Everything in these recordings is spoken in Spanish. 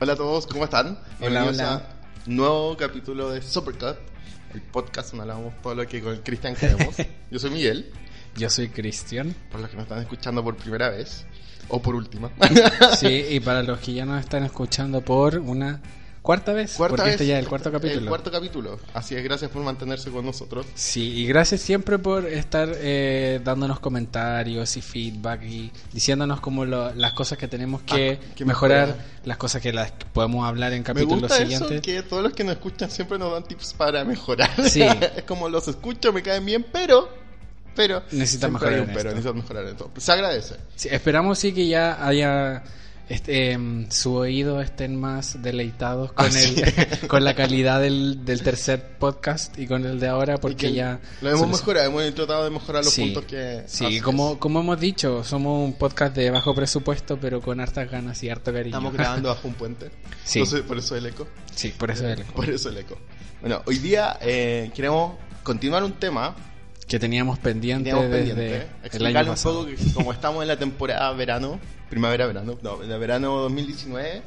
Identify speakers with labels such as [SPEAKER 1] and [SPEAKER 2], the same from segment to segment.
[SPEAKER 1] Hola a todos, ¿cómo están?
[SPEAKER 2] Hola,
[SPEAKER 1] Bienvenidos
[SPEAKER 2] hola.
[SPEAKER 1] a nuevo capítulo de Supercut, el podcast donde hablamos todo lo que con Cristian queremos. Yo soy Miguel,
[SPEAKER 2] Yo soy Cristian.
[SPEAKER 1] por los que nos están escuchando por primera vez, o por última.
[SPEAKER 2] Sí, y para los que ya nos están escuchando por una cuarta vez, porque este ya es el cuarto capítulo.
[SPEAKER 1] El cuarto capítulo. Así es, gracias por mantenerse con nosotros.
[SPEAKER 2] Sí, y gracias siempre por estar eh, dándonos comentarios y feedback y diciéndonos como lo- las cosas que tenemos que,
[SPEAKER 1] Ah, que
[SPEAKER 2] mejorar,
[SPEAKER 1] mejorar.
[SPEAKER 2] las cosas que las que podemos hablar en
[SPEAKER 1] Me
[SPEAKER 2] capítulos
[SPEAKER 1] gusta eso,
[SPEAKER 2] siguientes.
[SPEAKER 1] que todos los que nos escuchan siempre nos dan tips para mejorar.
[SPEAKER 2] Sí.
[SPEAKER 1] es como los escucho, me caen bien, pero... Pero...
[SPEAKER 2] Necesitan
[SPEAKER 1] siempre hay
[SPEAKER 2] mejorar
[SPEAKER 1] un
[SPEAKER 2] en
[SPEAKER 1] pero,
[SPEAKER 2] esto.
[SPEAKER 1] necesitan mejorar en todo. Se agradece.
[SPEAKER 2] Sí, esperamos sí que ya haya este, em, su oído estén más deleitados con
[SPEAKER 1] Así
[SPEAKER 2] el, con la calidad del, del tercer podcast y con el de ahora
[SPEAKER 1] Y
[SPEAKER 2] porque
[SPEAKER 1] que
[SPEAKER 2] ya
[SPEAKER 1] Lo hemos
[SPEAKER 2] se les-
[SPEAKER 1] mejorado, hemos tratado de mejorar los puntos que... así
[SPEAKER 2] Sí,
[SPEAKER 1] es.
[SPEAKER 2] como, como hemos dicho, somos un podcast de bajo presupuesto, pero con hartas ganas y harto cariño.
[SPEAKER 1] Estamos grabando bajo un puente.
[SPEAKER 2] Sí.
[SPEAKER 1] Entonces, por eso el eco.
[SPEAKER 2] Sí, por eso es el-
[SPEAKER 1] Por eso el eco. Bueno, hoy día eh, queremos continuar un tema
[SPEAKER 2] que teníamos
[SPEAKER 1] que
[SPEAKER 2] pendiente
[SPEAKER 1] teníamos
[SPEAKER 2] desde
[SPEAKER 1] pendiente. ¿eh?
[SPEAKER 2] el año
[SPEAKER 1] Explicar un poco
[SPEAKER 2] pasado.
[SPEAKER 1] que como estamos en la temporada verano, primavera-verano, no, en el verano 2019,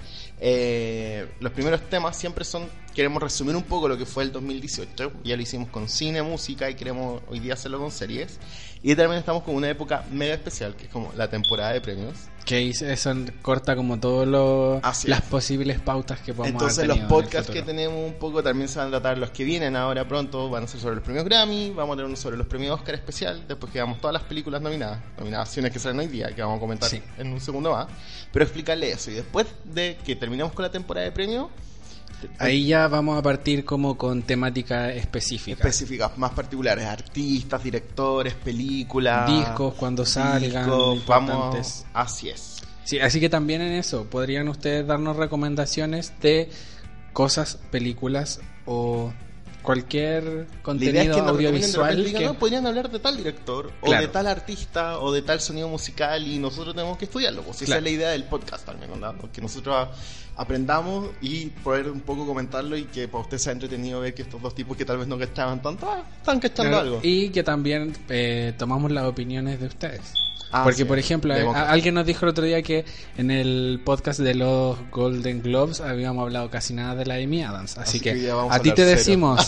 [SPEAKER 1] eh, los primeros temas siempre son, queremos resumir un poco lo que fue el 2018. Ya lo hicimos con cine, música y queremos hoy día hacerlo con series. Y también estamos con una época mega especial, que es como la temporada de premios.
[SPEAKER 2] Que hizo- eso corta como todos
[SPEAKER 1] Así
[SPEAKER 2] las
[SPEAKER 1] es.
[SPEAKER 2] posibles pautas que podemos haber
[SPEAKER 1] Entonces los
[SPEAKER 2] tenido en el
[SPEAKER 1] podcasts que
[SPEAKER 2] futuro.
[SPEAKER 1] tenemos un poco también se van a tratar los que vienen ahora pronto, van a ser sobre los premios Grammy, vamos a tener uno sobre los premios Oscar especial, después que veamos todas las películas nominadas, nominaciones que salen hoy día, que vamos a comentar
[SPEAKER 2] Sí.
[SPEAKER 1] en un segundo más, pero explicarle eso y después de que terminemos con la temporada de premios
[SPEAKER 2] Ahí ya vamos a partir como con temática específica.
[SPEAKER 1] específicas más particulares, artistas, directores, películas,
[SPEAKER 2] Discos, cuando salgan,
[SPEAKER 1] discos, vamos,
[SPEAKER 2] importantes.
[SPEAKER 1] así es.
[SPEAKER 2] Sí, así que también en eso, podrían ustedes darnos recomendaciones de cosas, películas o cualquier
[SPEAKER 1] La idea es
[SPEAKER 2] contenido
[SPEAKER 1] que nos recomienden de
[SPEAKER 2] audiovisual.
[SPEAKER 1] repente, digan,
[SPEAKER 2] que-
[SPEAKER 1] "No, podrían hablar de tal director, o
[SPEAKER 2] Claro.
[SPEAKER 1] de tal artista, o de tal sonido musical, y nosotros tenemos que estudiarlo. Pues esa
[SPEAKER 2] Claro.
[SPEAKER 1] es la idea del podcast también, ¿no? que nosotros a- aprendamos y poder un poco comentarlo y que para usted sea entretenido ver que estos dos tipos que tal vez no cachaban tanto, ah, están cachando
[SPEAKER 2] Claro,
[SPEAKER 1] algo.
[SPEAKER 2] Y que también eh, tomamos las opiniones de ustedes.
[SPEAKER 1] Ah,
[SPEAKER 2] Porque,
[SPEAKER 1] sí,
[SPEAKER 2] por ejemplo, eh,
[SPEAKER 1] demócrata.
[SPEAKER 2] a- alguien nos dijo el otro día que en el podcast de los Golden Globes habíamos hablado casi nada de la Amy Adams. Así,
[SPEAKER 1] Así que
[SPEAKER 2] que,
[SPEAKER 1] hoy día vamos a
[SPEAKER 2] a ti
[SPEAKER 1] hablar
[SPEAKER 2] te
[SPEAKER 1] cero.
[SPEAKER 2] decimos,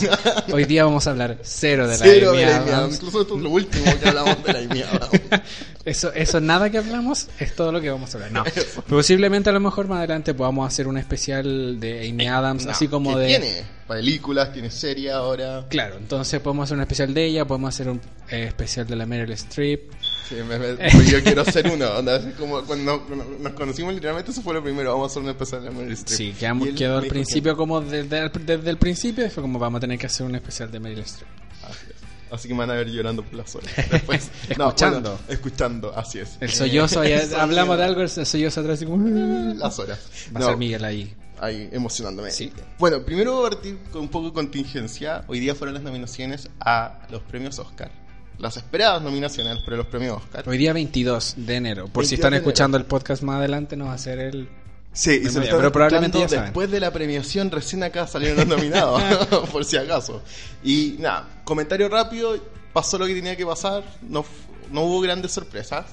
[SPEAKER 2] hoy día vamos a hablar cero de la
[SPEAKER 1] Cero
[SPEAKER 2] Amy
[SPEAKER 1] de la Amy
[SPEAKER 2] Adams.
[SPEAKER 1] Adams. Incluso esto es lo último que hablamos de la Amy Adams.
[SPEAKER 2] Eso, eso nada que hablamos es todo lo que vamos a hablar. No. Posiblemente a lo mejor más adelante podamos hacer un especial de Amy Adams,
[SPEAKER 1] Eh, No,
[SPEAKER 2] así como
[SPEAKER 1] que
[SPEAKER 2] de.
[SPEAKER 1] Tiene películas, tiene serie ahora.
[SPEAKER 2] Claro, entonces podemos hacer un especial de ella, podemos hacer un eh, especial de la Meryl Streep.
[SPEAKER 1] Sí, me- me-
[SPEAKER 2] Eh.
[SPEAKER 1] pues yo quiero ser uno. onda, así como cuando cuando nos conocimos, literalmente eso fue lo primero. Vamos a hacer una especial de Meryl Streep.
[SPEAKER 2] Sí,
[SPEAKER 1] Y
[SPEAKER 2] quedamos,
[SPEAKER 1] él
[SPEAKER 2] quedó
[SPEAKER 1] me
[SPEAKER 2] al
[SPEAKER 1] dijo que-
[SPEAKER 2] principio como desde, el- desde el principio, y fue como vamos a tener que hacer un especial de Meryl Streep.
[SPEAKER 1] Así es. Así que me van a ver llorando por las horas. Después, No,
[SPEAKER 2] Escuchando.
[SPEAKER 1] bueno, escuchando, así es.
[SPEAKER 2] El
[SPEAKER 1] Eh,
[SPEAKER 2] sollozo, ahí,
[SPEAKER 1] el
[SPEAKER 2] hablamos de
[SPEAKER 1] sollozo.
[SPEAKER 2] algo, el sollozo atrás, así como. "Uh,
[SPEAKER 1] Las horas.
[SPEAKER 2] Va
[SPEAKER 1] No,
[SPEAKER 2] a ser Miguel ahí.
[SPEAKER 1] Ahí, emocionándome.
[SPEAKER 2] Sí.
[SPEAKER 1] Bueno, primero voy a partir con un poco de contingencia. Hoy día fueron las nominaciones a los premios Oscar. Las esperadas nominaciones para los premios Oscar.
[SPEAKER 2] Hoy día 22 de enero. Por si
[SPEAKER 1] 22
[SPEAKER 2] están
[SPEAKER 1] de enero.
[SPEAKER 2] escuchando el podcast más adelante, nos va a hacer el.
[SPEAKER 1] Sí, y
[SPEAKER 2] Memoria,
[SPEAKER 1] se lo están
[SPEAKER 2] pero probablemente
[SPEAKER 1] escuchando
[SPEAKER 2] ya saben.
[SPEAKER 1] después de la premiación recién acá salieron los nominados, por si acaso. Y nada, comentario rápido, pasó lo que tenía que pasar, no, f- no hubo grandes sorpresas.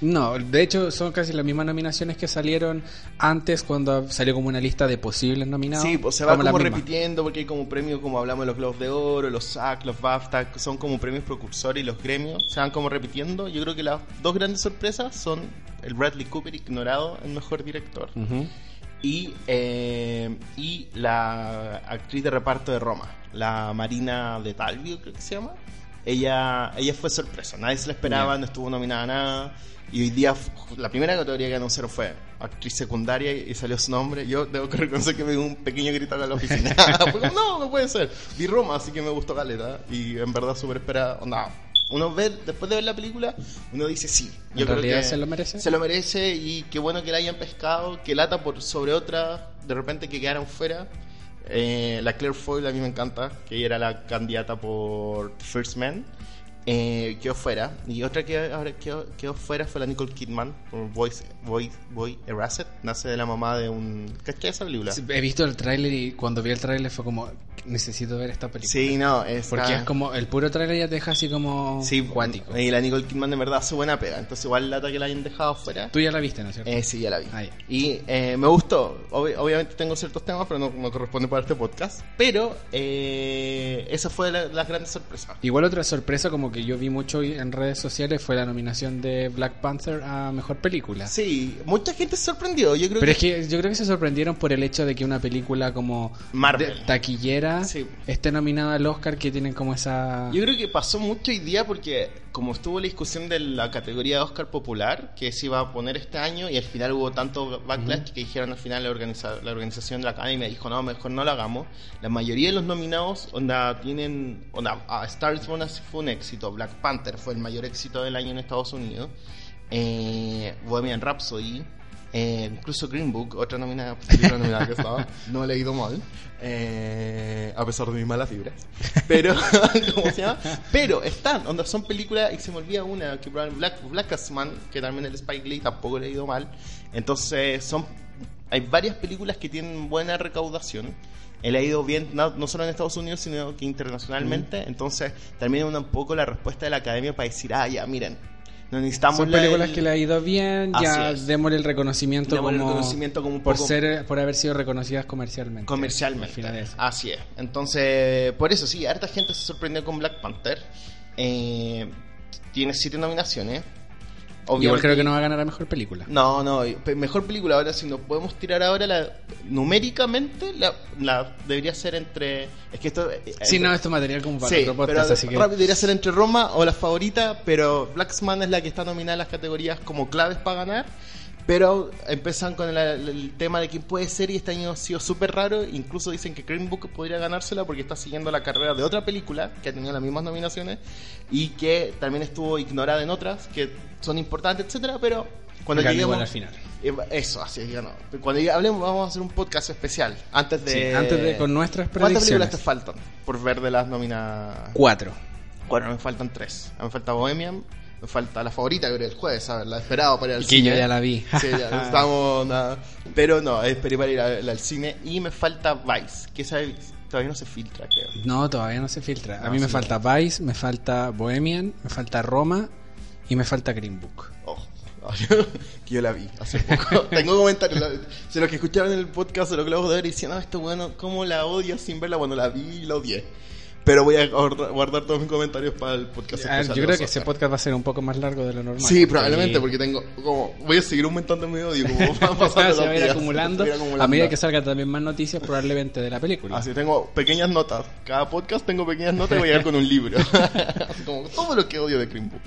[SPEAKER 2] No, de hecho son casi las mismas nominaciones que salieron antes cuando salió como una lista de posibles nominados.
[SPEAKER 1] sí, pues se va
[SPEAKER 2] Como las
[SPEAKER 1] como
[SPEAKER 2] mismas.
[SPEAKER 1] repitiendo porque hay como premios, como hablamos de los Globos de Oro, los SAC, los BAFTA, que son como premios precursores y los gremios, se van como repitiendo. Yo creo que las dos grandes sorpresas son el Bradley Cooper ignorado en Mejor Director
[SPEAKER 2] Ujú.
[SPEAKER 1] y, eh, y la actriz de reparto de Roma, la Marina de Talvio, creo que se llama. Ella, ella fue sorpresa, nadie se la esperaba,
[SPEAKER 2] Ya.
[SPEAKER 1] no estuvo nominada a nada. Y hoy día f- la primera categoría que anunciaron fue actriz secundaria y y salió su nombre. Yo debo que reconocer que me dio un pequeño grito acá en la oficina. Fue como, no, no puede ser. Vi Roma, así que me gustó Caleta. Y en verdad súper esperada. Onda, uno ve, después de ver la película, uno dice sí.
[SPEAKER 2] ¿En realidad se lo merece?
[SPEAKER 1] Se lo merece y qué bueno que la hayan pescado, que lata por sobre otra, de repente que quedaron fuera. Eh, la Claire Foy a mí me encanta, que ella era la candidata por First Man. eh, quedó fuera. Y otra que ahora quedó, quedó fuera fue la Nicole Kidman, por Voice, Voice, Boy Erased. Nace de la mamá de un. ¿Cachai esa película?
[SPEAKER 2] Sí, He visto el tráiler y cuando vi el tráiler fue como, necesito ver esta película.
[SPEAKER 1] Sí, no, es.
[SPEAKER 2] Porque es como, el puro tráiler ya te deja así como
[SPEAKER 1] Sí,
[SPEAKER 2] cuático.
[SPEAKER 1] Y la Nicole Kidman de verdad hace buena pega. Entonces, igual lata que la hayan dejado fuera.
[SPEAKER 2] Tú ya la viste, ¿no es cierto?
[SPEAKER 1] Eh, sí, ya la vi.
[SPEAKER 2] Ah, ya.
[SPEAKER 1] Y eh, me gustó. Obvi- obviamente tengo ciertos temas, pero no, no corresponde para este podcast. Pero eh, esa fue la, la gran sorpresa.
[SPEAKER 2] Igual otra sorpresa como que yo vi mucho en redes sociales fue la nominación de Black Panther a Mejor Película.
[SPEAKER 1] Sí, mucha gente se sorprendió. Yo creo
[SPEAKER 2] Pero
[SPEAKER 1] que,
[SPEAKER 2] es que yo creo que se sorprendieron por el hecho de que una película como
[SPEAKER 1] Marvel.
[SPEAKER 2] de- taquillera
[SPEAKER 1] Sí.
[SPEAKER 2] esté nominada al Oscar que tienen como esa...
[SPEAKER 1] yo creo que pasó mucho hoy día porque como estuvo la discusión de la categoría de Oscar popular que se iba a poner este año y al final hubo tanto backlash que dijeron al final la, organiza- la organización de la academia dijo no mejor no lo hagamos. La mayoría de los nominados onda tienen onda a Star is Born así fue un éxito, Black Panther fue el mayor éxito del año en Estados Unidos, eh, Bohemian Rhapsody. eh, incluso Green Book, otra nominada, película nominada que estaba, no he leído mal, eh, a pesar de mis malas fibras. Pero, ¿cómo se llama? Pero están, onda, son películas, y se me olvida una, que probablemente Black, Black Casman, que también el Spike Lee tampoco le ha ido mal. Entonces, son hay varias películas que tienen buena recaudación. Él ha ido bien, no, no solo en Estados Unidos, sino que internacionalmente. Entonces, también una un poco la respuesta de la academia para decir, ah, ya, miren, no necesitamos
[SPEAKER 2] Son
[SPEAKER 1] la-
[SPEAKER 2] películas
[SPEAKER 1] el-
[SPEAKER 2] que le ha ido bien, ya
[SPEAKER 1] Así es.
[SPEAKER 2] démosle el reconocimiento,
[SPEAKER 1] Démosle el
[SPEAKER 2] como,
[SPEAKER 1] reconocimiento como un
[SPEAKER 2] por
[SPEAKER 1] poco-
[SPEAKER 2] ser por haber sido reconocidas comercialmente.
[SPEAKER 1] comercialmente. Ah,
[SPEAKER 2] Al final es-
[SPEAKER 1] Así es. Entonces, por eso sí, harta gente se sorprendió con Black Panther. Eh, tiene siete nominaciones.
[SPEAKER 2] Igual
[SPEAKER 1] Obviamente-
[SPEAKER 2] creo que no va a ganar a Mejor Película.
[SPEAKER 1] No, no, pe- mejor película ahora, si nos podemos tirar ahora la numéricamente, la, la debería ser entre... Es que esto... eh,
[SPEAKER 2] Sí,
[SPEAKER 1] eh,
[SPEAKER 2] no, esto es material como para
[SPEAKER 1] Sí,
[SPEAKER 2] otro
[SPEAKER 1] pero
[SPEAKER 2] podcast, así que...
[SPEAKER 1] rápido debería ser entre Roma o la favorita, pero Blacksman es la que está nominada en las categorías como claves para ganar. Pero empiezan con el, el tema de quién puede ser y este año ha sido súper raro. Incluso dicen que Green Book podría ganársela porque está siguiendo la carrera de otra película que ha tenido las mismas nominaciones y que también estuvo ignorada en otras que son importantes, etcétera. Pero cuando
[SPEAKER 2] Ganó
[SPEAKER 1] lleguemos
[SPEAKER 2] igual al final.
[SPEAKER 1] Eh, Eso, así es, ya no. Cuando llegue- hablemos, vamos a hacer un podcast especial antes de.
[SPEAKER 2] Sí, antes de- con nuestras
[SPEAKER 1] ¿Cuántas películas
[SPEAKER 2] predicciones?
[SPEAKER 1] te faltan por ver de las nominadas?
[SPEAKER 2] Cuatro.
[SPEAKER 1] Bueno, me faltan tres. Me falta Bohemian, me falta la favorita, creo, el jueves, a ver, la esperaba para ir al
[SPEAKER 2] Que
[SPEAKER 1] cine.
[SPEAKER 2] yo ya la vi.
[SPEAKER 1] ¿eh? Sí, ya, estamos, nada. Pero no, esperé para ir al, al cine. Y me falta Vice, que esa todavía no se filtra, creo.
[SPEAKER 2] No, todavía no se filtra.
[SPEAKER 1] No,
[SPEAKER 2] a mí me
[SPEAKER 1] sí.
[SPEAKER 2] falta Vice, me falta Bohemian, me falta Roma y me falta Green Book.
[SPEAKER 1] Oh, que yo la vi hace poco. Tengo comentarios. la- Si los que escucharon el podcast de los globos de oro diciendo, ah, esto bueno, ¿cómo la odio sin verla? Bueno, la vi y la odié. Pero voy a guarda- guardar todos mis comentarios para el podcast.
[SPEAKER 2] Ah,
[SPEAKER 1] especial
[SPEAKER 2] yo
[SPEAKER 1] de
[SPEAKER 2] creo
[SPEAKER 1] los
[SPEAKER 2] que ese
[SPEAKER 1] Oscars.
[SPEAKER 2] podcast va a ser un poco más largo de lo normal.
[SPEAKER 1] Sí, probablemente,
[SPEAKER 2] Y-
[SPEAKER 1] porque tengo como voy a seguir aumentando mi odio como van
[SPEAKER 2] Ah, se
[SPEAKER 1] pasando los
[SPEAKER 2] va a ir
[SPEAKER 1] días,
[SPEAKER 2] acumulando.
[SPEAKER 1] se va a ir
[SPEAKER 2] A medida que salgan también más noticias, probablemente de la película.
[SPEAKER 1] Así tengo pequeñas notas. Cada podcast tengo pequeñas notas y voy a llegar con un libro. Así como todo lo que odio de Green Book.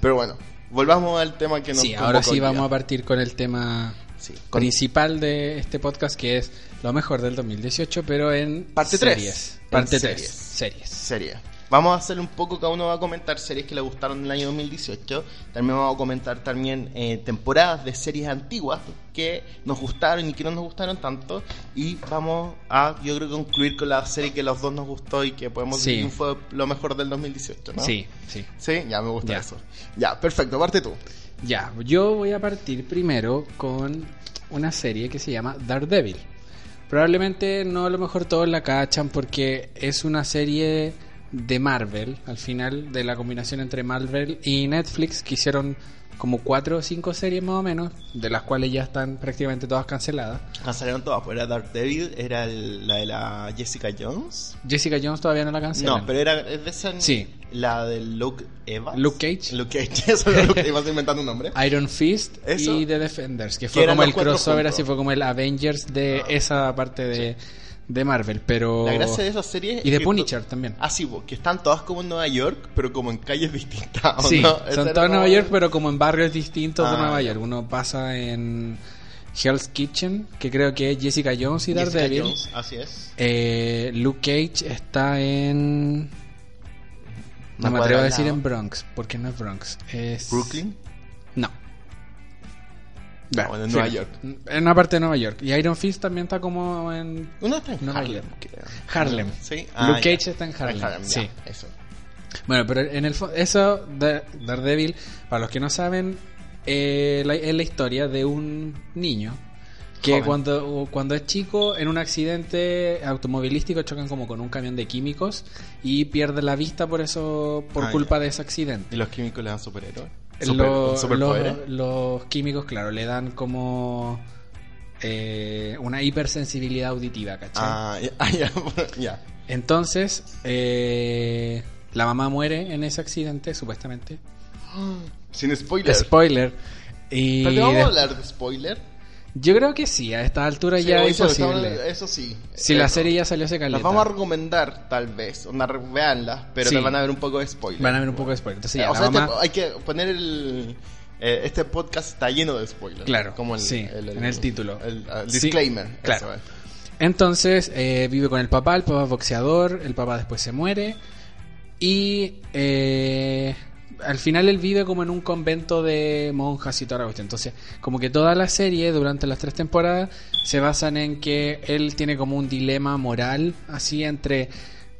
[SPEAKER 1] Pero bueno, volvamos al tema que nos
[SPEAKER 2] sí, ahora
[SPEAKER 1] convocó
[SPEAKER 2] sí
[SPEAKER 1] hoy día.
[SPEAKER 2] vamos a partir con el tema
[SPEAKER 1] Sí, con-
[SPEAKER 2] principal de este podcast, que es lo mejor del 2018, pero en
[SPEAKER 1] Parte tres.
[SPEAKER 2] series.
[SPEAKER 1] En
[SPEAKER 2] Parte
[SPEAKER 1] series.
[SPEAKER 2] 3. Series.
[SPEAKER 1] serie. Vamos a hacer un poco, cada uno va a comentar series que le gustaron en el año 2018. También vamos a comentar también eh, temporadas de series antiguas que nos gustaron y que no nos gustaron tanto. Y vamos a, yo creo, concluir con la serie que los dos nos gustó y que podemos
[SPEAKER 2] Sí.
[SPEAKER 1] decir que fue lo mejor del 2018, ¿no?
[SPEAKER 2] Sí, sí.
[SPEAKER 1] Sí, ya me gusta
[SPEAKER 2] Ya.
[SPEAKER 1] eso. Ya, perfecto, parte tú.
[SPEAKER 2] Ya, yo voy a partir primero con una serie que se llama Daredevil. Probablemente no a lo mejor todos la cachan porque es una serie de Marvel, al final de la combinación entre Marvel y Netflix, que hicieron como cuatro o cinco series más o menos, de las cuales ya están prácticamente todas canceladas.
[SPEAKER 1] Cancelaron todas, pues era Daredevil, era el- la de la Jessica Jones.
[SPEAKER 2] Jessica Jones todavía no la cancelan.
[SPEAKER 1] No, pero era es de esa
[SPEAKER 2] Sí.
[SPEAKER 1] la de Luke Evans.
[SPEAKER 2] Luke Cage.
[SPEAKER 1] Luke Cage, eso era Luke Evans inventando un nombre.
[SPEAKER 2] Iron Fist
[SPEAKER 1] Eso.
[SPEAKER 2] y The Defenders, que
[SPEAKER 1] Que
[SPEAKER 2] fue
[SPEAKER 1] eran
[SPEAKER 2] como
[SPEAKER 1] los
[SPEAKER 2] el
[SPEAKER 1] cuatro
[SPEAKER 2] crossover,
[SPEAKER 1] juntos. Ah,
[SPEAKER 2] así fue como el Avengers de esa parte de, de Marvel, pero...
[SPEAKER 1] La gracia de esas series
[SPEAKER 2] oh. Y de
[SPEAKER 1] que
[SPEAKER 2] Punisher
[SPEAKER 1] to-
[SPEAKER 2] también.
[SPEAKER 1] Ah, sí, po, que están todas como en Nueva York, pero como en calles distintas. ¿o
[SPEAKER 2] Sí,
[SPEAKER 1] no? Esa
[SPEAKER 2] son
[SPEAKER 1] era
[SPEAKER 2] todos en Nueva
[SPEAKER 1] como-
[SPEAKER 2] York, pero como en barrios distintos
[SPEAKER 1] Ah,
[SPEAKER 2] de Nueva
[SPEAKER 1] ya.
[SPEAKER 2] York. Uno pasa en Hell's Kitchen, que creo que es Jessica Jones y
[SPEAKER 1] Jessica
[SPEAKER 2] Daredevil.
[SPEAKER 1] Jones, así es.
[SPEAKER 2] Eh, Luke Cage está en...
[SPEAKER 1] No
[SPEAKER 2] No me
[SPEAKER 1] cuadra
[SPEAKER 2] atrevo a
[SPEAKER 1] al
[SPEAKER 2] decir
[SPEAKER 1] lado.
[SPEAKER 2] en Bronx, porque no es Bronx. Es...
[SPEAKER 1] Brooklyn.
[SPEAKER 2] No.
[SPEAKER 1] bueno, en Nueva York.
[SPEAKER 2] En una parte de Nueva York. Y Iron Fist también está como en
[SPEAKER 1] Uno está en
[SPEAKER 2] Nueva
[SPEAKER 1] Harlem.
[SPEAKER 2] York.
[SPEAKER 1] creo.
[SPEAKER 2] Harlem.
[SPEAKER 1] Sí. Ah,
[SPEAKER 2] Luke
[SPEAKER 1] ya.
[SPEAKER 2] Cage está en Harlem.
[SPEAKER 1] ya,
[SPEAKER 2] sí.
[SPEAKER 1] Eso.
[SPEAKER 2] Bueno, pero en el fo- eso, Da- Daredevil, para los que no saben, eh, la- es la historia de un niño que
[SPEAKER 1] Joven.
[SPEAKER 2] cuando, cuando es chico, en un accidente automovilístico, chocan como con un camión de químicos y pierde la vista por eso, por
[SPEAKER 1] Ah,
[SPEAKER 2] culpa
[SPEAKER 1] ya.
[SPEAKER 2] de ese accidente.
[SPEAKER 1] ¿Y los químicos le dan superhéroes?
[SPEAKER 2] Lo-
[SPEAKER 1] Super- ¿eh? superpoderes?
[SPEAKER 2] los, los químicos, claro, le dan como eh, una hipersensibilidad auditiva, ¿cachai?
[SPEAKER 1] Ah, ya, ah, ya, bueno, ya.
[SPEAKER 2] Entonces, eh, la mamá muere en ese accidente, supuestamente.
[SPEAKER 1] Sin spoilers.
[SPEAKER 2] Spoiler. Y
[SPEAKER 1] ¿Pero te vamos
[SPEAKER 2] de-
[SPEAKER 1] a hablar de spoiler?
[SPEAKER 2] Yo creo que sí, a esta altura
[SPEAKER 1] Sí,
[SPEAKER 2] ya
[SPEAKER 1] oye,
[SPEAKER 2] es
[SPEAKER 1] estamos
[SPEAKER 2] posible.
[SPEAKER 1] hablando- Eso sí.
[SPEAKER 2] Si la
[SPEAKER 1] Eso.
[SPEAKER 2] serie ya salió hace caleta,
[SPEAKER 1] Las vamos a recomendar, tal vez. Onda, re- veanlas, pero
[SPEAKER 2] Sí.
[SPEAKER 1] te van a ver un poco de spoiler.
[SPEAKER 2] van a ver un poco de spoiler. Entonces ya,
[SPEAKER 1] o
[SPEAKER 2] la
[SPEAKER 1] sea, este-
[SPEAKER 2] mamá-
[SPEAKER 1] hay que poner el. eh, este podcast está lleno de spoilers.
[SPEAKER 2] Claro,
[SPEAKER 1] Como el,
[SPEAKER 2] sí, en el título.
[SPEAKER 1] El, ah,
[SPEAKER 2] Sí,
[SPEAKER 1] disclaimer.
[SPEAKER 2] claro.
[SPEAKER 1] eso es.
[SPEAKER 2] Entonces eh, vive con el papá, el papá es boxeador, el papá después se muere y eh, al final él vive como en un convento de monjas y toda la cuestión. Entonces como que toda la serie durante las tres temporadas se basan en que él tiene como un dilema moral así entre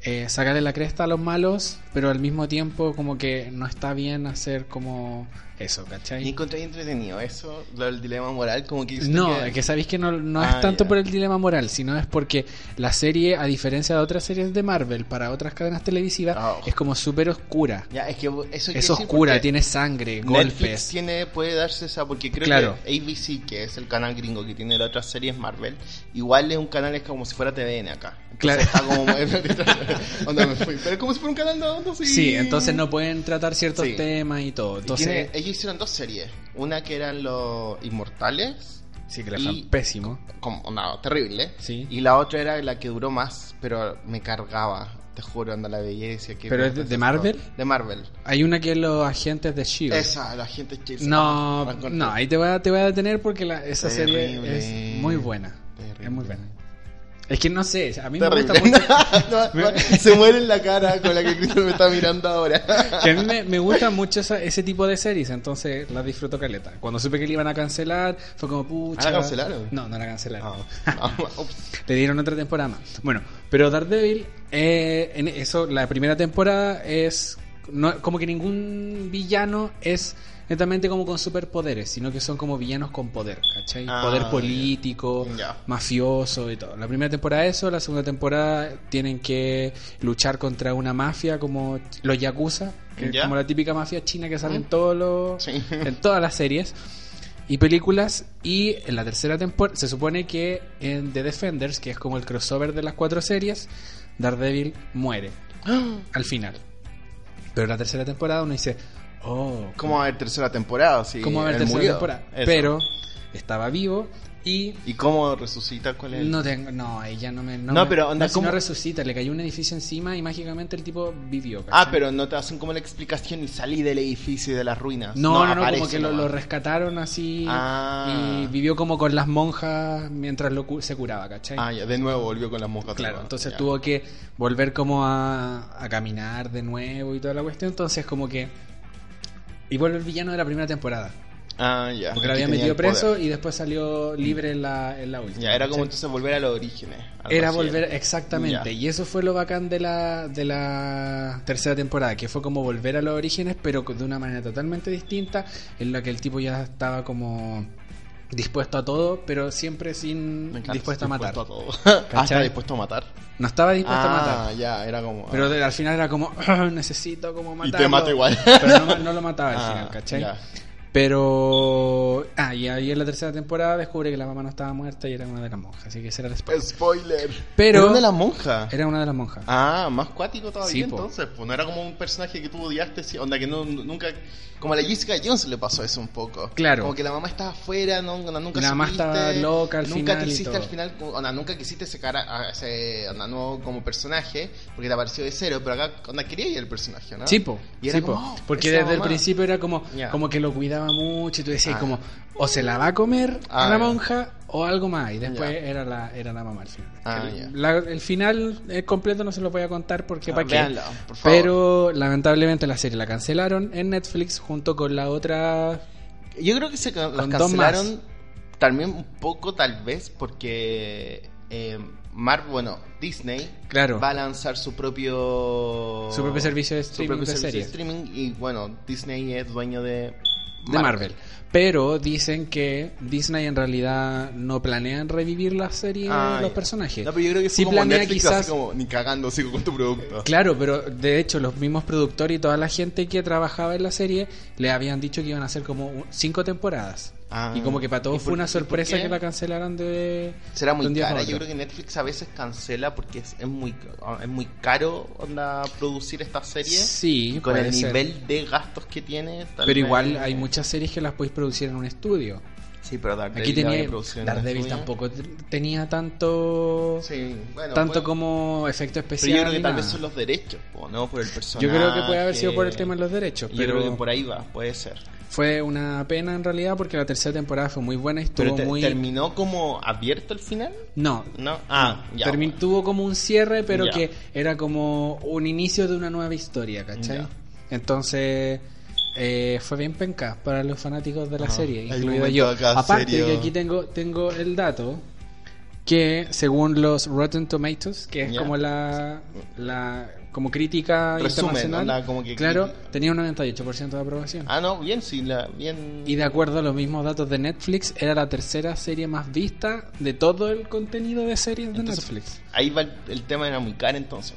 [SPEAKER 2] eh, sacarle la cresta a los malos, pero al mismo tiempo como que no está bien hacer como eso, ¿cachai?
[SPEAKER 1] Y encontré entretenido eso, lo del dilema moral, como que...
[SPEAKER 2] No, es que sabéis que no, no
[SPEAKER 1] Ah,
[SPEAKER 2] es tanto
[SPEAKER 1] ya.
[SPEAKER 2] por el dilema moral, sino es porque la serie, a diferencia de otras series de Marvel para otras cadenas televisivas,
[SPEAKER 1] Ah, ojo.
[SPEAKER 2] es como súper oscura.
[SPEAKER 1] Ya, es que eso quiere
[SPEAKER 2] es
[SPEAKER 1] decir
[SPEAKER 2] oscura,
[SPEAKER 1] porque
[SPEAKER 2] tiene sangre,
[SPEAKER 1] Netflix
[SPEAKER 2] golpes.
[SPEAKER 1] tiene, puede darse esa, porque creo
[SPEAKER 2] Claro.
[SPEAKER 1] que ABC, que es el canal gringo que tiene las otras series Marvel, igual es un canal es como si fuera TVN acá.
[SPEAKER 2] Claro.
[SPEAKER 1] Entonces Está como... Onda, me fui. Pero es como si fuera un canal de onda, sí.
[SPEAKER 2] Sí, entonces no pueden tratar ciertos
[SPEAKER 1] Sí.
[SPEAKER 2] temas y todo.
[SPEAKER 1] Y
[SPEAKER 2] Entonces, eh,
[SPEAKER 1] tiene- ellos hicieron dos series. Una que eran los Inmortales,
[SPEAKER 2] sí que le
[SPEAKER 1] y-
[SPEAKER 2] fue pésimo.
[SPEAKER 1] como onda, terrible.
[SPEAKER 2] Sí.
[SPEAKER 1] Y la otra era la que duró más, pero me cargaba, te juro, anda la belleza. Que
[SPEAKER 2] ¿Pero es de- de Marvel?
[SPEAKER 1] De Marvel.
[SPEAKER 2] Hay una que es los agentes de Shield.
[SPEAKER 1] Esa, la gente chilena.
[SPEAKER 2] E No,
[SPEAKER 1] La encontré.
[SPEAKER 2] no, ahí te voy a, te voy a detener porque la- esa
[SPEAKER 1] Terrible.
[SPEAKER 2] serie es muy buena. Es muy
[SPEAKER 1] Terrible.
[SPEAKER 2] buena. Es que no sé, a mí me gusta
[SPEAKER 1] Terrible.
[SPEAKER 2] mucho.
[SPEAKER 1] No, no, se muere en la cara con la que Cristo me está mirando ahora.
[SPEAKER 2] Que a mí me, me gusta mucho esa- ese tipo de series, entonces las disfruto caleta. Cuando supe que le iban a cancelar, fue como pucha.
[SPEAKER 1] ¿Ah, la cancelaron?
[SPEAKER 2] No, no la cancelaron.
[SPEAKER 1] Ah, ups.
[SPEAKER 2] Le dieron otra temporada más. Bueno, pero Daredevil, eh, en eso, la primera temporada es. no- como que ningún villano es netamente como con superpoderes, sino que son como villanos con poder, ¿cachai?
[SPEAKER 1] Ah,
[SPEAKER 2] poder
[SPEAKER 1] ya.
[SPEAKER 2] político,
[SPEAKER 1] Ya.
[SPEAKER 2] mafioso y todo. La primera temporada eso, la segunda temporada tienen que luchar contra una mafia como los Yakuza, que
[SPEAKER 1] Ya.
[SPEAKER 2] es como la típica mafia china que sale en todos los
[SPEAKER 1] Mm. Sí.
[SPEAKER 2] en todas las series y películas y en la tercera temporada se supone que en The Defenders, que es como el crossover de las cuatro series, Daredevil muere al final. Pero en la tercera temporada uno dice, "Oh,
[SPEAKER 1] ¿Cómo va a haber tercera temporada? Si
[SPEAKER 2] ¿cómo va a haber
[SPEAKER 1] él
[SPEAKER 2] tercera
[SPEAKER 1] murió?
[SPEAKER 2] temporada?"
[SPEAKER 1] Eso.
[SPEAKER 2] Pero estaba vivo y
[SPEAKER 1] ¿Y cómo resucita? ¿Cuál es? el-
[SPEAKER 2] no tengo, no, ahí ya no me. No,
[SPEAKER 1] No,
[SPEAKER 2] me-
[SPEAKER 1] pero onda,
[SPEAKER 2] si
[SPEAKER 1] ¿cómo?
[SPEAKER 2] no resucita, le cayó un edificio encima y mágicamente el tipo vivió. ¿cachai?
[SPEAKER 1] Ah, pero no te hacen como la explicación y salí del edificio y de las ruinas.
[SPEAKER 2] No, no, no,
[SPEAKER 1] aparece
[SPEAKER 2] como que lo,
[SPEAKER 1] nomás.
[SPEAKER 2] lo rescataron así
[SPEAKER 1] Ah.
[SPEAKER 2] y vivió como con las monjas mientras lo cu- se curaba, ¿cachai?
[SPEAKER 1] Ah, ya, de nuevo volvió con las moscas.
[SPEAKER 2] Claro,
[SPEAKER 1] atrapadas,
[SPEAKER 2] entonces
[SPEAKER 1] ya.
[SPEAKER 2] tuvo que volver como a, a caminar de nuevo y toda la cuestión, entonces como que... Y vuelve el villano de la primera temporada,
[SPEAKER 1] Ah, ya.
[SPEAKER 2] porque
[SPEAKER 1] el
[SPEAKER 2] lo
[SPEAKER 1] que
[SPEAKER 2] había
[SPEAKER 1] tenía
[SPEAKER 2] metido
[SPEAKER 1] el poder.
[SPEAKER 2] preso y después salió libre en la, en la última.
[SPEAKER 1] Ya, era como
[SPEAKER 2] ¿cachai?
[SPEAKER 1] entonces volver a los orígenes. algo
[SPEAKER 2] Era
[SPEAKER 1] así
[SPEAKER 2] volver,
[SPEAKER 1] era.
[SPEAKER 2] exactamente.
[SPEAKER 1] Ya.
[SPEAKER 2] Y eso fue lo bacán de la, de la tercera temporada, que fue como volver a los orígenes, pero de una manera totalmente distinta, en la que el tipo ya estaba como dispuesto a todo, pero siempre sin
[SPEAKER 1] Me encanta,
[SPEAKER 2] dispuesto a matar.
[SPEAKER 1] Dispuesto a todo. Ah,
[SPEAKER 2] ¿Cachai?
[SPEAKER 1] estaba dispuesto a matar.
[SPEAKER 2] No estaba dispuesto a
[SPEAKER 1] Ah,
[SPEAKER 2] matar.
[SPEAKER 1] ya, era como. ah,
[SPEAKER 2] Pero de- al final era como, "Ah, necesito como
[SPEAKER 1] Y
[SPEAKER 2] matarlo.
[SPEAKER 1] te mato igual.
[SPEAKER 2] Pero no, no lo mataba al
[SPEAKER 1] Ah,
[SPEAKER 2] final, ¿cachai?
[SPEAKER 1] ya.
[SPEAKER 2] Pero... Ah, y ahí en la tercera temporada descubre que la mamá no estaba muerta y era una de las monjas, así que ese era el spoiler.
[SPEAKER 1] Spoiler.
[SPEAKER 2] Pero-
[SPEAKER 1] ¿Era de la monja?
[SPEAKER 2] Era una de las monjas.
[SPEAKER 1] Ah, más cuático todavía
[SPEAKER 2] Sí, po.
[SPEAKER 1] entonces. Pues no era como un personaje que tú odiaste, sí, onda que no, nunca. Como a la Jessica Jones le pasó eso un poco.
[SPEAKER 2] Claro.
[SPEAKER 1] Como que la mamá estaba afuera, no, onda, nunca
[SPEAKER 2] La mamá
[SPEAKER 1] supiste,
[SPEAKER 2] estaba loca al
[SPEAKER 1] Nunca
[SPEAKER 2] final y
[SPEAKER 1] quisiste
[SPEAKER 2] todo.
[SPEAKER 1] al final, onda, nunca quisiste ese, cara, a ese onda, nuevo como personaje porque te apareció de cero, pero acá, onda, quería ir el personaje, ¿no?
[SPEAKER 2] Sí, po.
[SPEAKER 1] Y era
[SPEAKER 2] sí, po.
[SPEAKER 1] como, oh,
[SPEAKER 2] porque
[SPEAKER 1] esa
[SPEAKER 2] desde el
[SPEAKER 1] mamá.
[SPEAKER 2] principio era como,
[SPEAKER 1] Ya.
[SPEAKER 2] como que lo cuidaba mucho y tú decías
[SPEAKER 1] Ah.
[SPEAKER 2] como, o se la va a comer a
[SPEAKER 1] Ah,
[SPEAKER 2] la
[SPEAKER 1] ya.
[SPEAKER 2] monja o algo más. Y después
[SPEAKER 1] Ya.
[SPEAKER 2] era la era la mamá al final.
[SPEAKER 1] Ah,
[SPEAKER 2] el,
[SPEAKER 1] ya.
[SPEAKER 2] la- el final eh, completo no se lo voy a contar porque
[SPEAKER 1] Ah,
[SPEAKER 2] para qué.
[SPEAKER 1] véanlo, por favor.
[SPEAKER 2] Pero lamentablemente la serie la cancelaron en Netflix junto con la otra...
[SPEAKER 1] Yo creo que se ca- las
[SPEAKER 2] Con dos
[SPEAKER 1] cancelaron también un poco, tal vez, porque eh, Mar- bueno, Disney
[SPEAKER 2] Claro.
[SPEAKER 1] va a lanzar su propio
[SPEAKER 2] Su propio servicio de
[SPEAKER 1] su
[SPEAKER 2] streaming
[SPEAKER 1] propio
[SPEAKER 2] de
[SPEAKER 1] servicio de
[SPEAKER 2] series.
[SPEAKER 1] streaming y bueno, Disney es dueño de
[SPEAKER 2] de Marvel. Pero dicen que Disney en realidad no planean revivir la serie
[SPEAKER 1] Ah,
[SPEAKER 2] de los
[SPEAKER 1] ya.
[SPEAKER 2] personajes.
[SPEAKER 1] No, pero yo creo que
[SPEAKER 2] sí
[SPEAKER 1] sí como
[SPEAKER 2] planea
[SPEAKER 1] Netflix,
[SPEAKER 2] quizás.
[SPEAKER 1] así como ni cagando, sigo con tu producto.
[SPEAKER 2] Claro, pero de hecho los mismos productores y toda la gente que trabajaba en la serie le habían dicho que iban a hacer como un- cinco temporadas.
[SPEAKER 1] Ah.
[SPEAKER 2] y como que para
[SPEAKER 1] ¿Y
[SPEAKER 2] todos
[SPEAKER 1] por-
[SPEAKER 2] fue una
[SPEAKER 1] y por
[SPEAKER 2] sorpresa
[SPEAKER 1] qué?
[SPEAKER 2] que la cancelaran de...
[SPEAKER 1] Será
[SPEAKER 2] de
[SPEAKER 1] muy
[SPEAKER 2] un día
[SPEAKER 1] cara.
[SPEAKER 2] para
[SPEAKER 1] Yo
[SPEAKER 2] otro.
[SPEAKER 1] creo que Netflix a veces cancela porque es, es muy ah, es muy caro onda, producir esta serie.
[SPEAKER 2] Sí,
[SPEAKER 1] Y con
[SPEAKER 2] puede
[SPEAKER 1] el
[SPEAKER 2] ser.
[SPEAKER 1] nivel de gastos que tiene. tal
[SPEAKER 2] Pero
[SPEAKER 1] vez-
[SPEAKER 2] igual hay muchas series que las podéis producir en un estudio.
[SPEAKER 1] Sí, pero Daredevil
[SPEAKER 2] Aquí
[SPEAKER 1] ahora
[SPEAKER 2] tenía...
[SPEAKER 1] producción
[SPEAKER 2] Daredevil
[SPEAKER 1] estudio.
[SPEAKER 2] tampoco t- tenía tanto...
[SPEAKER 1] Sí, bueno,
[SPEAKER 2] tanto
[SPEAKER 1] puede-
[SPEAKER 2] como efecto
[SPEAKER 1] Pero
[SPEAKER 2] especial.
[SPEAKER 1] yo creo que
[SPEAKER 2] ni
[SPEAKER 1] tal
[SPEAKER 2] nada.
[SPEAKER 1] vez son los derechos, po, ¿no? Por el personaje.
[SPEAKER 2] Yo creo que puede haber sido por el tema de los derechos,
[SPEAKER 1] Yo
[SPEAKER 2] pero
[SPEAKER 1] creo que por ahí va, puede ser.
[SPEAKER 2] fue una pena en realidad porque la tercera temporada fue muy buena y
[SPEAKER 1] Pero
[SPEAKER 2] estuvo
[SPEAKER 1] te-
[SPEAKER 2] muy...
[SPEAKER 1] terminó como abierto al final,
[SPEAKER 2] No,
[SPEAKER 1] ¿no? Ah, ya.
[SPEAKER 2] Termin-
[SPEAKER 1] bueno.
[SPEAKER 2] Tuvo como un cierre, pero
[SPEAKER 1] Ya.
[SPEAKER 2] que era como un inicio de una nueva historia, ¿cachai?
[SPEAKER 1] Ya.
[SPEAKER 2] Entonces eh, fue bien penca para los fanáticos de la
[SPEAKER 1] Ajá.
[SPEAKER 2] serie,
[SPEAKER 1] Hay
[SPEAKER 2] incluido
[SPEAKER 1] momentos
[SPEAKER 2] yo.
[SPEAKER 1] acá
[SPEAKER 2] Aparte
[SPEAKER 1] serio.
[SPEAKER 2] que aquí tengo, tengo el dato que según los Rotten Tomatoes, que es
[SPEAKER 1] Ya.
[SPEAKER 2] como la, la como crítica
[SPEAKER 1] Resumen,
[SPEAKER 2] internacional,
[SPEAKER 1] onda, como que-
[SPEAKER 2] claro, tenía un 98% de aprobación.
[SPEAKER 1] Ah, no, bien, sí, la, bien.
[SPEAKER 2] Y de acuerdo a los mismos datos de Netflix, era la tercera serie más vista de todo el contenido de series de
[SPEAKER 1] Entonces,
[SPEAKER 2] Netflix.
[SPEAKER 1] Ahí va el, el tema era muy caro entonces.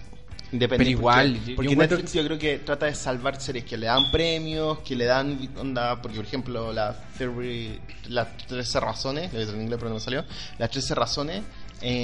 [SPEAKER 1] Independiente,
[SPEAKER 2] Pero igual,
[SPEAKER 1] porque,
[SPEAKER 2] yo-
[SPEAKER 1] porque
[SPEAKER 2] yo encuentro-
[SPEAKER 1] Netflix yo creo que trata de salvar series que le dan premios, que le dan onda, porque por ejemplo la Theory, las 13 razones, lo voy a decir en inglés pero no me salió, las 13 razones,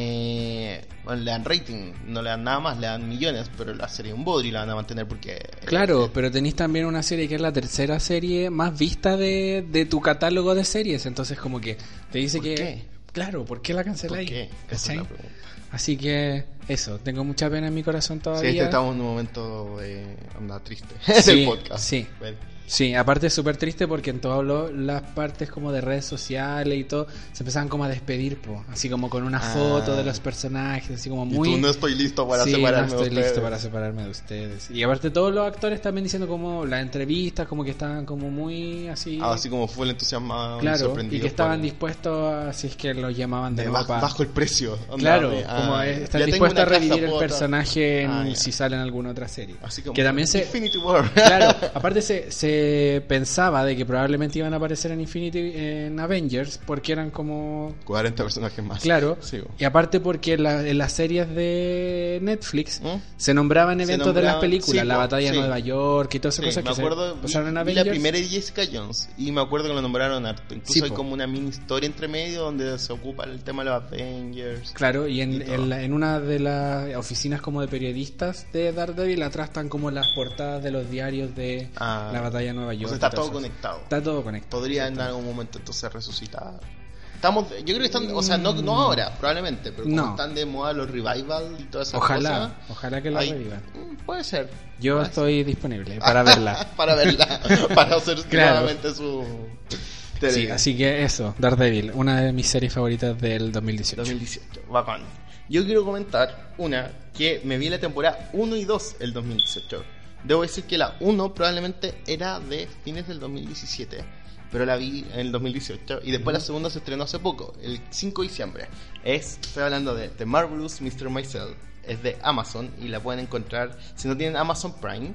[SPEAKER 1] eh, bueno, le dan rating, no le dan nada más, le dan millones, pero la serie es un bodrio y la van a mantener porque... eh,
[SPEAKER 2] Claro, pero tenéis también una serie que es la tercera serie más vista de, de tu catálogo de series. Entonces, como que te dice
[SPEAKER 1] ¿Por
[SPEAKER 2] que.
[SPEAKER 1] qué?
[SPEAKER 2] Claro, ¿por qué la
[SPEAKER 1] ¿Por
[SPEAKER 2] canceláis?
[SPEAKER 1] qué? Esa
[SPEAKER 2] ¿Cachai?
[SPEAKER 1] es la pregunta.
[SPEAKER 2] Así que, eso, tengo mucha pena en mi corazón
[SPEAKER 1] Sí,
[SPEAKER 2] todavía.
[SPEAKER 1] este estamos en un momento de onda triste del
[SPEAKER 2] Sí,
[SPEAKER 1] podcast.
[SPEAKER 2] sí.
[SPEAKER 1] Bueno,
[SPEAKER 2] Sí, aparte es súper triste porque en todas lo- las partes como de redes sociales y todo, se empezaban como a despedir, po, así como con una
[SPEAKER 1] Ah.
[SPEAKER 2] foto de los personajes, así como
[SPEAKER 1] y
[SPEAKER 2] muy...
[SPEAKER 1] tú no estoy listo para
[SPEAKER 2] Sí,
[SPEAKER 1] separarme
[SPEAKER 2] no
[SPEAKER 1] de
[SPEAKER 2] estoy listo
[SPEAKER 1] ustedes.
[SPEAKER 2] para separarme de ustedes. Y aparte todos los actores también diciendo como las entrevistas, como que estaban como muy así...
[SPEAKER 1] Ah, así como fue el entusiasmado y
[SPEAKER 2] Claro,
[SPEAKER 1] sorprendido
[SPEAKER 2] y que estaban
[SPEAKER 1] por-
[SPEAKER 2] dispuestos a, si es que los llamaban de
[SPEAKER 1] de
[SPEAKER 2] nuevo
[SPEAKER 1] bajo,
[SPEAKER 2] pa-
[SPEAKER 1] bajo el precio. onda,
[SPEAKER 2] Claro,
[SPEAKER 1] de, ah,
[SPEAKER 2] como es-
[SPEAKER 1] ya
[SPEAKER 2] están
[SPEAKER 1] tengo
[SPEAKER 2] dispuestos a
[SPEAKER 1] una casa,
[SPEAKER 2] revivir el
[SPEAKER 1] puedo tra-
[SPEAKER 2] personaje en-
[SPEAKER 1] Ah, ya.
[SPEAKER 2] si sale en alguna otra serie.
[SPEAKER 1] Así como
[SPEAKER 2] que también se...
[SPEAKER 1] Infinity War.
[SPEAKER 2] Claro, aparte se, se pensaba de que probablemente iban a aparecer en Infinity en Avengers porque eran como
[SPEAKER 1] 40 personajes más.
[SPEAKER 2] Claro.
[SPEAKER 1] Sí,
[SPEAKER 2] Y aparte porque en la- en las series de Netflix
[SPEAKER 1] ¿Mm?
[SPEAKER 2] se nombraban
[SPEAKER 1] Se
[SPEAKER 2] eventos de
[SPEAKER 1] nombraban-
[SPEAKER 2] las películas,
[SPEAKER 1] sí,
[SPEAKER 2] la
[SPEAKER 1] po,
[SPEAKER 2] batalla
[SPEAKER 1] sí.
[SPEAKER 2] de Nueva York y todas esas
[SPEAKER 1] Sí,
[SPEAKER 2] cosas
[SPEAKER 1] me
[SPEAKER 2] que se
[SPEAKER 1] acuerdo vi-
[SPEAKER 2] pasaron en
[SPEAKER 1] vi
[SPEAKER 2] Avengers.
[SPEAKER 1] la primera de Jessica Jones y me acuerdo que lo nombraron harto. Incluso
[SPEAKER 2] Sí,
[SPEAKER 1] hay
[SPEAKER 2] po.
[SPEAKER 1] como una mini historia entre medio donde se ocupa el tema de los Avengers.
[SPEAKER 2] Claro, y en,
[SPEAKER 1] Y todo.
[SPEAKER 2] en la- en una de las oficinas como de periodistas de Daredevil atrás están como las portadas de los diarios de
[SPEAKER 1] Ah.
[SPEAKER 2] la batalla de Nueva York.
[SPEAKER 1] Entonces está
[SPEAKER 2] y todas
[SPEAKER 1] todo
[SPEAKER 2] esas-
[SPEAKER 1] conectado.
[SPEAKER 2] Está todo conectado.
[SPEAKER 1] Podría en algún momento entonces resucitar. Estamos, yo creo que están, o sea, no, no ahora, probablemente, pero como
[SPEAKER 2] Mm. No.
[SPEAKER 1] están de moda los revival y todas esas
[SPEAKER 2] Ojalá,
[SPEAKER 1] cosas.
[SPEAKER 2] ojalá que la
[SPEAKER 1] ahí-
[SPEAKER 2] revivan.
[SPEAKER 1] mm, Puede ser.
[SPEAKER 2] Yo
[SPEAKER 1] Puede ser.
[SPEAKER 2] estoy disponible para verla.
[SPEAKER 1] para verla, para hacer
[SPEAKER 2] Claro.
[SPEAKER 1] nuevamente su
[SPEAKER 2] Sí, así que eso, Daredevil, una de mis series favoritas del 2018.
[SPEAKER 1] 2018, bacán. Yo quiero comentar una que me vi la temporada 1 y 2 el 2018. Debo decir que la 1 probablemente era de fines del 2017, pero la vi en el 2018 y después la segunda se estrenó hace poco, el 5 de diciembre. Es, estoy hablando de The Marvelous Mr. Maisel, es de Amazon y la pueden encontrar, si no tienen Amazon Prime,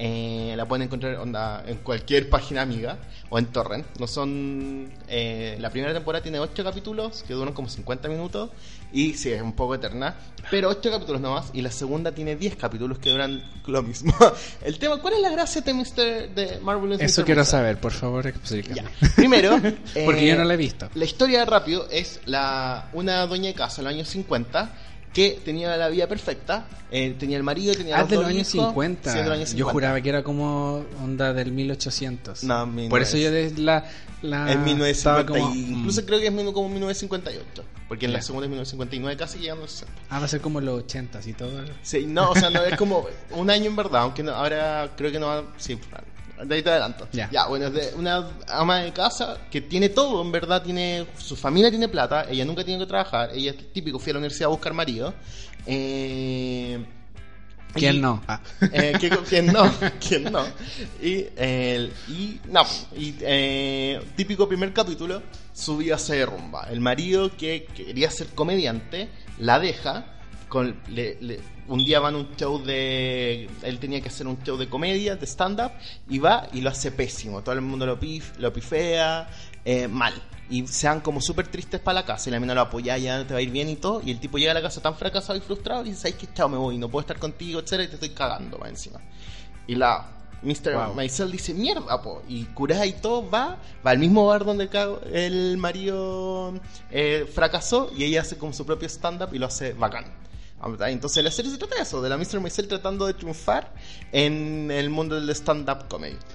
[SPEAKER 1] eh, la pueden encontrar onda, en cualquier página amiga o en torrent. No son. eh, la primera temporada tiene 8 capítulos que duran como 50 minutos y sí, es un poco eterna, pero 8 capítulos nomás. Y la segunda tiene 10 capítulos que duran lo mismo. El tema, ¿cuál es la gracia de, Mr., de Marvelous
[SPEAKER 2] Eso
[SPEAKER 1] Mr.
[SPEAKER 2] quiero
[SPEAKER 1] Maisel?
[SPEAKER 2] saber, por favor, explícame.
[SPEAKER 1] Ya. Primero,
[SPEAKER 2] Porque
[SPEAKER 1] eh,
[SPEAKER 2] yo no la he visto.
[SPEAKER 1] la historia de Rápido es la, una dueña de casa en los años 50 que tenía la vida perfecta. eh, tenía el marido, tenía
[SPEAKER 2] Ah,
[SPEAKER 1] los
[SPEAKER 2] de
[SPEAKER 1] dos
[SPEAKER 2] los años
[SPEAKER 1] hijos,
[SPEAKER 2] 50.
[SPEAKER 1] sí, de los años
[SPEAKER 2] Yo
[SPEAKER 1] 50.
[SPEAKER 2] juraba que era como onda del 1800.
[SPEAKER 1] No, mi
[SPEAKER 2] Por
[SPEAKER 1] no
[SPEAKER 2] eso
[SPEAKER 1] es.
[SPEAKER 2] yo de la, la
[SPEAKER 1] Es 1950
[SPEAKER 2] estaba como,
[SPEAKER 1] y-
[SPEAKER 2] mm.
[SPEAKER 1] incluso creo que es mil- como 1958, porque en la
[SPEAKER 2] Ya.
[SPEAKER 1] segunda es 1959 casi llegando al 60.
[SPEAKER 2] Ah, va a ser como los 80 y todo.
[SPEAKER 1] Sí, no, o sea, no es como un año en verdad, aunque no- ahora creo que no va, sí, de ahí te adelanto.
[SPEAKER 2] Ya.
[SPEAKER 1] Ya, bueno, es de una ama de casa que tiene todo, en verdad, tiene su familia tiene plata, ella nunca tiene que trabajar, ella es típico, fui a la universidad a buscar marido. Eh,
[SPEAKER 2] ¿Quién no? Ah.
[SPEAKER 1] Eh, ¿qué co- ¿Quién no? ¿Quién no? Y, eh, y no, y, eh, típico primer capítulo, su vida se derrumba. El marido que quería ser comediante la deja. Con, le- le- un día van a un show de. Él tenía que hacer un show de comedia, de stand-up, y va y lo hace pésimo. Todo el mundo lo, pif, lo pifea, eh, mal. Y sean como súper tristes para la casa. Y la mina lo apoya, ya te va a ir bien y todo. Y el tipo llega a la casa tan fracasado y frustrado y dice: ¿Sabes qué? Chao, me voy, no puedo estar contigo, etcétera, y te estoy cagando más encima. Y la Mr.
[SPEAKER 2] Wow.
[SPEAKER 1] Maisel dice, mierda, po. Y curada y todo va, va al mismo bar donde el, cago- el marido eh, fracasó y ella hace como su propio stand-up y lo hace bacán. Ah, Entonces la serie se trata de eso, de la Mr. Maisel tratando de triunfar en el mundo del stand-up comedy.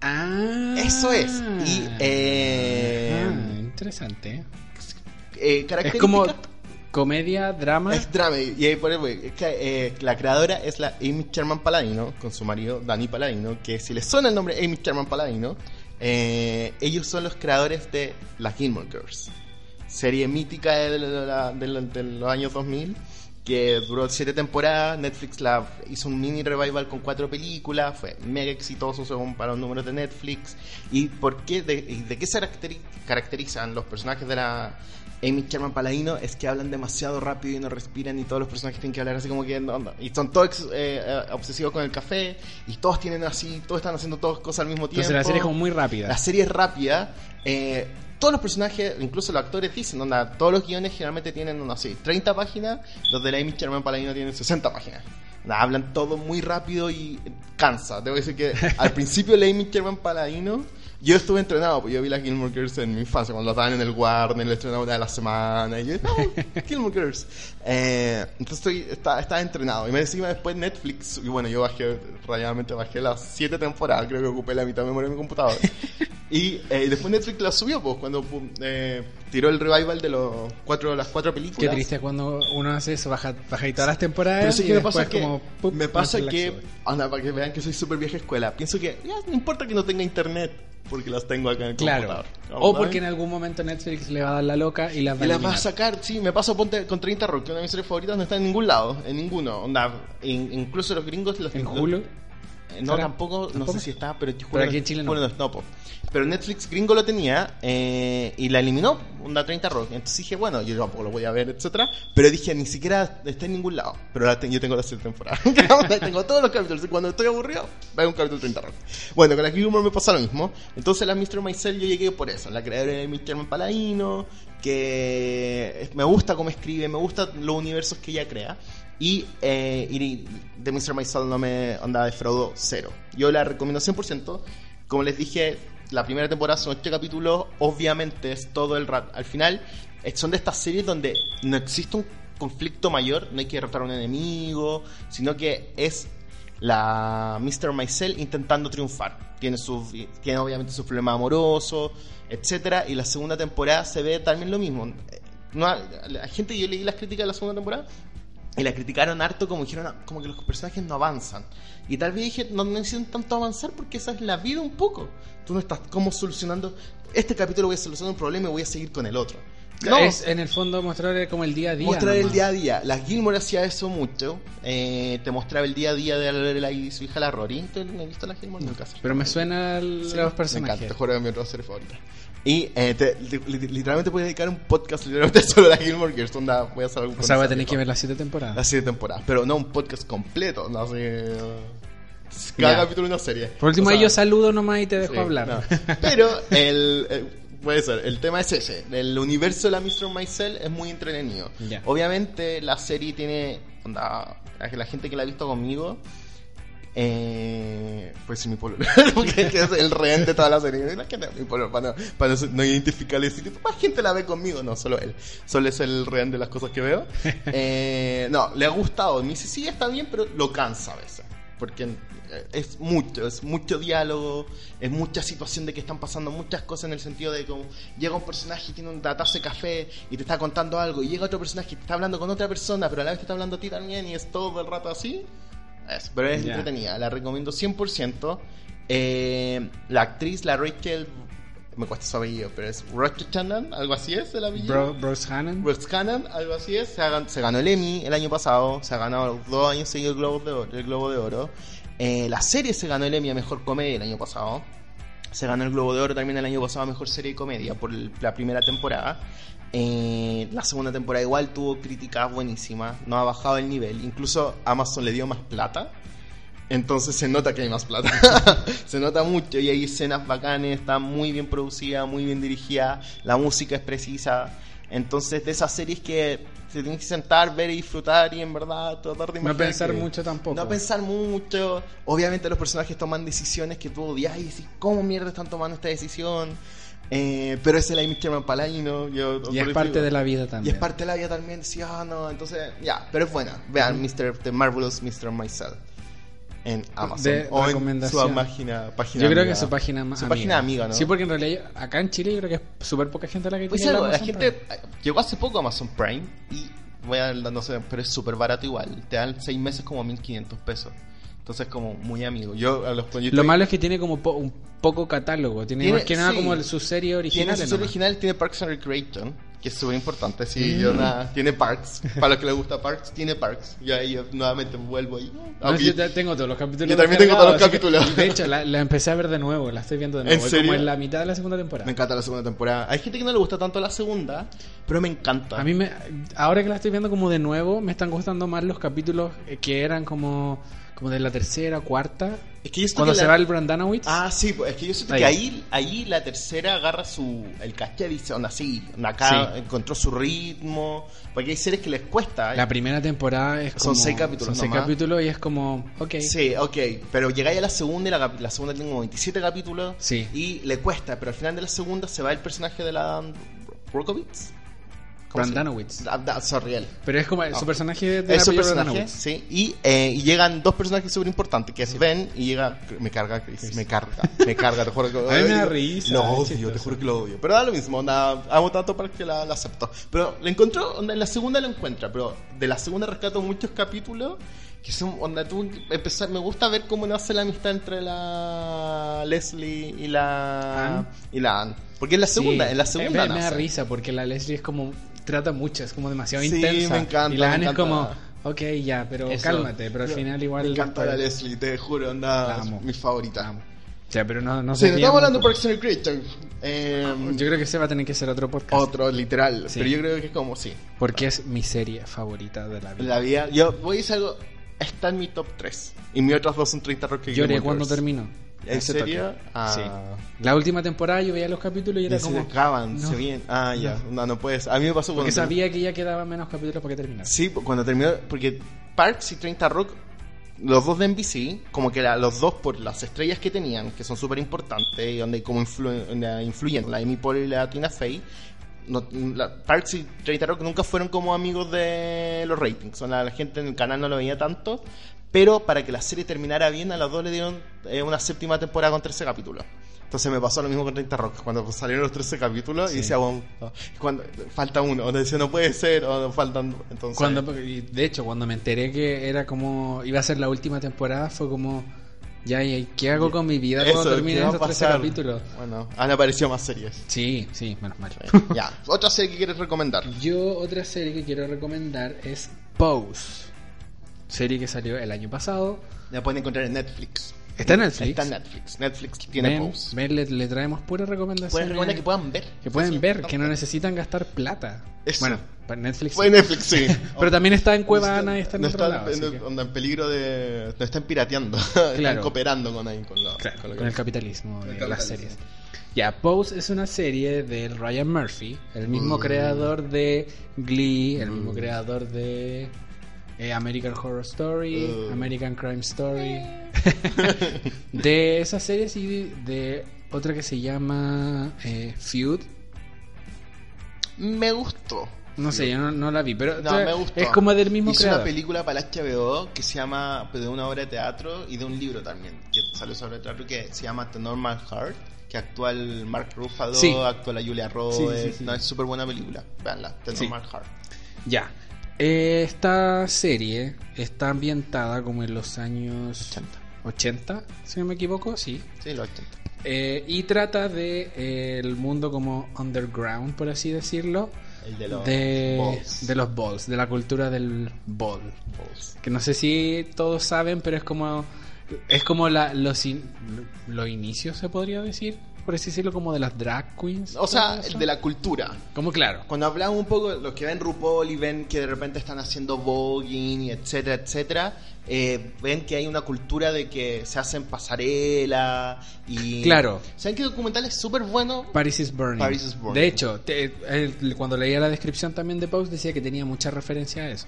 [SPEAKER 2] Ah.
[SPEAKER 1] Eso es. Y, eh,
[SPEAKER 2] Ah, interesante.
[SPEAKER 1] Eh,
[SPEAKER 2] Es como
[SPEAKER 1] característica-
[SPEAKER 2] comedia, drama.
[SPEAKER 1] Es drama, y y ahí por eso, es que, eh, la creadora es la Amy Sherman Paladino, con su marido Danny Paladino, que si les suena el nombre Amy Sherman Paladino, eh, ellos son los creadores de las Gilmore Girls, serie mítica de, la- de la- de los años 2000, que duró siete temporadas, Netflix la hizo un mini revival con cuatro películas, fue mega exitoso según para los números de Netflix, y por qué, de, y de qué se caracteri- caracterizan los personajes de la Amy Sherman Paladino es que hablan demasiado rápido y no respiran y todos los personajes tienen que hablar así como que no, no. y son todos ex- eh, eh, obsesivos con el café y todos tienen así, todos están haciendo todas cosas al mismo tiempo.
[SPEAKER 2] Entonces la serie es como muy rápida.
[SPEAKER 1] La serie es rápida. eh, todos los personajes, incluso los actores, dicen, onda, todos los guiones generalmente tienen, no sé, 30 páginas, los de la Amy Sherman Paladino tienen 60 páginas. Onda, hablan todo muy rápido y cansa. Debo decir que al principio la Amy Sherman Paladino, yo estuve entrenado, pues yo vi las Gilmore Girls en mi infancia, cuando las daban en el Warner, la estrenaban una de la semana, y yo, no, Gilmore Girls. Eh, entonces estoy, está- estaba entrenado. Y me decía después Netflix, y bueno, yo bajé, rayadamente bajé las siete temporadas, creo que ocupé la mitad de memoria de mi computador. Y eh, después Netflix la subió, pues, cuando pum, eh, tiró el revival de los cuatro, las cuatro películas.
[SPEAKER 2] Qué triste cuando uno hace eso, baja, baja y todas las temporadas.
[SPEAKER 1] Pero sí
[SPEAKER 2] y
[SPEAKER 1] que me
[SPEAKER 2] después
[SPEAKER 1] pasa que,
[SPEAKER 2] como, ¡pup!
[SPEAKER 1] me pasa
[SPEAKER 2] no se
[SPEAKER 1] que,
[SPEAKER 2] relaxó.
[SPEAKER 1] anda, para que vean que soy súper vieja escuela, pienso que ya, no importa que no tenga internet, porque las tengo acá en el
[SPEAKER 2] Claro.
[SPEAKER 1] computador.
[SPEAKER 2] O
[SPEAKER 1] ¿Verdad?
[SPEAKER 2] porque en algún momento Netflix le va a dar la loca y las va
[SPEAKER 1] Y
[SPEAKER 2] a
[SPEAKER 1] las
[SPEAKER 2] eliminar.
[SPEAKER 1] vas a sacar, sí, me paso ponte con 30 Rock, que una de mis series favoritas no está en ningún lado, en ninguno. Onda, in- incluso los gringos los
[SPEAKER 2] En
[SPEAKER 1] los-
[SPEAKER 2] Hulu.
[SPEAKER 1] Eh, No,
[SPEAKER 2] ¿Será?
[SPEAKER 1] tampoco, no
[SPEAKER 2] ¿Tampoco?
[SPEAKER 1] sé si está, pero yo
[SPEAKER 2] aquí en Chile no.
[SPEAKER 1] Pero Netflix gringo lo tenía eh, y la eliminó, una 30 Rock. Entonces dije, bueno, yo tampoco lo voy a ver, etcétera Pero dije, ni siquiera está en ningún lado. Pero la ten- yo tengo la siguiente temporada. tengo todos los capítulos. Y cuando estoy aburrido, veo un capítulo de 30 Rock. Bueno, con la Humor me pasa lo mismo. Entonces la Mr. Maisel yo llegué por eso. La creadora de Mr. Paladino, que es- me gusta cómo escribe, me gustan los universos que ella crea. Y, eh, y The Mr. Maisel no me onda defraudó cero. Yo la recomiendo 100%. Como les dije, la primera temporada son 8 capítulos. Obviamente es todo el rato. Al final, eh, son de estas series donde no existe un conflicto mayor, no hay que derrotar a un enemigo, sino que es la Mr. Maisel intentando triunfar. Tiene, sus tiene obviamente sus problemas amorosos, etcétera Y la segunda temporada se ve también lo mismo. Eh, No, ha- la gente, yo leí las críticas de la segunda temporada y la criticaron harto como dijeron "Ah, como que los personajes no avanzan. Y tal vez dije, no necesitan tanto avanzar porque esa es la vida un poco. Tú no estás como solucionando, este capítulo voy a solucionar un problema y voy a seguir con el otro. No,
[SPEAKER 2] Es en el fondo mostrar como el día a día.
[SPEAKER 1] Mostrar el
[SPEAKER 2] nomás.
[SPEAKER 1] día a día. Las Gilmore hacía eso mucho. Eh, te mostraba el día a día de Lorelai y su hija la Rory. ¿Tú no has visto las Gilmore? Nunca. sé.
[SPEAKER 2] Pero me suenan
[SPEAKER 1] Sí,
[SPEAKER 2] los
[SPEAKER 1] Me encanta,
[SPEAKER 2] personajes.
[SPEAKER 1] te juro que es mi otra serie favorita. Y eh, te- li- li- literalmente puedes dedicar un podcast literalmente solo a las Gilmore Girls. Onda, voy a hacer algún
[SPEAKER 2] o sea, voy a
[SPEAKER 1] podcast
[SPEAKER 2] tener que
[SPEAKER 1] de-
[SPEAKER 2] ver las siete temporadas.
[SPEAKER 1] Las siete temporadas. Pero no un podcast completo. No sé. Cada
[SPEAKER 2] Ya.
[SPEAKER 1] capítulo una serie.
[SPEAKER 2] Por último,
[SPEAKER 1] O sea,
[SPEAKER 2] yo saludo nomás y te dejo
[SPEAKER 1] Sí,
[SPEAKER 2] hablar.
[SPEAKER 1] no. Pero el, el- puede ser, el tema es ese. El universo de la Mr. Maisel es muy entretenido.
[SPEAKER 2] Ya.
[SPEAKER 1] Obviamente la serie tiene... onda, la, la gente que la ha visto conmigo... eh, pues sí, mi polo. porque es el rehén de toda la serie. La gente, mi polo, para, no- para no, no identificarle y decir, más gente la ve conmigo. No, solo él. Solo es el rehén de las cosas que veo. Eh, no, le ha gustado. Me dice, sí, está bien, pero lo cansa a veces porque eh, es mucho, es mucho diálogo, es mucha situación de que están pasando muchas cosas en el sentido de como llega un personaje y tiene un tazo de café y te está contando algo y llega otro personaje y te está hablando con otra persona, pero a la vez te está hablando a ti también y es todo el rato así. Es- pero es
[SPEAKER 2] Ya.
[SPEAKER 1] entretenida, la recomiendo 100%. Eh, la actriz, la Rachel me cuesta su apellido, pero es Rochchanan, algo así es el apellido.
[SPEAKER 2] Bro, Brosnahan.
[SPEAKER 1] Bruce Cannon, algo así es, se, ha gan- se ganó el Emmy el año pasado, se ha ganado dos años seguidos el Globo de Oro. El Globo de Oro. Eh, la serie se ganó el Emmy a Mejor Comedia el año pasado. Se ganó el Globo de Oro también el año pasado a Mejor Serie de Comedia por el- la primera temporada. Eh, la segunda temporada igual tuvo críticas buenísimas, no ha bajado el nivel, incluso Amazon le dio más plata. Entonces se nota que hay más plata. se nota mucho y hay escenas bacanes, está muy bien producida, muy bien dirigida, la música es precisa. Entonces de esas series que se tienen que sentar, ver y disfrutar y en verdad tratar de
[SPEAKER 2] No
[SPEAKER 1] imaginar
[SPEAKER 2] pensar
[SPEAKER 1] que-
[SPEAKER 2] mucho tampoco.
[SPEAKER 1] no pensar mucho. Obviamente los personajes toman decisiones que tú odias y decís, ¿cómo mierda están tomando esta decisión? Eh, pero es el Amy Sherman Paladino. Yo,
[SPEAKER 2] y es
[SPEAKER 1] por
[SPEAKER 2] parte
[SPEAKER 1] eso-
[SPEAKER 2] de la vida
[SPEAKER 1] y
[SPEAKER 2] también.
[SPEAKER 1] es parte de la vida también. Sí, ah, no. Entonces, ya. pero es buena. Vean Mr. The Marvelous Mr. Myself en Amazon.
[SPEAKER 2] De
[SPEAKER 1] o en su
[SPEAKER 2] recomendación.
[SPEAKER 1] página, página
[SPEAKER 2] Yo creo
[SPEAKER 1] amiga.
[SPEAKER 2] que su página más
[SPEAKER 1] Su página amiga, ¿no?
[SPEAKER 2] Sí, porque en realidad yo- acá en Chile yo creo que es súper poca gente la que
[SPEAKER 1] Pues
[SPEAKER 2] tiene
[SPEAKER 1] algo, la
[SPEAKER 2] Amazon
[SPEAKER 1] gente
[SPEAKER 2] Prime.
[SPEAKER 1] eh, llegó hace poco a Amazon Prime y voy a no sé, pero es súper barato igual. Te dan 6 meses como 1500 pesos. Entonces como muy amigo. Yo a los yo
[SPEAKER 2] Lo
[SPEAKER 1] estoy-
[SPEAKER 2] malo es que tiene como po- un poco catálogo. Tiene,
[SPEAKER 1] Tiene-
[SPEAKER 2] más que nada
[SPEAKER 1] sí.
[SPEAKER 2] como el- su serie original.
[SPEAKER 1] tiene su original tiene Parks and Recreation, que es súper importante. Sí,
[SPEAKER 2] Mm.
[SPEAKER 1] yo nada, tiene Parks. Para los que les gusta Parks, tiene Parks. Yo ahí yo nuevamente vuelvo y
[SPEAKER 2] yo ya tengo todos los capítulos.
[SPEAKER 1] Ah, Yo también tengo todos los
[SPEAKER 2] descargados, así que-
[SPEAKER 1] capítulos.
[SPEAKER 2] de hecho, la, la empecé a ver de nuevo. La estoy viendo de
[SPEAKER 1] ¿En
[SPEAKER 2] nuevo. voy
[SPEAKER 1] serio?
[SPEAKER 2] Como en la mitad de la segunda temporada.
[SPEAKER 1] Me encanta la segunda temporada. Hay gente que no le gusta tanto la segunda, pero me encanta.
[SPEAKER 2] A mí me, ahora que la estoy viendo como de nuevo, me están gustando más los capítulos eh, que eran como, como de la tercera, cuarta.
[SPEAKER 1] es que yo siento
[SPEAKER 2] Cuando
[SPEAKER 1] que
[SPEAKER 2] se
[SPEAKER 1] la-
[SPEAKER 2] va el Brandanowitz.
[SPEAKER 1] Ah, sí, pues, es que yo siento
[SPEAKER 2] Ahí.
[SPEAKER 1] que ahí, ahí la tercera agarra su el caché y dice, onda, sí, onda, acá
[SPEAKER 2] Sí.
[SPEAKER 1] encontró su ritmo. Porque hay series que les cuesta. ¿eh?
[SPEAKER 2] la primera temporada es
[SPEAKER 1] Son
[SPEAKER 2] como-
[SPEAKER 1] seis capítulos
[SPEAKER 2] Son seis
[SPEAKER 1] nomás.
[SPEAKER 2] capítulos y es como, ok.
[SPEAKER 1] Sí, ok, pero llegáis a la segunda y la, cap- la segunda tiene como 27 capítulos
[SPEAKER 2] Sí.
[SPEAKER 1] y le cuesta, pero al final de la segunda se va el personaje de la Brokovitz.
[SPEAKER 2] Brandanowitz.
[SPEAKER 1] Sorry, él.
[SPEAKER 2] Pero es como su
[SPEAKER 1] No.
[SPEAKER 2] personaje de
[SPEAKER 1] Ah. Es su
[SPEAKER 2] apellido
[SPEAKER 1] personaje,
[SPEAKER 2] Brandanowitz.
[SPEAKER 1] sí. Y, eh, y llegan dos personajes súper importantes, que es Ben y llega... Me carga Chris, me carga, me carga, te juro que...
[SPEAKER 2] A mí me da risa,
[SPEAKER 1] Lo
[SPEAKER 2] es
[SPEAKER 1] odio,
[SPEAKER 2] chistoso.
[SPEAKER 1] te juro que lo odio. Pero da lo mismo, onda, amo tanto para que la, la acepto. Pero la encontró, onda, en la segunda la encuentra, pero de la segunda rescato muchos capítulos que son, onda, tú empezar, me gusta ver cómo nace la amistad entre la Leslie y la...
[SPEAKER 2] Ann.
[SPEAKER 1] Y la Ann. Porque en la segunda,
[SPEAKER 2] Sí.
[SPEAKER 1] en la
[SPEAKER 2] Eh,
[SPEAKER 1] segunda
[SPEAKER 2] me, me da
[SPEAKER 1] nace.
[SPEAKER 2] risa porque la Leslie es como trata mucho, es como demasiado
[SPEAKER 1] Sí,
[SPEAKER 2] intensa.
[SPEAKER 1] me encanta,
[SPEAKER 2] y la
[SPEAKER 1] me
[SPEAKER 2] Anne es
[SPEAKER 1] encanta.
[SPEAKER 2] como, ok, ya, pero
[SPEAKER 1] Eso.
[SPEAKER 2] cálmate, pero al final igual
[SPEAKER 1] Me encanta la Leslie, te juro,
[SPEAKER 2] La
[SPEAKER 1] onda,
[SPEAKER 2] amo.
[SPEAKER 1] mi favorita.
[SPEAKER 2] Ya, pero no no
[SPEAKER 1] Sí,
[SPEAKER 2] sé. Ah,
[SPEAKER 1] no estamos hablando de Parks and Recreation. Eh,
[SPEAKER 2] Yo creo que ese va a tener que ser otro podcast.
[SPEAKER 1] otro, literal.
[SPEAKER 2] Sí.
[SPEAKER 1] Pero yo creo que es como, sí.
[SPEAKER 2] Porque es mi serie favorita de la vida.
[SPEAKER 1] La vida. Yo voy a decir algo. Está en mi top 3. Y mis otras dos son 30 Rock y
[SPEAKER 2] Lloré
[SPEAKER 1] Gilmore
[SPEAKER 2] cuando
[SPEAKER 1] Girls.
[SPEAKER 2] terminó.
[SPEAKER 1] ¿En
[SPEAKER 2] Ese
[SPEAKER 1] serio?
[SPEAKER 2] toque.
[SPEAKER 1] Ah.
[SPEAKER 2] Sí. La última temporada yo veía los capítulos y
[SPEAKER 1] Y
[SPEAKER 2] era
[SPEAKER 1] se
[SPEAKER 2] como.
[SPEAKER 1] acaban,
[SPEAKER 2] no.
[SPEAKER 1] se vienen. Ah, ya. No. no, puedes. A mí me pasó
[SPEAKER 2] Porque
[SPEAKER 1] cuando.
[SPEAKER 2] sabía que ya quedaban menos capítulos para que terminara.
[SPEAKER 1] Sí, cuando terminó. Porque Parks y 30 Rock. Los dos de NBC, como que la- los dos por las estrellas que tenían, que son súper importantes, y donde como influ- la- influyen, la Amy Poehler y la Tina Fey, no- la- Parks y 30 Rock nunca fueron como amigos de los ratings. O la, la gente en el canal no lo veía tanto. Pero para que la serie terminara bien, a los dos le dieron eh, una séptima temporada con 13 capítulos. Entonces me pasó lo mismo con 30 Rock. Cuando salieron los 13 capítulos,
[SPEAKER 2] Sí.
[SPEAKER 1] y decía, bueno, no, cuando, falta uno. O decía, no puede ser, o faltan. Entonces,
[SPEAKER 2] Cuando, y de hecho, cuando me enteré que era como. iba a ser la última temporada, fue como. Ya, ¿y qué hago con mi vida cuando
[SPEAKER 1] ¿qué
[SPEAKER 2] termine
[SPEAKER 1] va a
[SPEAKER 2] esos 13
[SPEAKER 1] pasar?
[SPEAKER 2] capítulos?
[SPEAKER 1] Bueno, han aparecido más series.
[SPEAKER 2] Sí, sí, menos mal.
[SPEAKER 1] ya, otra serie que quieres recomendar.
[SPEAKER 2] Yo otra serie que quiero recomendar es Pose. Serie que salió el año pasado.
[SPEAKER 1] La pueden encontrar en Netflix.
[SPEAKER 2] Está en Netflix.
[SPEAKER 1] Está en Netflix. Netflix tiene
[SPEAKER 2] Ven,
[SPEAKER 1] Pose.
[SPEAKER 2] ven, le, le traemos puras recomendaciones.
[SPEAKER 1] Pueden recomendar que puedan ver.
[SPEAKER 2] Que pueden
[SPEAKER 1] Eso
[SPEAKER 2] ver,
[SPEAKER 1] es
[SPEAKER 2] que no
[SPEAKER 1] importante.
[SPEAKER 2] necesitan gastar plata.
[SPEAKER 1] Eso.
[SPEAKER 2] Bueno, para Netflix.
[SPEAKER 1] Fue en Netflix, sí.
[SPEAKER 2] Pero también está en Cuevana y está en
[SPEAKER 1] no
[SPEAKER 2] otro
[SPEAKER 1] están,
[SPEAKER 2] lado. así
[SPEAKER 1] no-
[SPEAKER 2] que-
[SPEAKER 1] onda, en peligro de. No están pirateando. están
[SPEAKER 2] Claro.
[SPEAKER 1] cooperando con ahí. Con, la-
[SPEAKER 2] Claro,
[SPEAKER 1] con lo
[SPEAKER 2] con,
[SPEAKER 1] que-
[SPEAKER 2] el capitalismo
[SPEAKER 1] Con
[SPEAKER 2] y
[SPEAKER 1] el
[SPEAKER 2] las
[SPEAKER 1] capitalismo.
[SPEAKER 2] series. Ya, Pose es una serie del Ryan Murphy, el mismo
[SPEAKER 1] Mm.
[SPEAKER 2] creador de Glee, el mismo
[SPEAKER 1] Mm.
[SPEAKER 2] creador de eh, American Horror Story,
[SPEAKER 1] Mm.
[SPEAKER 2] American Crime Story. de esas series y de, de otra que se llama eh, Feud.
[SPEAKER 1] Me gustó.
[SPEAKER 2] No sé, yo no, no la vi, pero
[SPEAKER 1] No,
[SPEAKER 2] o sea,
[SPEAKER 1] me gustó.
[SPEAKER 2] es como del mismo
[SPEAKER 1] Hizo una
[SPEAKER 2] creador.
[SPEAKER 1] película para HBO que se llama de una obra de teatro y de un libro también que salió sobre teatro que se llama The Normal Heart que actúa el Mark Ruffalo
[SPEAKER 2] Sí.
[SPEAKER 1] actúa la Julia Roberts
[SPEAKER 2] Sí, sí, sí.
[SPEAKER 1] no es súper buena película veanla The
[SPEAKER 2] Sí.
[SPEAKER 1] Normal Heart
[SPEAKER 2] Ya. Eh, esta serie está ambientada como en los años
[SPEAKER 1] 80.
[SPEAKER 2] 80, si no me equivoco, sí.
[SPEAKER 1] sí lo 80
[SPEAKER 2] Eh, y trata de eh, el mundo como underground, por así decirlo.
[SPEAKER 1] El de los
[SPEAKER 2] de,
[SPEAKER 1] balls.
[SPEAKER 2] de los balls, de la cultura del ball.
[SPEAKER 1] Balls.
[SPEAKER 2] Que no sé si todos saben, pero es como. Es como la, los, in- los inicios, se podría decir. Por así decirlo, como de las drag queens.
[SPEAKER 1] O sea,
[SPEAKER 2] todo eso.
[SPEAKER 1] el de la cultura.
[SPEAKER 2] Como claro.
[SPEAKER 1] Cuando hablamos un poco, los que ven RuPaul y ven que de repente están haciendo voguing y etcétera, etcétera, eh, ven que hay una cultura de que se hacen pasarela y...
[SPEAKER 2] Claro.
[SPEAKER 1] ¿Saben qué documental es súper bueno?
[SPEAKER 2] Paris is Burning.
[SPEAKER 1] Paris is Burning.
[SPEAKER 2] De hecho, te- el- cuando leía la descripción también de Pause decía que tenía mucha referencia a eso.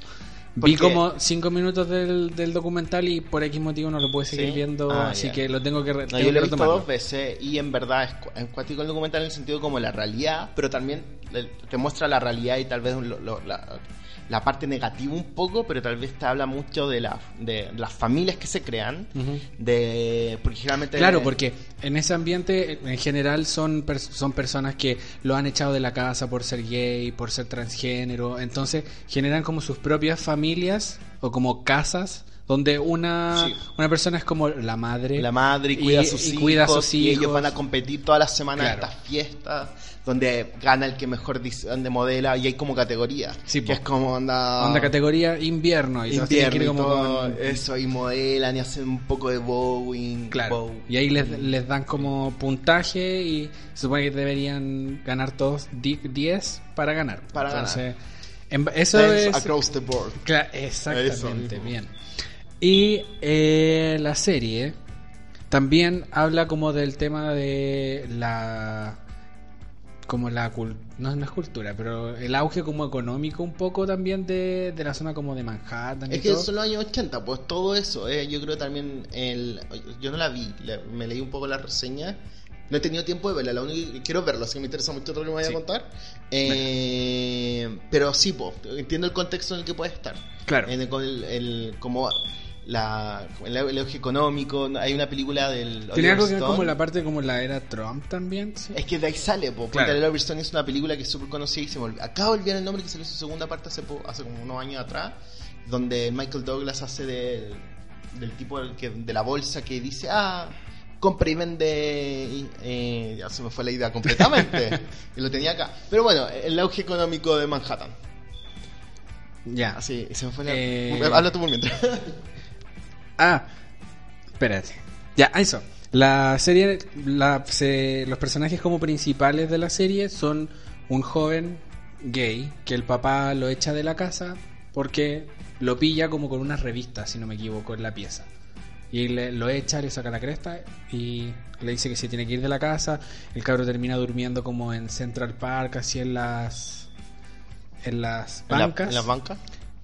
[SPEAKER 1] ¿Por
[SPEAKER 2] Vi
[SPEAKER 1] qué?
[SPEAKER 2] como cinco minutos del, del documental y por X motivo no lo pude seguir
[SPEAKER 1] ¿Sí?
[SPEAKER 2] viendo,
[SPEAKER 1] Ah,
[SPEAKER 2] así
[SPEAKER 1] ya.
[SPEAKER 2] que lo tengo que re-
[SPEAKER 1] No,
[SPEAKER 2] tengo
[SPEAKER 1] yo lo
[SPEAKER 2] que
[SPEAKER 1] he visto
[SPEAKER 2] retomarlo.
[SPEAKER 1] dos veces y en verdad es, cu- es cuático el documental en el sentido como la realidad, pero también el- te muestra la realidad y tal vez lo- lo- la, la parte negativa un poco, pero tal vez te habla mucho de, la, de las familias que se crean,
[SPEAKER 2] Ujú.
[SPEAKER 1] de porque generalmente...
[SPEAKER 2] Claro, porque en ese ambiente en general son, pers- son personas que lo han echado de la casa por ser gay, por ser transgénero, entonces generan como sus propias familias o como casas donde una,
[SPEAKER 1] Sí.
[SPEAKER 2] una persona es como la madre.
[SPEAKER 1] La madre y cuida, a sus,
[SPEAKER 2] y
[SPEAKER 1] hijos,
[SPEAKER 2] cuida a sus
[SPEAKER 1] y ellos
[SPEAKER 2] hijos.
[SPEAKER 1] van a competir todas las semanas en
[SPEAKER 2] Claro.
[SPEAKER 1] estas fiestas donde gana el que mejor dis- donde modela y hay como categorías.
[SPEAKER 2] Sí,
[SPEAKER 1] que
[SPEAKER 2] po.
[SPEAKER 1] es como onda,
[SPEAKER 2] Onda categoría invierno y todos tienen que
[SPEAKER 1] Ah. invierno
[SPEAKER 2] ir
[SPEAKER 1] y
[SPEAKER 2] como
[SPEAKER 1] todo
[SPEAKER 2] con-
[SPEAKER 1] eso y modelan y hacen un poco de bowing.
[SPEAKER 2] Claro.
[SPEAKER 1] bow-
[SPEAKER 2] Y ahí les, les dan como puntaje y se supone que deberían ganar todos di- 10 para ganar.
[SPEAKER 1] Para ganar.
[SPEAKER 2] en- eso
[SPEAKER 1] Dance
[SPEAKER 2] es...
[SPEAKER 1] across the board.
[SPEAKER 2] Cla-
[SPEAKER 1] Eso
[SPEAKER 2] exactamente,
[SPEAKER 1] mismo.
[SPEAKER 2] bien. Y eh, la serie también habla como del tema de la como la cul- no, no es cultura, pero el auge como económico un poco también de, de la zona como de Manhattan. y
[SPEAKER 1] Es que
[SPEAKER 2] todo.
[SPEAKER 1] son los años 80, pues todo eso. eh, Yo creo también. El, yo no la vi, la- me leí un poco la reseña. No he tenido tiempo de verla, la única- quiero verla, así que me interesa mucho todo lo que me vaya
[SPEAKER 2] Sí.
[SPEAKER 1] a contar. Eh, pero sí, po, entiendo el contexto en el que puede estar.
[SPEAKER 2] Claro.
[SPEAKER 1] En el, con el- el- como la, el, el auge económico. Hay una película del.
[SPEAKER 2] Tenía
[SPEAKER 1] Oliver
[SPEAKER 2] algo que ver
[SPEAKER 1] Stone. Eh,
[SPEAKER 2] como la parte como la era Trump también, sí.
[SPEAKER 1] Es que de ahí sale, po.
[SPEAKER 2] Claro.
[SPEAKER 1] Claro. Little Overstone es una película que es súper conocida y se me olvidó. Acabo de olvidar el nombre que salió su segunda parte hace, po- hace como unos años atrás, donde Michael Douglas hace del, del tipo del que, de la bolsa que dice, ah, compra y vende. y, eh, ya se me fue la idea completamente. y lo tenía acá. Pero bueno, el auge económico de Manhattan.
[SPEAKER 2] Ya.
[SPEAKER 1] Así, se me fue la.
[SPEAKER 2] Eh.
[SPEAKER 1] Habla tú por mientras.
[SPEAKER 2] Ah, espérate. Ya, ah, eso. La serie, la- se- los personajes como principales de la serie son un joven gay que el papá lo echa de la casa porque lo pilla como con unas revistas, si no me equivoco, en la pieza. Y le- lo echa, le saca la cresta y le dice que se tiene que ir de la casa. El cabro termina durmiendo como en Central Park, así en las, en las
[SPEAKER 1] En la-
[SPEAKER 2] bancas.
[SPEAKER 1] En las bancas.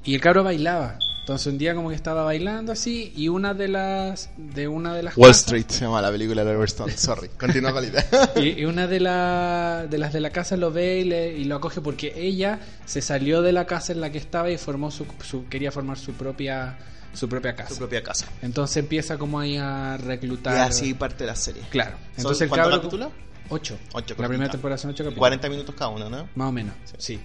[SPEAKER 2] Y el cabro bailaba. Entonces un día como que estaba bailando así y una de las de una de las
[SPEAKER 1] Wall
[SPEAKER 2] casas-
[SPEAKER 1] Street se llama la película de Oliver Stone. Sorry, continúa con la idea.
[SPEAKER 2] y, y una de, la- de las de la casa lo ve y, le- y lo acoge porque ella se salió de la casa en la que estaba y formó su, su- quería formar su propia su propia casa.
[SPEAKER 1] Su propia casa.
[SPEAKER 2] Entonces empieza como ahí a
[SPEAKER 1] Y
[SPEAKER 2] reclutar.
[SPEAKER 1] así parte de la serie.
[SPEAKER 2] Claro.
[SPEAKER 1] ¿Son
[SPEAKER 2] Entonces el
[SPEAKER 1] cuántos
[SPEAKER 2] cabro
[SPEAKER 1] capítulos?
[SPEAKER 2] Ocho.
[SPEAKER 1] Ocho,
[SPEAKER 2] La primera
[SPEAKER 1] cortita.
[SPEAKER 2] temporada son ocho capítulos.
[SPEAKER 1] 40 minutos cada uno, ¿no?
[SPEAKER 2] Más o menos. sí.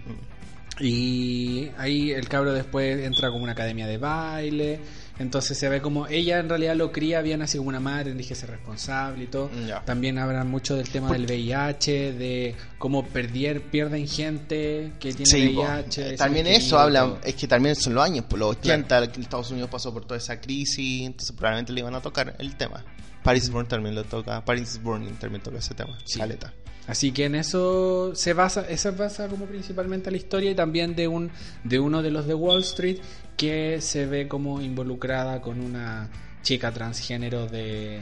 [SPEAKER 2] Y ahí el cabro después entra como una academia de baile. Entonces se ve como ella en realidad lo cría bien así como una madre, dije ser responsable y todo.
[SPEAKER 1] Ya.
[SPEAKER 2] También hablan mucho del tema del VIH, de cómo perder, pierden gente que tiene
[SPEAKER 1] Sí, po.
[SPEAKER 2] VIH.
[SPEAKER 1] Eh,
[SPEAKER 2] es
[SPEAKER 1] también
[SPEAKER 2] querido
[SPEAKER 1] eso
[SPEAKER 2] y
[SPEAKER 1] habla,
[SPEAKER 2] todo.
[SPEAKER 1] es que también son los años, por los 80, que Estados Unidos pasó por toda esa crisis, entonces probablemente le iban a tocar el tema. Paris is Burning también lo toca, Paris is Burning también toca ese tema,
[SPEAKER 2] Sí.
[SPEAKER 1] caleta.
[SPEAKER 2] Así que en eso se basa, esa basa como principalmente la historia y también de un de uno de los de Wall Street que se ve como involucrada con una chica transgénero de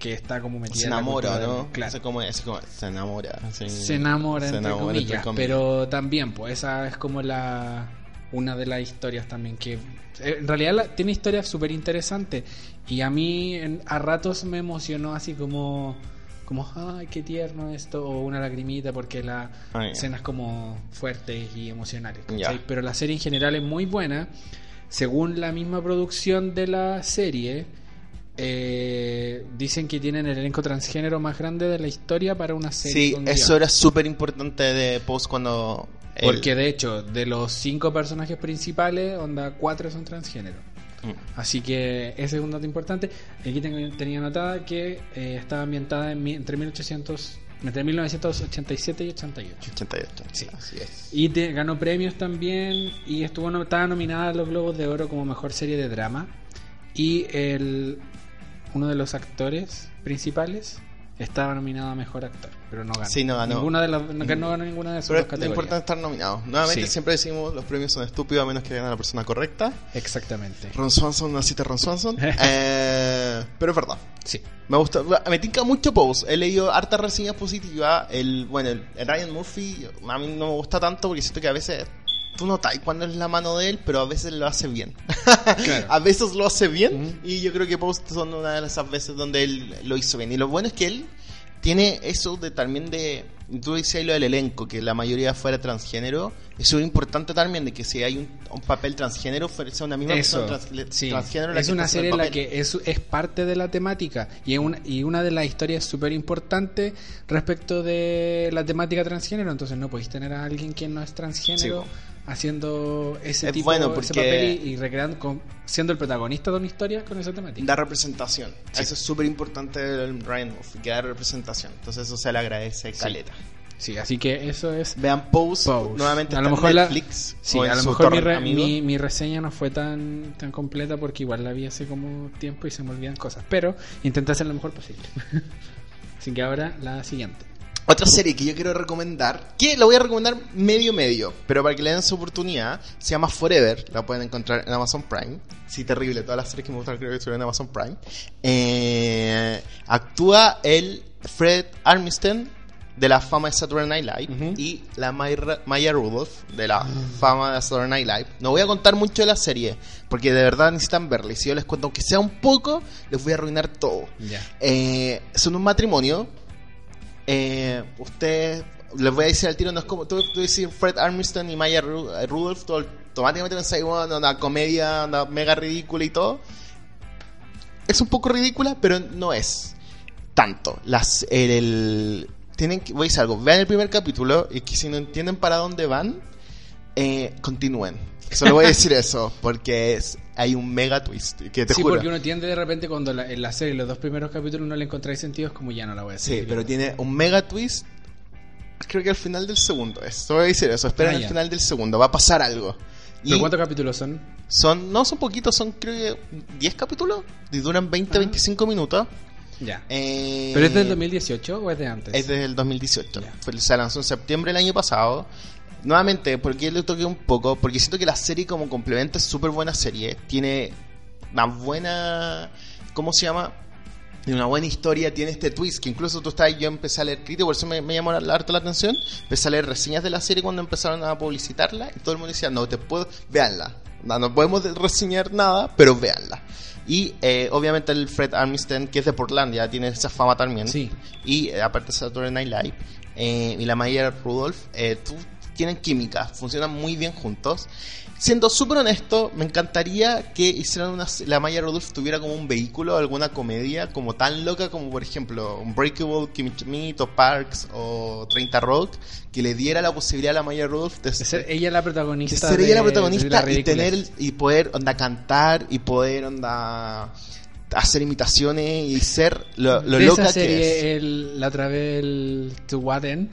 [SPEAKER 2] que está como metida
[SPEAKER 1] Se
[SPEAKER 2] en la
[SPEAKER 1] enamora,
[SPEAKER 2] cultura del-
[SPEAKER 1] ¿no?
[SPEAKER 2] claro.
[SPEAKER 1] No sé cómo es, como, se enamora. sí.
[SPEAKER 2] Se enamora,
[SPEAKER 1] Se
[SPEAKER 2] entre,
[SPEAKER 1] enamora,
[SPEAKER 2] comillas,
[SPEAKER 1] entre comillas.
[SPEAKER 2] pero también pues esa es como la una de las historias también que eh, en realidad la- tiene historias súper interesantes y a mí en- a ratos me emocionó así como como ay qué tierno esto o una lagrimita porque la
[SPEAKER 1] Ah, ya.
[SPEAKER 2] escenas como fuertes y emocionales ¿cachai?
[SPEAKER 1] Ya.
[SPEAKER 2] pero la serie en general es muy buena según la misma producción de la serie eh, dicen que tienen el elenco transgénero más grande de la historia para una serie
[SPEAKER 1] Sí,
[SPEAKER 2] con
[SPEAKER 1] eso
[SPEAKER 2] guión.
[SPEAKER 1] era súper importante de Post cuando... el-
[SPEAKER 2] Porque de hecho, de los cinco personajes principales, onda, cuatro son transgénero.
[SPEAKER 1] Mm,
[SPEAKER 2] Así que ese es un dato importante. Aquí tengo, tenía anotada que eh, estaba ambientada en, mi- entre, 1800, entre 1987 y 88.
[SPEAKER 1] 88.
[SPEAKER 2] Sí.
[SPEAKER 1] Así es.
[SPEAKER 2] Y te- ganó premios también y estuvo no- estaba nominada a los Globos de Oro como mejor serie de drama. Y el, uno de los actores principales estaba nominado a mejor actor, pero no ganó.
[SPEAKER 1] Sí, no ganó.
[SPEAKER 2] Ninguna de las, no ganó ninguna de sus
[SPEAKER 1] Pero
[SPEAKER 2] dos
[SPEAKER 1] es lo
[SPEAKER 2] categorías.
[SPEAKER 1] importante es estar nominado. Nuevamente
[SPEAKER 2] Sí.
[SPEAKER 1] siempre decimos los premios son estúpidos a menos que venga la persona correcta.
[SPEAKER 2] Exactamente.
[SPEAKER 1] Ron Swanson, naciste Ron Swanson. Eh, pero es verdad.
[SPEAKER 2] Sí.
[SPEAKER 1] Me gusta, me tinca mucho Pose. He leído hartas reseñas positivas. El, bueno, el el Ryan Murphy a mí no me gusta tanto porque siento que a veces tú notas cuándo es la mano de él, pero a veces lo hace bien.
[SPEAKER 2] Claro.
[SPEAKER 1] a veces lo hace bien
[SPEAKER 2] Ujú.
[SPEAKER 1] y yo creo que Pose son una de esas veces donde él lo hizo bien. Y lo bueno es que él tiene eso de también de tú decías lo del elenco que la mayoría fuera transgénero es súper importante también de que si hay un, un papel transgénero fuera- sea una misma
[SPEAKER 2] Eso,
[SPEAKER 1] persona transle-
[SPEAKER 2] sí.
[SPEAKER 1] transgénero la
[SPEAKER 2] es
[SPEAKER 1] que
[SPEAKER 2] una
[SPEAKER 1] está haciendo
[SPEAKER 2] serie
[SPEAKER 1] el
[SPEAKER 2] en la
[SPEAKER 1] papel.
[SPEAKER 2] que es, es parte de la temática y, es una- y una de las historias súper importantes respecto de la temática transgénero, entonces no podéis tener a alguien que no es transgénero
[SPEAKER 1] Sí,
[SPEAKER 2] haciendo ese
[SPEAKER 1] Es
[SPEAKER 2] tipo
[SPEAKER 1] bueno
[SPEAKER 2] ese
[SPEAKER 1] porque-
[SPEAKER 2] papel y, y recreando, con- siendo el protagonista de una historia con esa temática.
[SPEAKER 1] Da representación. Eso es súper importante del Ryan Murphy, que da representación. Entonces eso se le agradece caleta.
[SPEAKER 2] Sí, así que eso es...
[SPEAKER 1] Vean Pose,
[SPEAKER 2] Pause.
[SPEAKER 1] nuevamente
[SPEAKER 2] a
[SPEAKER 1] está
[SPEAKER 2] lo
[SPEAKER 1] en
[SPEAKER 2] mejor
[SPEAKER 1] Netflix.
[SPEAKER 2] la, sí,
[SPEAKER 1] o en
[SPEAKER 2] a lo
[SPEAKER 1] su
[SPEAKER 2] mejor mi,
[SPEAKER 1] torrent,
[SPEAKER 2] re-
[SPEAKER 1] amigo.
[SPEAKER 2] mi- mi reseña no fue tan tan completa porque igual la vi hace como tiempo y se me olvidan cosas pero intenté hacer lo mejor posible así que ahora la siguiente
[SPEAKER 1] Otra serie que yo quiero recomendar, que la voy a recomendar medio medio, pero para que le den su oportunidad, se llama Forever, la pueden encontrar en Amazon Prime. Sí, terrible, todas las series que me gustan creo que estuvieron en Amazon Prime. Eh, actúa el Fred Armisen de la fama de Saturday Night Live
[SPEAKER 2] Ujú.
[SPEAKER 1] y la Mayra- Maya Rudolph de la fama de Saturday Night Live. No voy a contar mucho de la serie, porque de verdad necesitan verla. Y si yo les cuento aunque sea un poco, les voy a arruinar todo.
[SPEAKER 2] ya
[SPEAKER 1] Eh, son un matrimonio. Eh, usted, les voy a decir al tiro, no es como tú, tú decir Fred Armiston y Maya Ru- eh, Rudolph, tú automáticamente pensáis, bueno, una comedia una mega ridícula y todo. Es un poco ridícula, pero no es tanto. Las, el, el- tienen que, voy a decir algo, vean el primer capítulo y que si no entienden para dónde van, eh, continúen. Solo voy a decir eso, porque es, hay un mega twist. Que te
[SPEAKER 2] sí
[SPEAKER 1] juro.
[SPEAKER 2] porque uno tiende de repente cuando la- en la serie los dos primeros capítulos no le encontráis sentido es como ya no la voy a seguir
[SPEAKER 1] Sí, pero tiene un mega twist. Creo que al final del segundo. Eso voy a decir eso. Esperen
[SPEAKER 2] Ah,
[SPEAKER 1] al
[SPEAKER 2] ya.
[SPEAKER 1] final del segundo. Va a pasar algo.
[SPEAKER 2] ¿Pero
[SPEAKER 1] Y
[SPEAKER 2] cuántos capítulos son
[SPEAKER 1] son, no son poquitos, son creo que 10 capítulos. Y duran 20,
[SPEAKER 2] Ah.
[SPEAKER 1] 25 minutos.
[SPEAKER 2] ya
[SPEAKER 1] Eh,
[SPEAKER 2] pero es del 2018 o es de antes
[SPEAKER 1] es del 2018.
[SPEAKER 2] Ya.
[SPEAKER 1] Fue- Se lanzó en septiembre del año pasado. Nuevamente, porque le toqué un poco, porque siento que la serie como complemento es súper buena serie. Tiene una buena... ¿Cómo se llama? Tiene una buena historia, tiene este twist que incluso tú estás, yo empecé a leer críticas, por eso me, me llamó la- harto la atención, empecé a leer reseñas de la serie cuando empezaron a publicitarla y todo el mundo decía, no, te puedo, véanla, no, no podemos de- reseñar nada, pero véanla. Y eh, obviamente el Fred Armisen, que es de Portland, ya tiene esa fama también,
[SPEAKER 2] Sí.
[SPEAKER 1] y eh, aparte Saturday Night Live, eh, y la Maya Rudolph, eh, tú- tienen química, funcionan muy bien juntos. Siendo súper honesto, me encantaría que hicieran una, la Maya Rudolph tuviera como un vehículo, alguna comedia como tan loca como por ejemplo Unbreakable, Kimmy Schmidt o Parks o 30 Rock, que le diera la posibilidad a la Maya Rudolph de
[SPEAKER 2] De
[SPEAKER 1] ser
[SPEAKER 2] ser ella la
[SPEAKER 1] que
[SPEAKER 2] protagonista
[SPEAKER 1] ser ella
[SPEAKER 2] de-
[SPEAKER 1] la
[SPEAKER 2] de la
[SPEAKER 1] protagonista y
[SPEAKER 2] ridiculez.
[SPEAKER 1] tener el- y poder onda cantar y poder onda hacer imitaciones y ser lo, lo
[SPEAKER 2] de
[SPEAKER 1] loca
[SPEAKER 2] esa serie
[SPEAKER 1] que es.
[SPEAKER 2] el- la travel To What End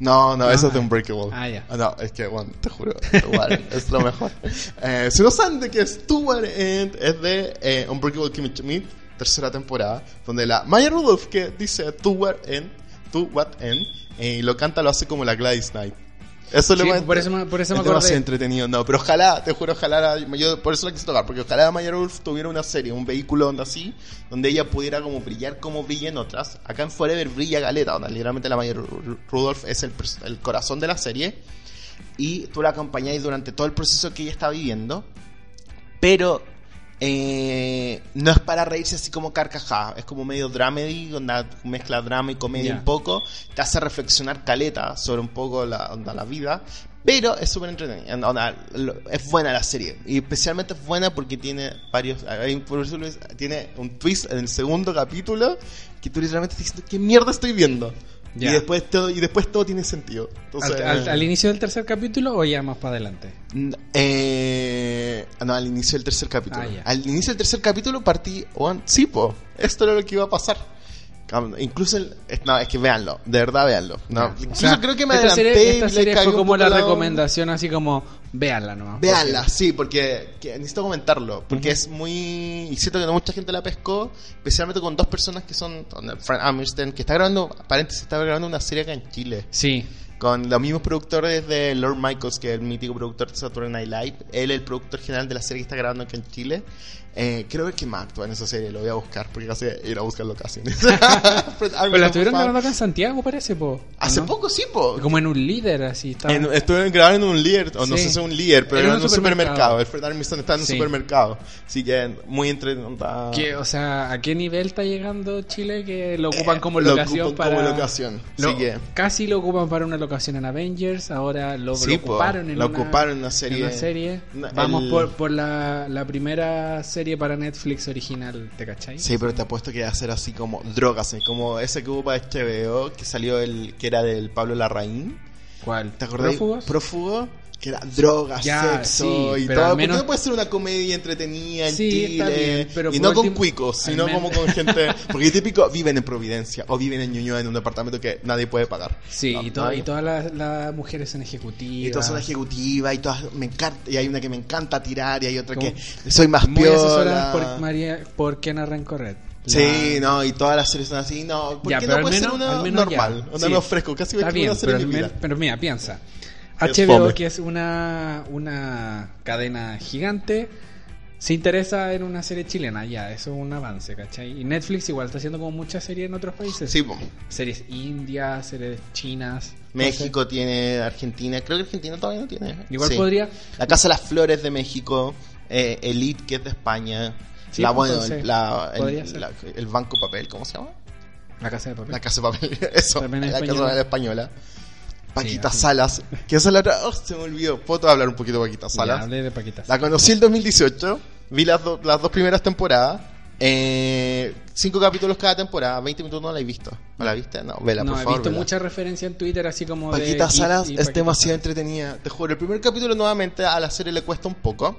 [SPEAKER 1] No, no,
[SPEAKER 2] No.
[SPEAKER 1] eso es de Unbreakable.
[SPEAKER 2] Ah, ya.
[SPEAKER 1] No, es que, bueno, te juro, Warren es lo mejor. Eh, si no saben de qué es Tu Warren End, es de eh, Unbreakable Kimmy Schmidt, tercera temporada, donde la Maya Rudolph que dice Tu Warren End, Tu What End, eh, y lo canta, lo hace como la Gladys Knight. Eso
[SPEAKER 2] Sí, pues,
[SPEAKER 1] le va-
[SPEAKER 2] por eso me- por eso me
[SPEAKER 1] es demasiado
[SPEAKER 2] acordé.
[SPEAKER 1] entretenido, no, pero ojalá, te juro, ojalá, la- yo por eso la quise tocar, porque ojalá la Maya Rudolph tuviera una serie, un vehículo onda así, donde ella pudiera como brillar como brilla en otras. Acá en Forever brilla Galeta, donde literalmente la Maya Ru- Ru- Rudolph es el, pers- el corazón de la serie, y tú la acompañáis durante todo el proceso que ella está viviendo, pero eh, no es para reírse así como carcajada, es como medio dramedy, onda mezcla drama y comedia
[SPEAKER 2] Ya.
[SPEAKER 1] un poco, te hace reflexionar caleta sobre un poco la, onda, la vida, pero es súper entretenida, onda, onda, lo- es buena la serie, y especialmente es buena porque tiene varios, hay un- por eso Luis, tiene un twist en el segundo capítulo que tú literalmente estás diciendo, ¿qué mierda estoy viendo?
[SPEAKER 2] Ya.
[SPEAKER 1] Y, después todo, y después todo tiene sentido. Entonces, eh.
[SPEAKER 2] ¿Al, al- al inicio del tercer capítulo o ya más para adelante?
[SPEAKER 1] N- eh, no, al inicio del tercer capítulo.
[SPEAKER 2] Ah, ya.
[SPEAKER 1] Al inicio del tercer capítulo partí. weón, sí, po, esto era lo que iba a pasar. Cam- Incluso el- es- no, es que véanlo, de verdad véanlo. No,
[SPEAKER 2] Ya.
[SPEAKER 1] incluso
[SPEAKER 2] O sea,
[SPEAKER 1] creo que me
[SPEAKER 2] esta
[SPEAKER 1] adelanté
[SPEAKER 2] serie,
[SPEAKER 1] y
[SPEAKER 2] esta
[SPEAKER 1] le
[SPEAKER 2] serie
[SPEAKER 1] cagué
[SPEAKER 2] fue
[SPEAKER 1] un
[SPEAKER 2] como
[SPEAKER 1] poco
[SPEAKER 2] la
[SPEAKER 1] la-
[SPEAKER 2] recomendación, así como véanla nomás.
[SPEAKER 1] Véanla, sí, porque que- necesito comentarlo. Porque es muy. Y siento que no mucha gente la pescó. Especialmente con dos personas que son. con Fran Amirstein, que está grabando. Paréntesis, está grabando una serie acá en Chile.
[SPEAKER 2] Sí,
[SPEAKER 1] Con los mismos productores de Lord Michaels, que es el mítico productor de Saturday Night Live. Él es el productor general de la serie que está grabando acá en Chile. Eh, creo que más actúa en esa serie. Lo voy a buscar porque casi ir a buscar locaciones.
[SPEAKER 2] pero Pues la estuvieron grabando acá en Santiago, parece, po. ¿o
[SPEAKER 1] Hace
[SPEAKER 2] no?
[SPEAKER 1] poco sí, po.
[SPEAKER 2] Como en un líder, así. estaba-
[SPEAKER 1] En- estuvieron grabando en un líder, o no sé
[SPEAKER 2] Sí.
[SPEAKER 1] si es un líder, pero
[SPEAKER 2] Era
[SPEAKER 1] era
[SPEAKER 2] un
[SPEAKER 1] en un
[SPEAKER 2] supermercado.
[SPEAKER 1] supermercado. El Fred Armiston está en un
[SPEAKER 2] Sí.
[SPEAKER 1] supermercado. Así que muy Eh, entretenida.
[SPEAKER 2] Que, o sea, ¿a qué nivel está llegando Chile que lo ocupan como
[SPEAKER 1] Eh, lo
[SPEAKER 2] locación
[SPEAKER 1] ocupan
[SPEAKER 2] para...
[SPEAKER 1] como locación,
[SPEAKER 2] Lo-
[SPEAKER 1] así que-
[SPEAKER 2] Casi lo ocupan para una locación en Avengers, ahora lo,
[SPEAKER 1] Sí,
[SPEAKER 2] lo
[SPEAKER 1] po,
[SPEAKER 2] ocuparon en
[SPEAKER 1] lo
[SPEAKER 2] una,
[SPEAKER 1] ocuparon en una serie.
[SPEAKER 2] una serie.
[SPEAKER 1] No,
[SPEAKER 2] Vamos
[SPEAKER 1] el-
[SPEAKER 2] por, por la, la primera serie para Netflix original, ¿te cachai?
[SPEAKER 1] Sí, pero te apuesto que va a ser así como drogas, así como ese que hubo para HBO que salió el que era del Pablo Larraín.
[SPEAKER 2] ¿Cuál?
[SPEAKER 1] ¿Te acordás?
[SPEAKER 2] ¿Prófugos?
[SPEAKER 1] Prófugo, que era drogas,
[SPEAKER 2] Ya,
[SPEAKER 1] sexo
[SPEAKER 2] sí,
[SPEAKER 1] y
[SPEAKER 2] pero
[SPEAKER 1] todo.
[SPEAKER 2] al
[SPEAKER 1] Porque
[SPEAKER 2] menos-
[SPEAKER 1] no puede ser una comedia entretenida en
[SPEAKER 2] Sí, está
[SPEAKER 1] Chile.
[SPEAKER 2] bien, pero
[SPEAKER 1] y
[SPEAKER 2] por
[SPEAKER 1] no con
[SPEAKER 2] último-
[SPEAKER 1] cuicos,
[SPEAKER 2] al
[SPEAKER 1] sino
[SPEAKER 2] men-
[SPEAKER 1] como con gente. Porque típico viven en Providencia o viven en Ñuñoa en un departamento que nadie puede pagar.
[SPEAKER 2] Sí,
[SPEAKER 1] No,
[SPEAKER 2] y, to-
[SPEAKER 1] nadie.
[SPEAKER 2] y todas las, las mujeres son ejecutivas.
[SPEAKER 1] Y todas son ejecutivas y todas me encanta. Y hay una que me encanta tirar y hay otra
[SPEAKER 2] Como-
[SPEAKER 1] que soy más
[SPEAKER 2] Muy asesoradas
[SPEAKER 1] piola.
[SPEAKER 2] por, María, por Kenna Rencorret.
[SPEAKER 1] Sí, no, y todas las series son así. No, ¿por
[SPEAKER 2] Ya,
[SPEAKER 1] qué
[SPEAKER 2] pero
[SPEAKER 1] no
[SPEAKER 2] al
[SPEAKER 1] puede
[SPEAKER 2] menos-
[SPEAKER 1] ser una
[SPEAKER 2] al menos
[SPEAKER 1] normal?
[SPEAKER 2] ya.
[SPEAKER 1] Una
[SPEAKER 2] Sí.
[SPEAKER 1] no fresco, casi me
[SPEAKER 2] Está
[SPEAKER 1] quiero
[SPEAKER 2] bien,
[SPEAKER 1] hacer
[SPEAKER 2] pero,
[SPEAKER 1] en mi
[SPEAKER 2] al men-
[SPEAKER 1] vida.
[SPEAKER 2] pero mira, piensa.
[SPEAKER 1] Es
[SPEAKER 2] HBO,
[SPEAKER 1] fome.
[SPEAKER 2] que es una, una cadena gigante, se interesa en una serie chilena, ya, eso es un avance, ¿cachai? Y Netflix igual está haciendo como muchas series en otros países.
[SPEAKER 1] Sí, po.
[SPEAKER 2] Series indias, series chinas.
[SPEAKER 1] México tiene, Argentina, creo que Argentina todavía no tiene. ¿eh?
[SPEAKER 2] Igual
[SPEAKER 1] Sí.
[SPEAKER 2] podría-
[SPEAKER 1] La Casa de las Flores de México, eh, Elite, que es de España.
[SPEAKER 2] Sí,
[SPEAKER 1] la,
[SPEAKER 2] pues,
[SPEAKER 1] bueno, el,
[SPEAKER 2] entonces,
[SPEAKER 1] la- el-
[SPEAKER 2] podría ser.
[SPEAKER 1] la- el Banco Papel, ¿cómo se llama?
[SPEAKER 2] Entonces, La Casa de Papel.
[SPEAKER 1] La Casa de Papel, eso,
[SPEAKER 2] También es
[SPEAKER 1] la Casa de
[SPEAKER 2] española.
[SPEAKER 1] Papel española. Paquita
[SPEAKER 2] así.
[SPEAKER 1] Salas, que esa es la otra, oh, se me olvidó, puedo hablar un poquito de Paquita
[SPEAKER 2] Ya,
[SPEAKER 1] Salas.
[SPEAKER 2] hablé de Paquita.
[SPEAKER 1] La conocí en 2018, vi las, do- las dos primeras temporadas, eh, cinco capítulos cada temporada, 20 minutos no la he visto. ¿No la viste? No, vela,
[SPEAKER 2] no,
[SPEAKER 1] por
[SPEAKER 2] he
[SPEAKER 1] favor.
[SPEAKER 2] visto
[SPEAKER 1] vela.
[SPEAKER 2] mucha referencia en Twitter, así como de
[SPEAKER 1] Paquita
[SPEAKER 2] Git
[SPEAKER 1] Salas
[SPEAKER 2] y
[SPEAKER 1] es
[SPEAKER 2] Paquita
[SPEAKER 1] demasiado entretenida. Te juro, el primer capítulo nuevamente a la serie le cuesta un poco,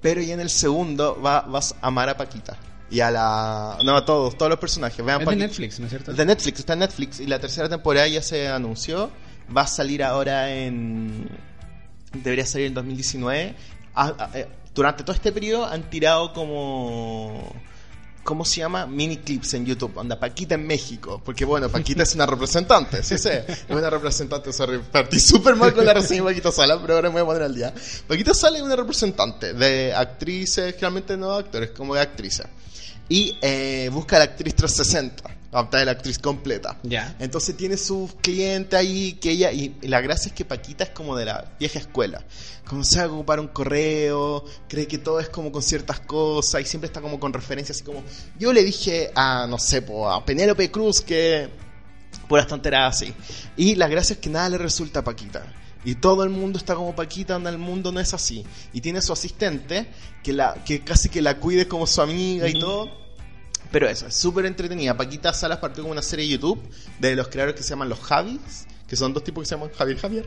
[SPEAKER 1] pero ya en el segundo va- vas a amar a Paquita. Y a la... No, a todos, todos los personajes. Vean
[SPEAKER 2] Es de
[SPEAKER 1] Paquita.
[SPEAKER 2] Netflix, ¿no es cierto?
[SPEAKER 1] De Netflix, está en Netflix. Y la tercera temporada ya se anunció. Va a salir ahora en. Debería salir en 2019. Ah, ah, eh, Durante todo este periodo han tirado como. ¿Cómo se llama? Mini clips en YouTube. Onda, Paquita en México. Porque bueno, Paquita es una representante. Sí, sé. Es una representante. Sorry, partí súper mal con la reseña de Paquita Sala, pero ahora me voy a poner al día. Paquita Sala es una representante de actrices, realmente no de actores, como de actrices y eh, busca a la actriz 360, apta de la actriz completa.
[SPEAKER 2] Ya.
[SPEAKER 1] Entonces tiene su cliente ahí que ella y la gracia es que Paquita es como de la vieja escuela. Como sabe ocupar un correo, cree que todo es como con ciertas cosas y siempre está como con referencias así como yo le dije a no sé, po, a Penélope Cruz que puras tonteras así. Y la gracia es que nada le resulta a Paquita. Y todo el mundo está como Paquita, anda el mundo no es así. Y tiene su asistente que la que casi que la cuide como su amiga y
[SPEAKER 2] Ujú.
[SPEAKER 1] todo. Pero eso, es súper entretenida. Paquita Salas partió con una serie de YouTube de los creadores que se llaman Los Javis, que son dos tipos que se llaman Javier Javier.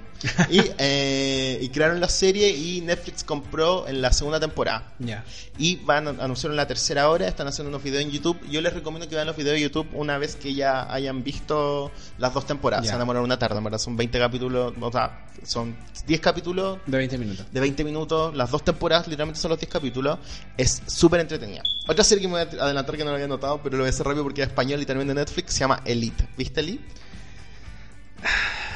[SPEAKER 1] Y, eh, y crearon la serie y Netflix compró en la segunda temporada.
[SPEAKER 2] Ya.
[SPEAKER 1] Y van a anunciar en la tercera hora, están haciendo unos videos en YouTube. Yo les recomiendo que vean los videos de YouTube una vez que ya hayan visto las dos temporadas.
[SPEAKER 2] Ya.
[SPEAKER 1] Se van a demorar una tarde, en ¿verdad? Son 20 capítulos, o sea, son 10 capítulos
[SPEAKER 2] De 20 minutos.
[SPEAKER 1] de 20 minutos, las dos temporadas, literalmente son los 10 capítulos, es súper entretenida. Otra serie que me voy a adelantar que no lo había notado, pero lo voy a hacer rápido porque es español y también de Netflix, se llama Elite. ¿Viste Elite?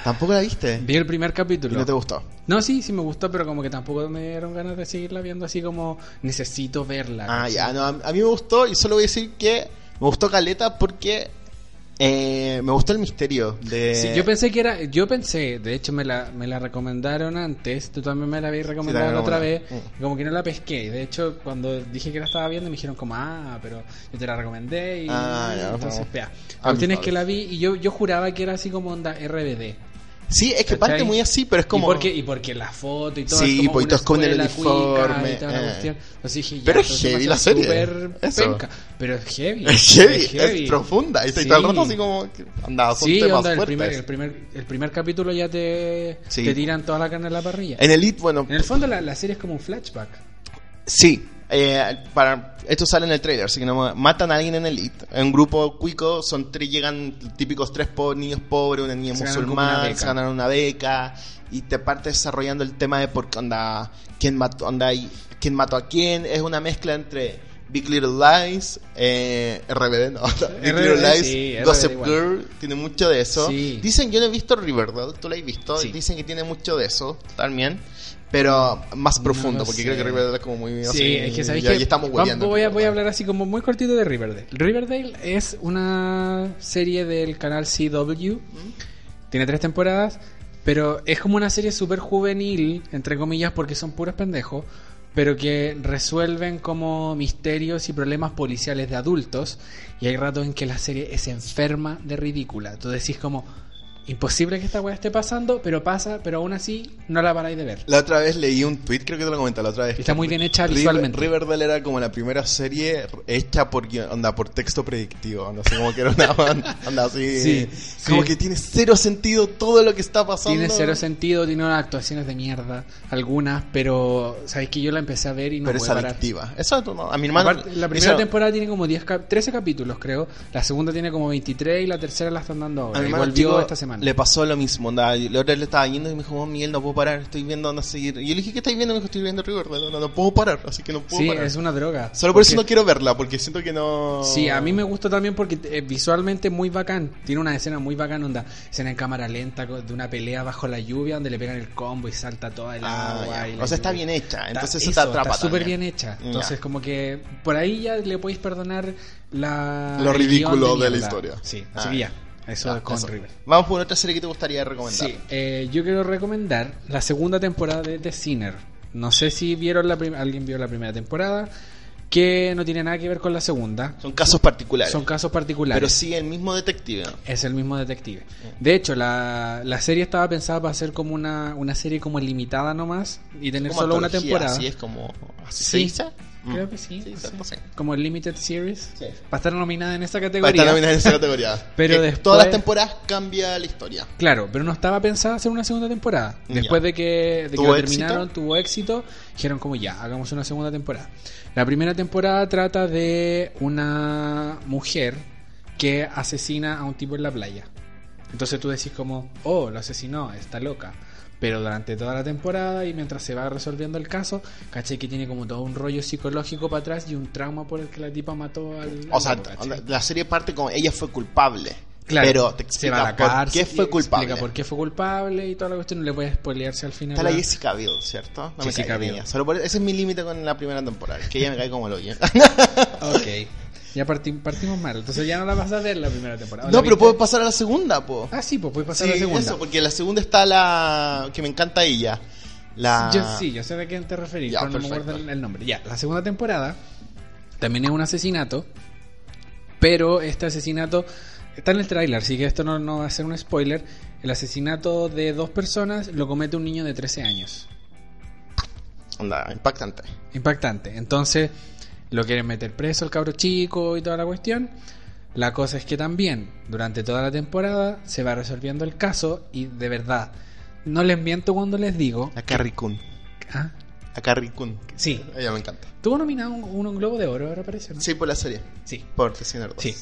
[SPEAKER 1] Tampoco la viste.
[SPEAKER 2] Vi el primer
[SPEAKER 1] Y
[SPEAKER 2] capítulo.
[SPEAKER 1] no te gustó.
[SPEAKER 2] No, sí, sí me gustó, pero como que tampoco me dieron ganas de seguirla viendo así como necesito verla.
[SPEAKER 1] Ah,
[SPEAKER 2] ¿cachai?
[SPEAKER 1] ya, no, a a mí me gustó y solo voy a decir que me gustó Caleta porque eh, me gustó el misterio de...
[SPEAKER 2] Sí, yo pensé que era, yo pensé, de hecho me la, me la recomendaron antes, tú también me la habías recomendado
[SPEAKER 1] Sí,
[SPEAKER 2] la
[SPEAKER 1] también
[SPEAKER 2] otra
[SPEAKER 1] me la-
[SPEAKER 2] vez, y como que no la pesqué, y de hecho cuando dije que la estaba viendo me dijeron como, ah, pero yo te la recomendé y
[SPEAKER 1] Ah, ya,
[SPEAKER 2] entonces,
[SPEAKER 1] vamos.
[SPEAKER 2] vea,
[SPEAKER 1] Ah,
[SPEAKER 2] la cuestión
[SPEAKER 1] mi
[SPEAKER 2] es que
[SPEAKER 1] padre.
[SPEAKER 2] la vi y yo, yo juraba que era así como onda RBD,
[SPEAKER 1] Sí, es que
[SPEAKER 2] ¿Cachai?
[SPEAKER 1] parte muy así, pero es como.
[SPEAKER 2] Y porque, y porque la foto y todo.
[SPEAKER 1] Sí,
[SPEAKER 2] es como
[SPEAKER 1] pues,
[SPEAKER 2] una
[SPEAKER 1] todos esconden el
[SPEAKER 2] escuela cuica
[SPEAKER 1] uniforme,
[SPEAKER 2] y toda la
[SPEAKER 1] eh.
[SPEAKER 2] cuestión. Así dije, ya,
[SPEAKER 1] Pero es
[SPEAKER 2] entonces va a
[SPEAKER 1] heavy la
[SPEAKER 2] ser
[SPEAKER 1] serie,
[SPEAKER 2] súper
[SPEAKER 1] eso.
[SPEAKER 2] penca. Pero es heavy.
[SPEAKER 1] Es heavy,
[SPEAKER 2] heavy.
[SPEAKER 1] es profunda. Y está
[SPEAKER 2] Sí.
[SPEAKER 1] todo el rato así como. que, Anda, son
[SPEAKER 2] Sí,
[SPEAKER 1] temas
[SPEAKER 2] onda, el,
[SPEAKER 1] fuertes.
[SPEAKER 2] primer, el, primer, el primer capítulo ya te,
[SPEAKER 1] Sí.
[SPEAKER 2] te tiran toda la carne a la parrilla.
[SPEAKER 1] En Elite, bueno,
[SPEAKER 2] En el fondo la, la serie es como un flashback.
[SPEAKER 1] sí. eh, para, esto sale en el trailer, así que no matan a alguien en Elite. En un grupo cuico son tres, llegan típicos tres po- niños pobres, una niña
[SPEAKER 2] Se ganan como una
[SPEAKER 1] musulmana,
[SPEAKER 2] beca.
[SPEAKER 1] se ganan una beca. Y te parte desarrollando el tema de por qué onda, quién mató, onda, y- quién mató a quién. Es una mezcla entre Big Little Lies, eh, RBD, no, Big Little
[SPEAKER 2] RBD,
[SPEAKER 1] Lies,
[SPEAKER 2] sí, RBD
[SPEAKER 1] Gossip
[SPEAKER 2] igual.
[SPEAKER 1] Girl, tiene mucho de eso.
[SPEAKER 2] Sí.
[SPEAKER 1] Dicen, yo no he visto Riverdale, tú lo has visto,
[SPEAKER 2] Sí.
[SPEAKER 1] dicen que tiene mucho de eso también, pero más
[SPEAKER 2] No
[SPEAKER 1] profundo,
[SPEAKER 2] lo
[SPEAKER 1] porque
[SPEAKER 2] sé.
[SPEAKER 1] creo que Riverdale es como muy...
[SPEAKER 2] Sí,
[SPEAKER 1] así,
[SPEAKER 2] es que sabéis
[SPEAKER 1] y ahí
[SPEAKER 2] que
[SPEAKER 1] estamos
[SPEAKER 2] va-
[SPEAKER 1] hueveando,
[SPEAKER 2] voy, a,
[SPEAKER 1] ¿verdad?
[SPEAKER 2] voy a hablar así como muy cortito de Riverdale. Riverdale es una serie del canal CW. Tiene tres temporadas, pero es como una serie súper juvenil, entre comillas, porque son puros pendejos, pero que resuelven como misterios y problemas policiales de adultos. Y hay ratos en que la serie es enferma de ridícula. Tú decís como, imposible que esta weá esté pasando, pero pasa, pero aún así no la paráis de ver.
[SPEAKER 1] La otra vez leí un tweet, creo que te lo comenté la otra vez.
[SPEAKER 2] Está
[SPEAKER 1] que
[SPEAKER 2] muy bien hecha
[SPEAKER 1] River-
[SPEAKER 2] visualmente.
[SPEAKER 1] Riverdale era como la primera serie hecha por guion- onda, por texto predictivo, no sé cómo que era una banda, onda así.
[SPEAKER 2] Sí,
[SPEAKER 1] como
[SPEAKER 2] sí.
[SPEAKER 1] que tiene cero sentido todo lo que está pasando.
[SPEAKER 2] Tiene cero sentido, tiene unas actuaciones de mierda, algunas, pero sabéis que yo la empecé a ver y no
[SPEAKER 1] Pero
[SPEAKER 2] pude
[SPEAKER 1] es
[SPEAKER 2] parar.
[SPEAKER 1] adictiva. Eso no, a mi hermano.
[SPEAKER 2] Aparte, la primera
[SPEAKER 1] eso-
[SPEAKER 2] temporada tiene como 10 cap- 13 capítulos, creo. La segunda tiene como 23 y la tercera la están dando
[SPEAKER 1] A
[SPEAKER 2] ahora.
[SPEAKER 1] mi
[SPEAKER 2] Y
[SPEAKER 1] hermano
[SPEAKER 2] volvió
[SPEAKER 1] chico
[SPEAKER 2] esta semana.
[SPEAKER 1] Le pasó lo mismo. Onda, la otra vez le estaba yendo y me dijo, oh, Miguel, no puedo parar, estoy viendo onda seguir. Y yo le dije, ¿qué estáis viendo? Me dijo, estoy viendo Riverdale. No, no puedo parar, así que no puedo
[SPEAKER 2] sí,
[SPEAKER 1] parar.
[SPEAKER 2] es una droga.
[SPEAKER 1] Solo por eso no
[SPEAKER 2] Porque-
[SPEAKER 1] quiero verla, porque siento que no.
[SPEAKER 2] Sí, a mí me gusta también porque eh, visualmente muy bacán. Tiene una escena muy bacán, onda. Escena en cámara lenta co- de una pelea bajo la lluvia donde le pegan el combo y salta toda el
[SPEAKER 1] Ah,
[SPEAKER 2] agua.
[SPEAKER 1] ya.
[SPEAKER 2] y la
[SPEAKER 1] O sea, está
[SPEAKER 2] lluvia.
[SPEAKER 1] bien hecha, Ah, entonces eso te
[SPEAKER 2] Está- eso,
[SPEAKER 1] atrapa.
[SPEAKER 2] Está súper
[SPEAKER 1] también.
[SPEAKER 2] bien hecha.
[SPEAKER 1] Ya.
[SPEAKER 2] Entonces, como que por ahí ya le podéis perdonar la.
[SPEAKER 1] Lo
[SPEAKER 2] el
[SPEAKER 1] ridículo
[SPEAKER 2] guión
[SPEAKER 1] de la
[SPEAKER 2] mierda.
[SPEAKER 1] historia.
[SPEAKER 2] Sí,
[SPEAKER 1] Ah,
[SPEAKER 2] así que ya. Eso
[SPEAKER 1] Ya,
[SPEAKER 2] es con
[SPEAKER 1] eso.
[SPEAKER 2] River.
[SPEAKER 1] Vamos por otra serie que te gustaría recomendar.
[SPEAKER 2] Sí, eh, yo quiero recomendar la segunda temporada de The Sinner. No sé si vieron la prim- alguien vio la primera temporada, que no tiene nada que ver con la segunda.
[SPEAKER 1] Son casos particulares.
[SPEAKER 2] Son casos particulares.
[SPEAKER 1] pero sí Mm. el mismo detective.
[SPEAKER 2] Es el mismo detective. De hecho, la, la serie estaba pensada para ser como una, una serie como limitada nomás y tener
[SPEAKER 1] Como
[SPEAKER 2] solo una
[SPEAKER 1] antología,
[SPEAKER 2] temporada.
[SPEAKER 1] Así es como. ¿Así
[SPEAKER 2] Sí.
[SPEAKER 1] se dice?
[SPEAKER 2] Creo
[SPEAKER 1] Mm.
[SPEAKER 2] que sí. no sé.
[SPEAKER 1] no sé.
[SPEAKER 2] Como limited series.
[SPEAKER 1] Sí.
[SPEAKER 2] Para estar nominada en esta
[SPEAKER 1] Va a
[SPEAKER 2] categoría.
[SPEAKER 1] estar nominada en esa categoría.
[SPEAKER 2] Pero
[SPEAKER 1] Que
[SPEAKER 2] después-
[SPEAKER 1] Todas las temporadas cambia la historia.
[SPEAKER 2] Claro, pero no estaba pensada hacer una segunda temporada.
[SPEAKER 1] Ya.
[SPEAKER 2] Después de que, de que
[SPEAKER 1] ¿Tuvo
[SPEAKER 2] lo
[SPEAKER 1] éxito?
[SPEAKER 2] terminaron, tuvo éxito, dijeron como ya, hagamos una segunda temporada. La primera temporada trata de una mujer que asesina a un tipo en la playa. Entonces tú decís como, oh, lo asesinó, está loca. Pero durante toda la temporada y mientras se va resolviendo el caso, caché que tiene como todo un rollo psicológico para atrás y un trauma por el que la tipa mató al...
[SPEAKER 1] O sea,
[SPEAKER 2] al- ¿cachai?
[SPEAKER 1] onda, la serie parte con ella fue culpable.
[SPEAKER 2] Claro,
[SPEAKER 1] pero te
[SPEAKER 2] se va a la
[SPEAKER 1] explica por
[SPEAKER 2] cárcel,
[SPEAKER 1] qué fue culpable.
[SPEAKER 2] Explica por qué fue culpable y toda la cuestión. No le voy a spoilearse al final.
[SPEAKER 1] Está la
[SPEAKER 2] la-
[SPEAKER 1] Jessica Biel, ¿cierto? No me
[SPEAKER 2] Jessica
[SPEAKER 1] cae,
[SPEAKER 2] Biel.
[SPEAKER 1] niña. Solo por- Ese es mi límite con la primera temporada, que ella me cae como el hoyo.
[SPEAKER 2] Ok. Ya partim- partimos mal. Entonces ya no la vas a ver la primera temporada. ¿La
[SPEAKER 1] no, pero
[SPEAKER 2] viste?
[SPEAKER 1] puedo pasar a la segunda, po.
[SPEAKER 2] Ah, sí, pues puedes pasar
[SPEAKER 1] Sí,
[SPEAKER 2] a la segunda.
[SPEAKER 1] eso, porque la segunda está la que me encanta ella. La
[SPEAKER 2] Yo sí, yo sé de quién te referís,
[SPEAKER 1] Ya,
[SPEAKER 2] pero no me
[SPEAKER 1] perfecto.
[SPEAKER 2] acuerdo el- el nombre. Ya, la segunda temporada también es un asesinato, pero este asesinato está en el tráiler, así que esto no, no va a ser un spoiler. El asesinato de dos personas lo comete un niño de 13 años.
[SPEAKER 1] Onda, impactante.
[SPEAKER 2] Impactante. Entonces, lo quieren meter preso el cabro chico y toda la cuestión. La cosa es que también, durante toda la temporada, se va resolviendo el caso y de verdad, no les miento cuando les digo.
[SPEAKER 1] La Carrie Coon.
[SPEAKER 2] Ah,
[SPEAKER 1] La Carrie Coon.
[SPEAKER 2] Sí.
[SPEAKER 1] Ella me encanta.
[SPEAKER 2] Tuvo nominado un, un- un Globo de Oro, ahora parece, ¿no?
[SPEAKER 1] Sí, por la serie.
[SPEAKER 2] Sí.
[SPEAKER 1] Por The Sinner 2.
[SPEAKER 2] Sí.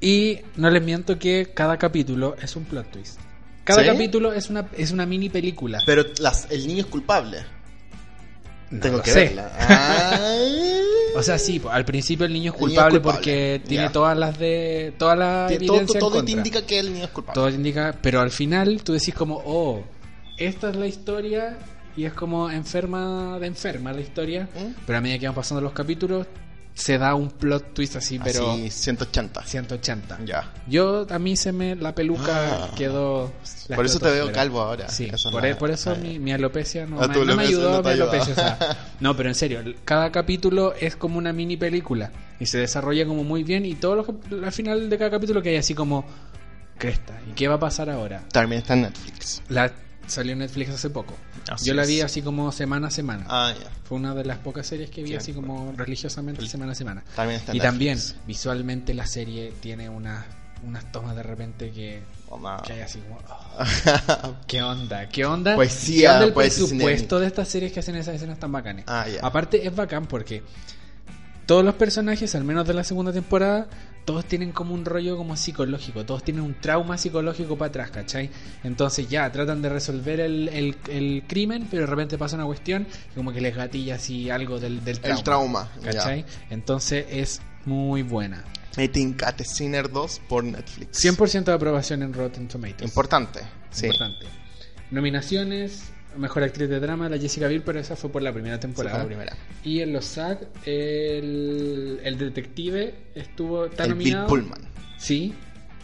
[SPEAKER 2] Y no les miento que cada capítulo es un plot twist. Cada
[SPEAKER 1] ¿Sí?
[SPEAKER 2] capítulo es una, es una mini película.
[SPEAKER 1] Pero las- el niño es culpable.
[SPEAKER 2] No
[SPEAKER 1] Tengo
[SPEAKER 2] lo
[SPEAKER 1] que
[SPEAKER 2] sé.
[SPEAKER 1] verla. Ay.
[SPEAKER 2] O sea, sí, al principio el niño es
[SPEAKER 1] El niño es
[SPEAKER 2] culpable,
[SPEAKER 1] culpable.
[SPEAKER 2] porque tiene
[SPEAKER 1] Ya.
[SPEAKER 2] todas las de. Toda la
[SPEAKER 1] Te- todo
[SPEAKER 2] evidencia en
[SPEAKER 1] todo te
[SPEAKER 2] contra.
[SPEAKER 1] indica que el niño es culpable.
[SPEAKER 2] Todo te indica, pero al final tú decís como, oh, esta es la historia y es como enferma de enferma la historia,
[SPEAKER 1] ¿Mm?
[SPEAKER 2] pero a medida que van pasando los capítulos se da un plot twist así, pero
[SPEAKER 1] Así, 180.
[SPEAKER 2] 180.
[SPEAKER 1] Ya.
[SPEAKER 2] Yo, a mí se me, la peluca
[SPEAKER 1] Ah.
[SPEAKER 2] quedó... la
[SPEAKER 1] Por eso te veo
[SPEAKER 2] estratosfera.
[SPEAKER 1] calvo ahora.
[SPEAKER 2] Sí,
[SPEAKER 1] Eso
[SPEAKER 2] por,
[SPEAKER 1] no-
[SPEAKER 2] e- por eso
[SPEAKER 1] Ah, ya.
[SPEAKER 2] mi, mi alopecia no,
[SPEAKER 1] Ah,
[SPEAKER 2] me,
[SPEAKER 1] tu
[SPEAKER 2] no me
[SPEAKER 1] alopecia
[SPEAKER 2] ayudó
[SPEAKER 1] no
[SPEAKER 2] a
[SPEAKER 1] te
[SPEAKER 2] mi
[SPEAKER 1] ayudó.
[SPEAKER 2] alopecia. o sea, no, pero en serio, cada capítulo es como una mini película y se desarrolla como muy bien y todo lo que- al final de cada capítulo que hay así como Cresta. ¿Y qué va a pasar ahora?
[SPEAKER 1] También está en Netflix.
[SPEAKER 2] La salió en Netflix hace poco.
[SPEAKER 1] Así
[SPEAKER 2] Yo la
[SPEAKER 1] es.
[SPEAKER 2] vi así como semana a semana.
[SPEAKER 1] Ah, ya.
[SPEAKER 2] Fue una de las pocas series que vi
[SPEAKER 1] Sí,
[SPEAKER 2] así como religiosamente semana a semana.
[SPEAKER 1] También está en
[SPEAKER 2] Y
[SPEAKER 1] Netflix.
[SPEAKER 2] también, visualmente la serie tiene unas unas tomas de repente que,
[SPEAKER 1] Oh, no.
[SPEAKER 2] que hay así como... oh, ¿Qué onda? ¿Qué onda?
[SPEAKER 1] Poesía,
[SPEAKER 2] ¿Qué onda el
[SPEAKER 1] poesía
[SPEAKER 2] presupuesto de estas series que hacen esas escenas tan bacanes?
[SPEAKER 1] Ah, ya.
[SPEAKER 2] Aparte es bacán porque todos los personajes, al menos de la segunda temporada, todos tienen como un rollo como psicológico, todos tienen un trauma psicológico para atrás, ¿cachai? Entonces ya tratan de resolver el, el- el crimen, pero de repente pasa una cuestión y como que les gatilla así algo del, del trauma.
[SPEAKER 1] El trauma. ya.
[SPEAKER 2] ¿cachai? Entonces es muy buena.
[SPEAKER 1] Me tincate Sinner 2 por Netflix.
[SPEAKER 2] 100% de aprobación en Rotten Tomatoes.
[SPEAKER 1] Importante. Sí.
[SPEAKER 2] Importante. Nominaciones, mejor actriz de drama, la Jessica Biel, pero esa fue por la primera
[SPEAKER 1] Sí, como
[SPEAKER 2] temporada.
[SPEAKER 1] primera.
[SPEAKER 2] Y en los SAG, el, el detective estuvo está
[SPEAKER 1] El Bill
[SPEAKER 2] nominado.
[SPEAKER 1] Pullman.
[SPEAKER 2] Sí.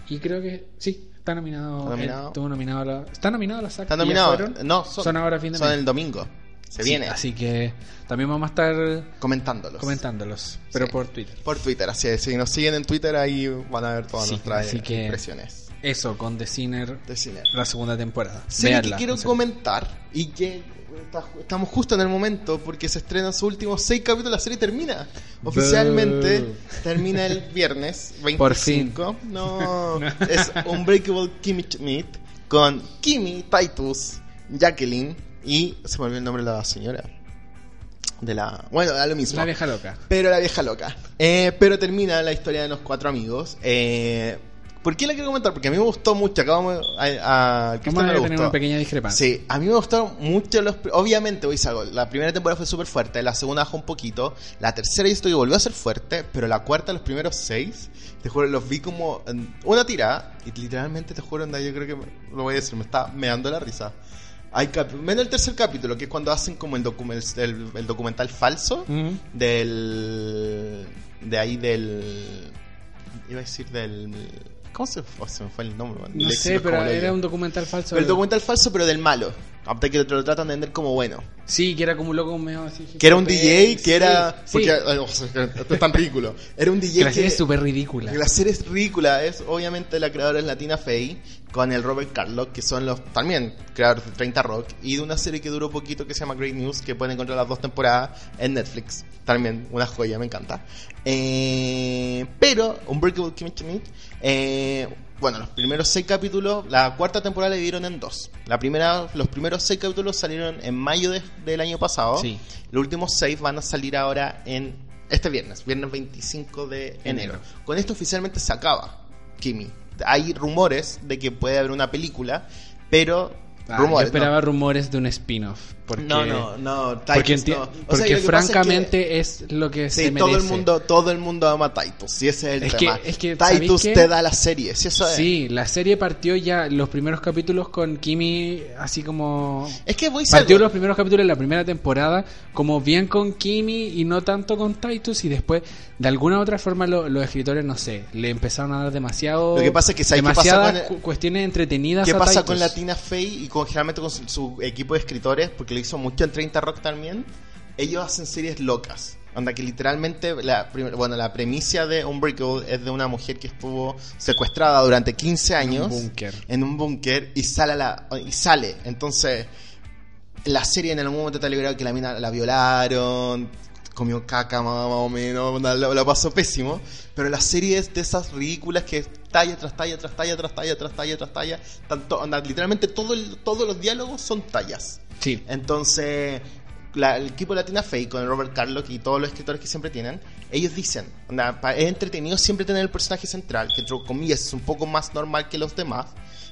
[SPEAKER 2] Y creo que sí, está nominado. eh,
[SPEAKER 1] Está nominado.
[SPEAKER 2] Estuvo nominado a la, está nominado a los SAG.
[SPEAKER 1] Está
[SPEAKER 2] que ya
[SPEAKER 1] nominado.
[SPEAKER 2] fueron.
[SPEAKER 1] No, son,
[SPEAKER 2] Son ahora fin de
[SPEAKER 1] son
[SPEAKER 2] mes.
[SPEAKER 1] el domingo. Se
[SPEAKER 2] Sí,
[SPEAKER 1] viene.
[SPEAKER 2] Así que también vamos a estar
[SPEAKER 1] Comentándolos.
[SPEAKER 2] comentándolos, pero
[SPEAKER 1] Sí.
[SPEAKER 2] por Twitter.
[SPEAKER 1] Por Twitter, así es. Si nos siguen en Twitter, ahí van a ver todas
[SPEAKER 2] Sí,
[SPEAKER 1] nuestras
[SPEAKER 2] así que-
[SPEAKER 1] impresiones
[SPEAKER 2] Eso, con The Sinner,
[SPEAKER 1] de cine.
[SPEAKER 2] la segunda temporada.
[SPEAKER 1] Serie
[SPEAKER 2] Véanla,
[SPEAKER 1] que quiero
[SPEAKER 2] en serio.
[SPEAKER 1] comentar y que está- estamos justo en el momento porque se estrenan sus últimos seis capítulos. La serie termina oficialmente.
[SPEAKER 2] Boo.
[SPEAKER 1] Termina el viernes 25.
[SPEAKER 2] Por fin.
[SPEAKER 1] No, es Unbreakable Kimmy Schmidt con Kimmy, Titus, Jacqueline y se me olvidó el nombre de la señora. De la. Bueno, da lo mismo.
[SPEAKER 2] La vieja loca.
[SPEAKER 1] Pero la vieja loca. Eh, pero termina la historia de los cuatro amigos. Eh, ¿Por qué la quiero comentar? Porque a mí me gustó mucho. Acabamos a, a
[SPEAKER 2] Vamos
[SPEAKER 1] Cristian
[SPEAKER 2] a
[SPEAKER 1] no le
[SPEAKER 2] tener
[SPEAKER 1] gustó.
[SPEAKER 2] una pequeña discrepancia.
[SPEAKER 1] Sí, a mí me gustaron mucho los... pr- Obviamente, voy a algo. La primera temporada fue súper fuerte, la segunda bajó un poquito, la tercera yo estoy volvió a ser fuerte, pero la cuarta, los primeros seis, te juro, los vi como en una tirada y literalmente, te juro, anda, yo creo que me- lo voy a decir, me está meando la risa. Hay cap- menos el tercer capítulo, que es cuando hacen como el, docu- el- el- el documental falso
[SPEAKER 2] Mm.
[SPEAKER 1] del... De ahí del... Iba a decir del... ¿Cómo se, oh, se me fue el nombre? man.
[SPEAKER 2] No
[SPEAKER 1] Léxico
[SPEAKER 2] sé, pero
[SPEAKER 1] como lo
[SPEAKER 2] era
[SPEAKER 1] digo.
[SPEAKER 2] un documental falso.
[SPEAKER 1] Pero el documental falso, pero del malo. Aparte que te lo tratan de vender como bueno.
[SPEAKER 2] Sí, que era como un loco medio así.
[SPEAKER 1] Que era un
[SPEAKER 2] hippie,
[SPEAKER 1] DJ,
[SPEAKER 2] sí,
[SPEAKER 1] que era...
[SPEAKER 2] sí.
[SPEAKER 1] Porque, ay, o sea, esto es tan ridículo. Era un
[SPEAKER 2] Que
[SPEAKER 1] DJ
[SPEAKER 2] la serie
[SPEAKER 1] que...
[SPEAKER 2] es súper ridícula.
[SPEAKER 1] que La serie es ridícula. Es obviamente la creadora es Latina Fey con el Robert Carlock, que son los también creadores de 30 Rock. Y de una serie que duró poquito que se llama Great News, que pueden encontrar las dos temporadas en Netflix. También una joya, me encanta. Eh, pero, Unbreakable Kimmy Schmidt, eh, bueno, los primeros seis capítulos, la cuarta temporada le dieron en dos. La primera, los primeros seis capítulos salieron en mayo de- del año pasado.
[SPEAKER 2] Sí.
[SPEAKER 1] Los últimos seis van a salir ahora en este viernes, viernes 25 de enero.
[SPEAKER 2] Enero.
[SPEAKER 1] Con esto oficialmente se acaba Kimi. Hay rumores de que puede haber una película, pero
[SPEAKER 2] Ah, yo
[SPEAKER 1] rumores.
[SPEAKER 2] esperaba rumores de un spin-off. Porque,
[SPEAKER 1] no, no, no, no,
[SPEAKER 2] Porque,
[SPEAKER 1] Titus,
[SPEAKER 2] enti-
[SPEAKER 1] no. O sea,
[SPEAKER 2] porque
[SPEAKER 1] lo que pasa es que-
[SPEAKER 2] francamente es, lo que
[SPEAKER 1] Sí,
[SPEAKER 2] se merece.
[SPEAKER 1] todo el mundo, todo el mundo ama a Titus, y ese es el
[SPEAKER 2] Es
[SPEAKER 1] tema.
[SPEAKER 2] que- es que,
[SPEAKER 1] Titus
[SPEAKER 2] ¿sabéis qué?
[SPEAKER 1] te da la serie, si eso es.
[SPEAKER 2] Sí, la serie partió ya los primeros capítulos con Kimi así como...
[SPEAKER 1] Es que voy a
[SPEAKER 2] Partió los primeros capítulos de la primera temporada como bien con Kimi y no tanto con Titus y después de alguna u otra forma lo- los escritores no sé le empezaron a dar demasiado
[SPEAKER 1] Lo que pasa es que, ¿sabes qué pasa
[SPEAKER 2] demasiadas
[SPEAKER 1] con el-
[SPEAKER 2] cu- cuestiones entretenidas
[SPEAKER 1] ¿Qué
[SPEAKER 2] a
[SPEAKER 1] pasa
[SPEAKER 2] Titus.
[SPEAKER 1] con Latina Fey y con, generalmente con su, su equipo de escritores? Porque lo hizo mucho en 30 Rock también. Ellos hacen series locas. Onda que literalmente, la, prim- bueno, la premisa de Unbreakable es de una mujer que estuvo secuestrada durante 15 años
[SPEAKER 2] búnker.
[SPEAKER 1] en un búnker y sale, a la, y sale. Entonces, la serie en algún momento te liberado que la mina la violaron, comió caca más más o menos, onda, lo, lo pasó pésimo. Pero la serie es de esas ridículas que talla tras talla, tras talla, tras talla, tras talla, tras talla. Tanto, onda, literalmente todo el- todos los diálogos son tallas.
[SPEAKER 2] Sí.
[SPEAKER 1] Entonces, la- el equipo Latina Fake con Robert Carlock y todos los escritores que siempre tienen, ellos dicen, onda, pa- es entretenido siempre tener el personaje central, que entre comillas es un poco más normal que los demás,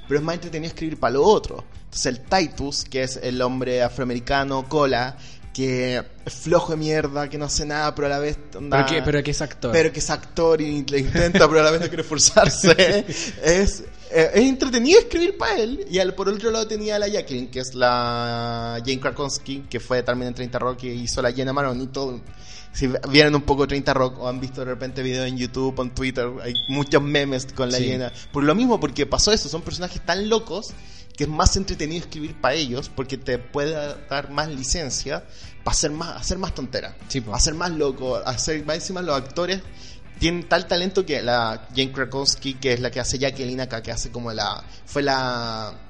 [SPEAKER 1] pero es más entretenido escribir para lo otro. Entonces el Titus, que es el hombre afroamericano, cola, que es flojo de mierda, que no hace nada, pero a la vez... onda,
[SPEAKER 2] Pero que, pero que es actor.
[SPEAKER 1] pero que es actor y le intenta, pero a la vez no quiere forzarse. es, eh, es entretenido escribir para él. Y al, por otro lado tenía a la Jacqueline, que es la Jane Krakowski, que fue también en 30 Rock, que hizo la Jenna Maron y todo. Si vieron un poco 30 Rock o han visto de repente videos en YouTube, en Twitter, hay muchos memes con la
[SPEAKER 2] Sí.
[SPEAKER 1] Jenna. Por lo mismo, porque pasó eso, son personajes tan locos que es más entretenido escribir para ellos porque te puede dar más licencia para hacer más, hacer más tontera
[SPEAKER 2] Sí, po.
[SPEAKER 1] hacer más loco, hacer más encima los actores tiene tal talento que la Jane Krakowski, que es la que hace Jacqueline acá, que hace como la. fue la.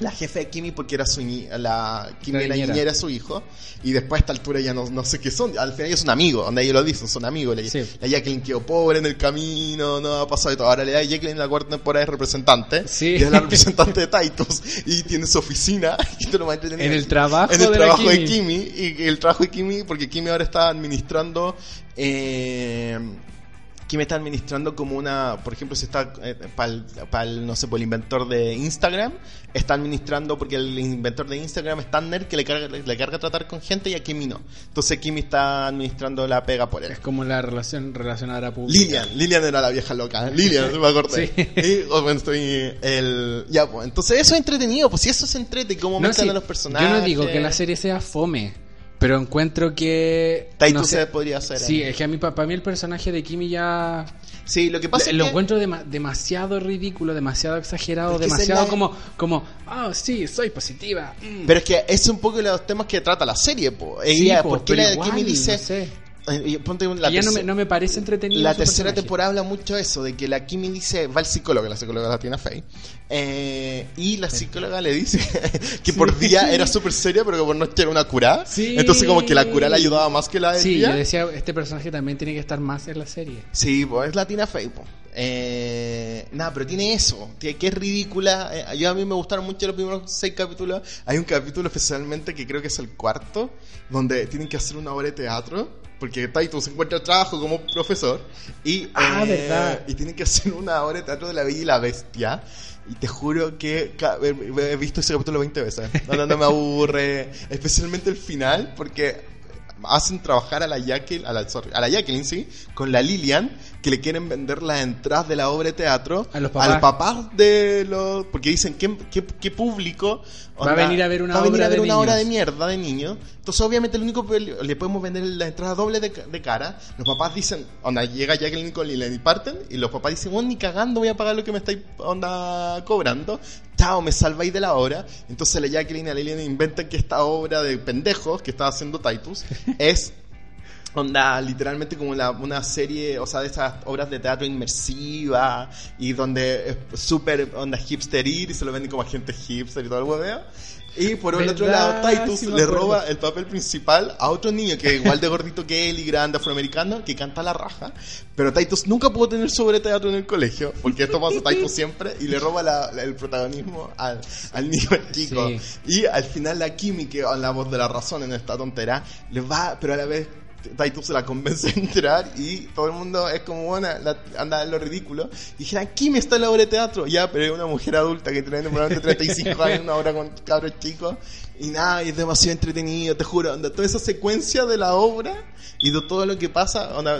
[SPEAKER 1] La jefe de Kimi porque era su ni- la Kimi
[SPEAKER 2] La
[SPEAKER 1] era
[SPEAKER 2] niñera.
[SPEAKER 1] niñera, su hijo y después a esta altura ya no, no sé qué son, al final ellos son amigos, donde ellos lo dicen, son amigos, la,
[SPEAKER 2] Sí.
[SPEAKER 1] la Jacqueline quedó pobre en el camino, no ha pasado de todo, ahora le da Jacqueline en la cuarta temporada es representante,
[SPEAKER 2] Sí.
[SPEAKER 1] y es la representante de Titus y tiene su oficina y te lo más entretenido
[SPEAKER 2] En
[SPEAKER 1] es-
[SPEAKER 2] el trabajo
[SPEAKER 1] en el
[SPEAKER 2] de la
[SPEAKER 1] trabajo de
[SPEAKER 2] Ah, Kimi.
[SPEAKER 1] Kimi y el trabajo de Kimi porque Kimi ahora está administrando eh, Kimi está administrando como una, por ejemplo, si está para el, no sé, por el inventor de Instagram, está administrando porque el inventor de Instagram es tan nerd que le carga, le carga tratar con gente y a Kimi no. Entonces Kimi está administrando la pega por él.
[SPEAKER 2] Es como la relación relacionada a público.
[SPEAKER 1] Lilian, Lilian era la vieja loca. ¿eh? Lilian, me acordé.
[SPEAKER 2] Sí.
[SPEAKER 1] Y, oh, bueno, estoy el ya pues. Entonces eso es entretenido, pues si eso se entrete cómo
[SPEAKER 2] No,
[SPEAKER 1] mezclan
[SPEAKER 2] sí,
[SPEAKER 1] a los personajes.
[SPEAKER 2] Yo no digo que la serie sea fome, pero encuentro que.
[SPEAKER 1] Taito
[SPEAKER 2] no sé-
[SPEAKER 1] se podría hacer.
[SPEAKER 2] Sí, eh,
[SPEAKER 1] ahí.
[SPEAKER 2] es que a mí, para mí el personaje de Kimi ya.
[SPEAKER 1] sí, lo que pasa es
[SPEAKER 2] lo
[SPEAKER 1] que
[SPEAKER 2] encuentro dema- demasiado ridículo, demasiado exagerado,
[SPEAKER 1] Es que esa es
[SPEAKER 2] demasiado
[SPEAKER 1] la-
[SPEAKER 2] como, como, ah, sí, soy positiva. mm".
[SPEAKER 1] Pero es que es un poco los temas que trata la serie, po.
[SPEAKER 2] Sí,
[SPEAKER 1] Ella,
[SPEAKER 2] po,
[SPEAKER 1] ¿por qué
[SPEAKER 2] pero
[SPEAKER 1] la
[SPEAKER 2] igual,
[SPEAKER 1] Kimi dice?
[SPEAKER 2] no sé.
[SPEAKER 1] eh, y ponte la
[SPEAKER 2] Que ya no me,
[SPEAKER 1] terce-
[SPEAKER 2] no me parece entretenido.
[SPEAKER 1] la
[SPEAKER 2] su
[SPEAKER 1] tercera
[SPEAKER 2] personaje.
[SPEAKER 1] temporada habla mucho de eso, de que la Kimi dice, va al psicólogo, la psicóloga la tiene a Faye, eh, y la psicóloga le dice que por
[SPEAKER 2] Sí.
[SPEAKER 1] día era súper seria, pero que por noche era una curada.
[SPEAKER 2] Sí.
[SPEAKER 1] Entonces como que la cura la ayudaba más que la del
[SPEAKER 2] Sí,
[SPEAKER 1] día.
[SPEAKER 2] yo decía, este personaje también tiene que estar más en la serie.
[SPEAKER 1] Sí, pues es Latina Fey, pues. Eh, nada, pero tiene eso, tiene- que es ridícula. Eh, yo a mí me gustaron mucho los primeros seis capítulos. Hay un capítulo especialmente que creo que es el cuarto, donde tienen que hacer una obra de teatro, porque Taito se encuentra trabajo como profesor. Y, eh,
[SPEAKER 2] Ah, verdad.
[SPEAKER 1] y tienen que hacer una obra de teatro de la Bella y la Bestia. Y te juro que ca- he- he he visto ese capítulo 20 veces. No, no, no me aburre. Especialmente el final, porque hacen trabajar a la Jacqueline, a la, sorry, a la Jacqueline, sí, con la Lilian, que le quieren vender las entradas de la obra de teatro
[SPEAKER 2] A los papás.
[SPEAKER 1] al papá de los. Porque dicen, ¿qué, qué, qué público
[SPEAKER 2] Va a venir a ver una
[SPEAKER 1] va a venir
[SPEAKER 2] obra
[SPEAKER 1] a ver
[SPEAKER 2] de
[SPEAKER 1] una obra de
[SPEAKER 2] niños?
[SPEAKER 1] mierda de niños? Entonces, obviamente, el único pe- le podemos vender la entrada doble de, ca- de cara. Los papás dicen, onda, llega Jacqueline con Lilian y parten, y los papás dicen, bueno, ni cagando voy a pagar lo que me estáis, onda, cobrando. Chao, me salváis de la obra. Entonces, la Jacqueline y la Lilian inventan que esta obra de pendejos que está haciendo Titus es Onda, literalmente como la- una serie, o sea, de esas obras de teatro inmersiva y donde es súper onda hipster ir y se lo venden como a gente hipster y todo el hueveo. Y por el otro lado,
[SPEAKER 2] ¿Verdad?
[SPEAKER 1] Titus
[SPEAKER 2] Sí me
[SPEAKER 1] le
[SPEAKER 2] acuerdo.
[SPEAKER 1] roba el papel principal a otro niño que es igual de gordito que él y grande afroamericano que canta la raja. Pero Titus nunca pudo tener sobre teatro en el colegio porque esto pasa a Titus siempre y le roba la- la- el protagonismo al, al niño chico.
[SPEAKER 2] Sí.
[SPEAKER 1] Y al final la Kimi, que es la voz de la razón en esta tontera, les va, pero a la vez Titus se la convence a entrar y todo el mundo es como, bueno, la- anda en lo ridículo. Y dijeron, Kimi está en la obra de teatro. Ya, pero es una mujer adulta que tiene probablemente 35 años, una obra con cabros chicos. Y nada, y es demasiado entretenido, te juro. Onda, toda esa secuencia de la obra y de todo lo que pasa onda,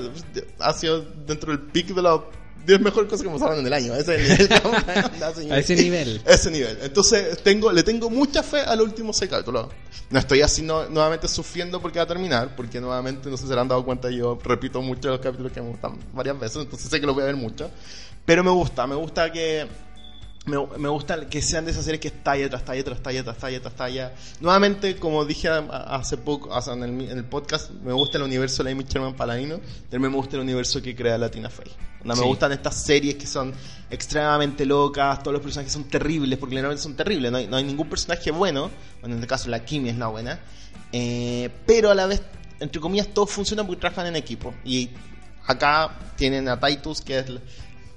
[SPEAKER 1] ha sido dentro del pic de las 10 mejores cosas que pasaron en el año. Ese es el nivel. Onda, señor.
[SPEAKER 2] A ese nivel.
[SPEAKER 1] Ese nivel. Entonces, tengo, le tengo mucha fe al último seis cálculos. No estoy así no- nuevamente sufriendo porque va a terminar, porque nuevamente no sé si se han dado cuenta, yo repito mucho los capítulos que me gustan varias veces, entonces sé que los voy a ver mucho. Pero me gusta, me gusta que. Me, me gusta que sean de esas series que es talla tras talla, tras talla, tras talla, tras talla. Nuevamente, como dije a- hace poco, o sea, en, el, en el podcast, me gusta el universo de Amy Sherman Paladino, también me gusta el universo que crea Latina Fey. No, me
[SPEAKER 2] Sí.
[SPEAKER 1] gustan estas series que son extremadamente locas, todos los personajes son terribles, porque generalmente son terribles, no hay, no hay ningún personaje bueno, bueno, en este caso la Kimi es la buena, eh, pero a la vez, entre comillas, todos funcionan porque trabajan en equipo. Y acá tienen a Titus, que es, el-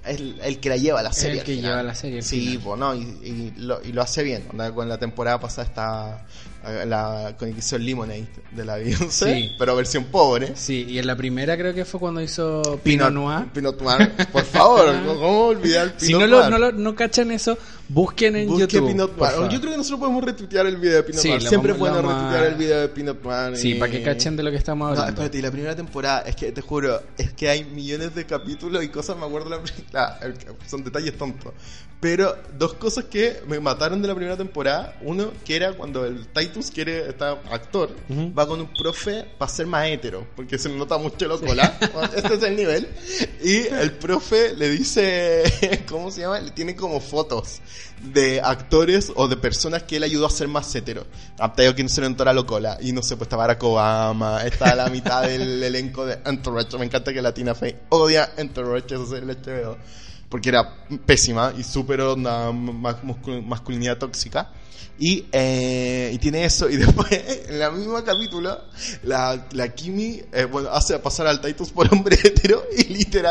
[SPEAKER 1] es el, el que la lleva la
[SPEAKER 2] Es
[SPEAKER 1] serie.
[SPEAKER 2] el
[SPEAKER 1] al
[SPEAKER 2] que
[SPEAKER 1] final.
[SPEAKER 2] lleva la serie al
[SPEAKER 1] Sí,
[SPEAKER 2] final.
[SPEAKER 1] po, no, y, y lo, y lo hace bien. Onda, Con la temporada pasada está eh, la conexión Lemonade de la Beyoncé,
[SPEAKER 2] Sí.
[SPEAKER 1] pero versión pobre.
[SPEAKER 2] Sí, y en la primera creo que fue cuando hizo Pinot Noir. Ah.
[SPEAKER 1] Pinot Noir, por favor, ¿cómo olvidar Pinot
[SPEAKER 2] Si no, lo,
[SPEAKER 1] Noir?
[SPEAKER 2] no, lo- no cachan eso, busquen en
[SPEAKER 1] Busque
[SPEAKER 2] YouTube.
[SPEAKER 1] Pinot
[SPEAKER 2] por
[SPEAKER 1] Noir.
[SPEAKER 2] favor.
[SPEAKER 1] Yo creo que nosotros podemos retuitear el video de Pinot
[SPEAKER 2] Sí,
[SPEAKER 1] Noir.
[SPEAKER 2] lo
[SPEAKER 1] Siempre es
[SPEAKER 2] vamos-
[SPEAKER 1] bueno
[SPEAKER 2] lo vamos a-
[SPEAKER 1] retuitear el video de Pinot Noir.
[SPEAKER 2] Sí,
[SPEAKER 1] y-
[SPEAKER 2] para que cachen de lo que
[SPEAKER 1] Eh,
[SPEAKER 2] estamos
[SPEAKER 1] No,
[SPEAKER 2] hablando.
[SPEAKER 1] espérate, y la primera temporada, es que te juro, es que hay millones de capítulos y cosas, me acuerdo, la, pri- la- el- son detalles tontos. Pero dos cosas que me mataron de la primera temporada. Uno, que era cuando el Titus, que era está actor,
[SPEAKER 2] Ujú.
[SPEAKER 1] va con un profe para ser más hétero, porque se le nota mucho lo cola. este es el nivel. Y el profe le dice, ¿cómo se llama? Le tiene como fotos de actores o de personas que él ayudó a ser más hetero. Aptayo que no se lo Locola. Y no sé, pues está Barack Obama, está la mitad del elenco de Entourage. Me encanta que Latina Fe odia Entourage, eso es el HBO. Porque era pésima y súper onda ma- muscul- masculinidad tóxica. Y, eh, y tiene eso. Y después, en la misma capítulo, la, la Kimi eh, bueno, hace pasar al Titus por hombre hetero y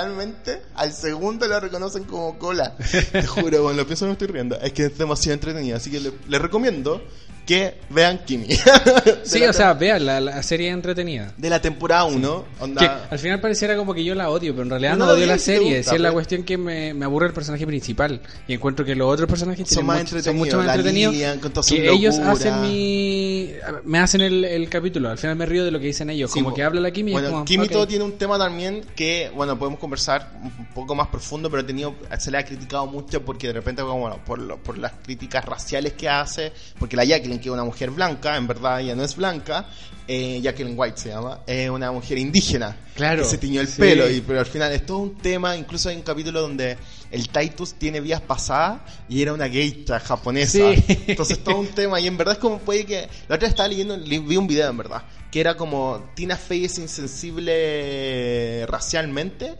[SPEAKER 1] literalmente al segundo lo reconocen como cola. Te juro, cuando lo pienso no estoy riendo. Es que es demasiado entretenida. Así que le, les recomiendo que vean Kimi. De
[SPEAKER 2] Sí,
[SPEAKER 1] la
[SPEAKER 2] o sea, vean, la, la serie es entretenida.
[SPEAKER 1] tem- De la temporada 1.
[SPEAKER 2] Que al final pareciera como que yo la odio, pero en realidad
[SPEAKER 1] No
[SPEAKER 2] no,
[SPEAKER 1] la
[SPEAKER 2] odio
[SPEAKER 1] odias,
[SPEAKER 2] la
[SPEAKER 1] si te
[SPEAKER 2] serie.
[SPEAKER 1] gusta, pues.
[SPEAKER 2] si es la
[SPEAKER 1] pero-
[SPEAKER 2] cuestión que me, me aburre el personaje principal. Y encuentro que los otros personajes
[SPEAKER 1] Son
[SPEAKER 2] tienen
[SPEAKER 1] más
[SPEAKER 2] mucho- son
[SPEAKER 1] entretenidos,
[SPEAKER 2] mucho más
[SPEAKER 1] la
[SPEAKER 2] entretenidos.
[SPEAKER 1] lidian con todas sus
[SPEAKER 2] que ellos
[SPEAKER 1] locuras.
[SPEAKER 2] hacen mi. Me hacen el, el capítulo. Al final me río de lo que dicen ellos. como que habla la Kimi. y es
[SPEAKER 1] Bueno,
[SPEAKER 2] como,
[SPEAKER 1] Kimi
[SPEAKER 2] ok.
[SPEAKER 1] todo tiene un tema también que, bueno, podemos conversar un poco más profundo, pero ha tenido, se le ha criticado mucho porque de repente, como, bueno, por, lo- por las críticas raciales que hace, porque la Jacqueline, que es una mujer blanca, en verdad ella no es blanca, eh, Jacqueline White se llama, es una mujer indígena.
[SPEAKER 2] Claro,
[SPEAKER 1] Que se tiñó el
[SPEAKER 2] sí.
[SPEAKER 1] pelo, y, pero al final es todo un tema, incluso hay un capítulo donde el Titus tiene vías pasadas y era una geisha japonesa.
[SPEAKER 2] Sí.
[SPEAKER 1] Entonces todo un tema y en verdad es como puede que la otra vez estaba leyendo li- vi un video en verdad que era como Tina Fey es insensible racialmente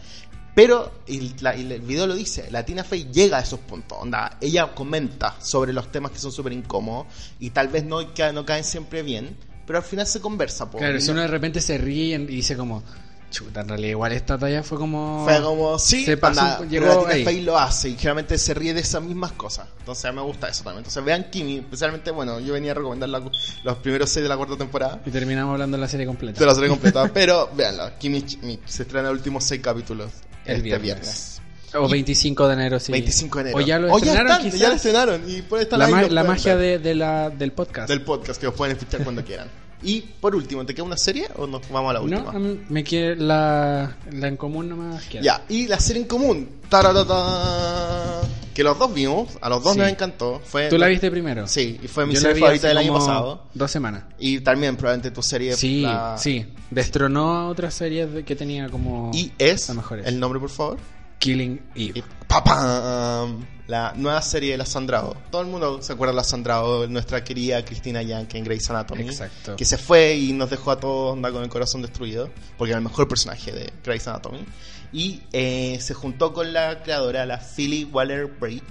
[SPEAKER 1] pero y la- y el video lo dice la Tina Fey llega a esos puntos onda ella comenta sobre los temas que son súper incómodos y tal vez no, ca- no caen siempre bien pero al final se conversa po,
[SPEAKER 2] Claro,
[SPEAKER 1] y
[SPEAKER 2] si
[SPEAKER 1] no-
[SPEAKER 2] uno de repente se ríe y dice como. Chuta, en realidad igual esta talla fue como.
[SPEAKER 1] Fue como, sí,
[SPEAKER 2] Se pasó
[SPEAKER 1] anda,
[SPEAKER 2] un po-
[SPEAKER 1] pero
[SPEAKER 2] llegó
[SPEAKER 1] la
[SPEAKER 2] ahí.
[SPEAKER 1] Tina Fey lo hace y generalmente se ríe de esas mismas cosas. Entonces a mí me gusta eso también. Entonces vean Kimi, especialmente, bueno, yo venía a recomendar la cu- los primeros seis de la cuarta temporada.
[SPEAKER 2] Y terminamos hablando de la serie completa.
[SPEAKER 1] Te la seré completa, pero véanla. Kimi Ch- Mi- se estrena los últimos seis capítulos
[SPEAKER 2] El
[SPEAKER 1] este viernes.
[SPEAKER 2] viernes. O 25 de enero, sí.
[SPEAKER 1] 25 de enero.
[SPEAKER 2] O ya lo
[SPEAKER 1] O
[SPEAKER 2] estrenaron,
[SPEAKER 1] están,
[SPEAKER 2] quizás.
[SPEAKER 1] ya lo estrenaron. Y pueden estar
[SPEAKER 2] La,
[SPEAKER 1] ahí,
[SPEAKER 2] ma-
[SPEAKER 1] lo
[SPEAKER 2] la
[SPEAKER 1] pueden
[SPEAKER 2] magia
[SPEAKER 1] ver.
[SPEAKER 2] de, de la, del podcast.
[SPEAKER 1] del podcast que los pueden escuchar cuando quieran. Y por último, ¿te queda una serie o nos vamos a la última?
[SPEAKER 2] No, a mí me quiere la, la en común nomás. queda.
[SPEAKER 1] Ya, y la serie en común. Tararatá. Que los dos vimos, a los dos
[SPEAKER 2] Sí.
[SPEAKER 1] nos encantó. Fue
[SPEAKER 2] ¿Tú la viste primero?
[SPEAKER 1] Sí, y fue mi
[SPEAKER 2] Yo la
[SPEAKER 1] serie
[SPEAKER 2] vi
[SPEAKER 1] favorita
[SPEAKER 2] hace
[SPEAKER 1] del año
[SPEAKER 2] como
[SPEAKER 1] pasado.
[SPEAKER 2] Dos semanas.
[SPEAKER 1] Y también probablemente tu serie.
[SPEAKER 2] Sí,
[SPEAKER 1] la-
[SPEAKER 2] sí. Destronó a otras series de- que tenía como.
[SPEAKER 1] Y es
[SPEAKER 2] La mejor es.
[SPEAKER 1] el nombre, por favor.
[SPEAKER 2] Killing Eve.
[SPEAKER 1] Y papam, la nueva serie de la Sandrado. Todo el mundo se acuerda de la Sandrado, nuestra querida Cristina Yankee en Grey's Anatomy.
[SPEAKER 2] Exacto.
[SPEAKER 1] Que se fue y nos dejó a todos onda, con el corazón destruido, porque era el mejor personaje de Grey's Anatomy. Y eh, se juntó con la creadora, la Philly Waller Bridge,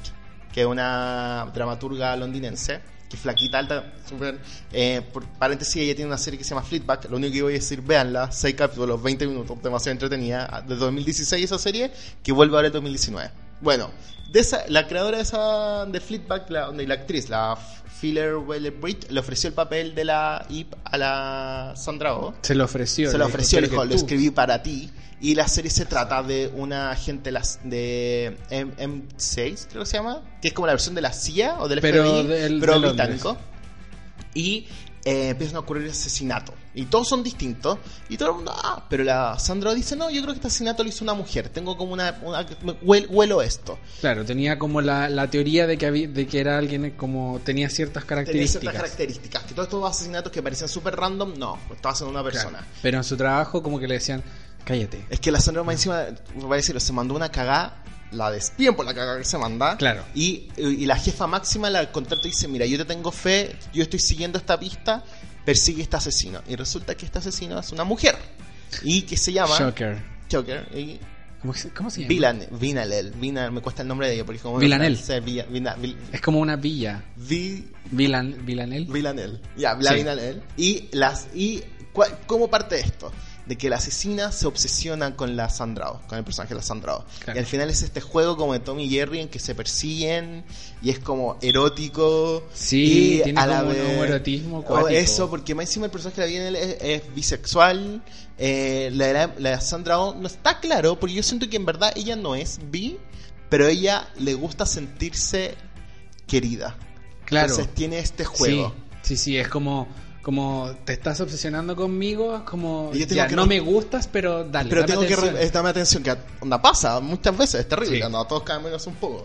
[SPEAKER 1] que es una dramaturga londinense. Que es flaquita, alta, súper. eh, por paréntesis, ella tiene una serie que se llama Fleetback. Lo único que voy a decir, véanla, 6 capítulos, 20 minutos, demasiado entretenida. De 2016 esa serie, que vuelve ahora en 2019. Bueno, de esa, la creadora de, esa, de Fleetback, la, y la actriz, la Filler Weller Bridge, le ofreció el papel de la Ip a la Sandra Oh.
[SPEAKER 2] Se lo ofreció.
[SPEAKER 1] Se lo ofreció, le
[SPEAKER 2] que
[SPEAKER 1] dijo, lo
[SPEAKER 2] tú.
[SPEAKER 1] escribí para ti. Y la serie se trata de una agente las- de M- M6, creo que se llama, que es como la versión de la CIA o del FBI,
[SPEAKER 2] Pero
[SPEAKER 1] pero,
[SPEAKER 2] del- de Londres.
[SPEAKER 1] británico. Y eh, empiezan a ocurrir asesinatos. Y todos son distintos. Y todo el mundo, ah, pero la Sandra Oh dice, no, yo creo que este asesinato lo hizo una mujer. Tengo como una... una me- huel- huelo esto.
[SPEAKER 2] Claro, tenía como la, la teoría de que, había- de que era alguien como. tenía ciertas
[SPEAKER 1] Tenía ciertas
[SPEAKER 2] características.
[SPEAKER 1] características. Que todos estos asesinatos que parecían súper random, no, estaba haciendo una
[SPEAKER 2] Claro.
[SPEAKER 1] persona.
[SPEAKER 2] Pero en su trabajo, como que le decían, cállate.
[SPEAKER 1] Es que la Sandra más encima, voy a decirlo, se mandó una cagada, la despiden por la cagada que se manda.
[SPEAKER 2] Claro.
[SPEAKER 1] Y, y la jefa máxima la contrata y dice, mira, yo te tengo fe, yo estoy siguiendo esta pista, persigue este asesino. Y resulta que este asesino es una mujer. Y que se llama...
[SPEAKER 2] Shocker.
[SPEAKER 1] Choker. Y
[SPEAKER 2] ¿Cómo, que se- cómo se llama?
[SPEAKER 1] Vilan, Vinalel. Vina- me cuesta el nombre de ella porque como...
[SPEAKER 2] Villanel.
[SPEAKER 1] Sí, Villa- Vina- Vil-
[SPEAKER 2] Es como una villa.
[SPEAKER 1] Vi-
[SPEAKER 2] Vilan, Vilanel.
[SPEAKER 1] Villanelle. Ya, la
[SPEAKER 2] Sí.
[SPEAKER 1] Villanelle. Y, las, y cua- ¿cómo parte esto? De que la asesina se obsesiona con la Sandrao, con el personaje de la Sandrao.
[SPEAKER 2] Claro.
[SPEAKER 1] Y al final es este juego como de Tommy y Jerry en que se persiguen y es como erótico.
[SPEAKER 2] Sí,
[SPEAKER 1] y
[SPEAKER 2] tiene
[SPEAKER 1] a la
[SPEAKER 2] como un
[SPEAKER 1] vez-
[SPEAKER 2] homoerotismo
[SPEAKER 1] o
[SPEAKER 2] cuático.
[SPEAKER 1] Eso, porque más encima el personaje de la Villanelle es, es bisexual. Eh, la, de la, la de Sandra Oh no está claro, porque yo siento que en verdad ella no es bi, pero ella le gusta sentirse querida.
[SPEAKER 2] Claro.
[SPEAKER 1] Entonces tiene este juego.
[SPEAKER 2] Sí, sí, sí, es como, como te estás obsesionando conmigo, es como
[SPEAKER 1] Y yo tengo
[SPEAKER 2] ya
[SPEAKER 1] que
[SPEAKER 2] no
[SPEAKER 1] re-
[SPEAKER 2] me gustas, pero dale.
[SPEAKER 1] Pero
[SPEAKER 2] dame
[SPEAKER 1] tengo
[SPEAKER 2] atención.
[SPEAKER 1] que re- eh, darme atención, que onda pasa muchas veces, es terrible,
[SPEAKER 2] Sí.
[SPEAKER 1] onda, todos caen menos un poco.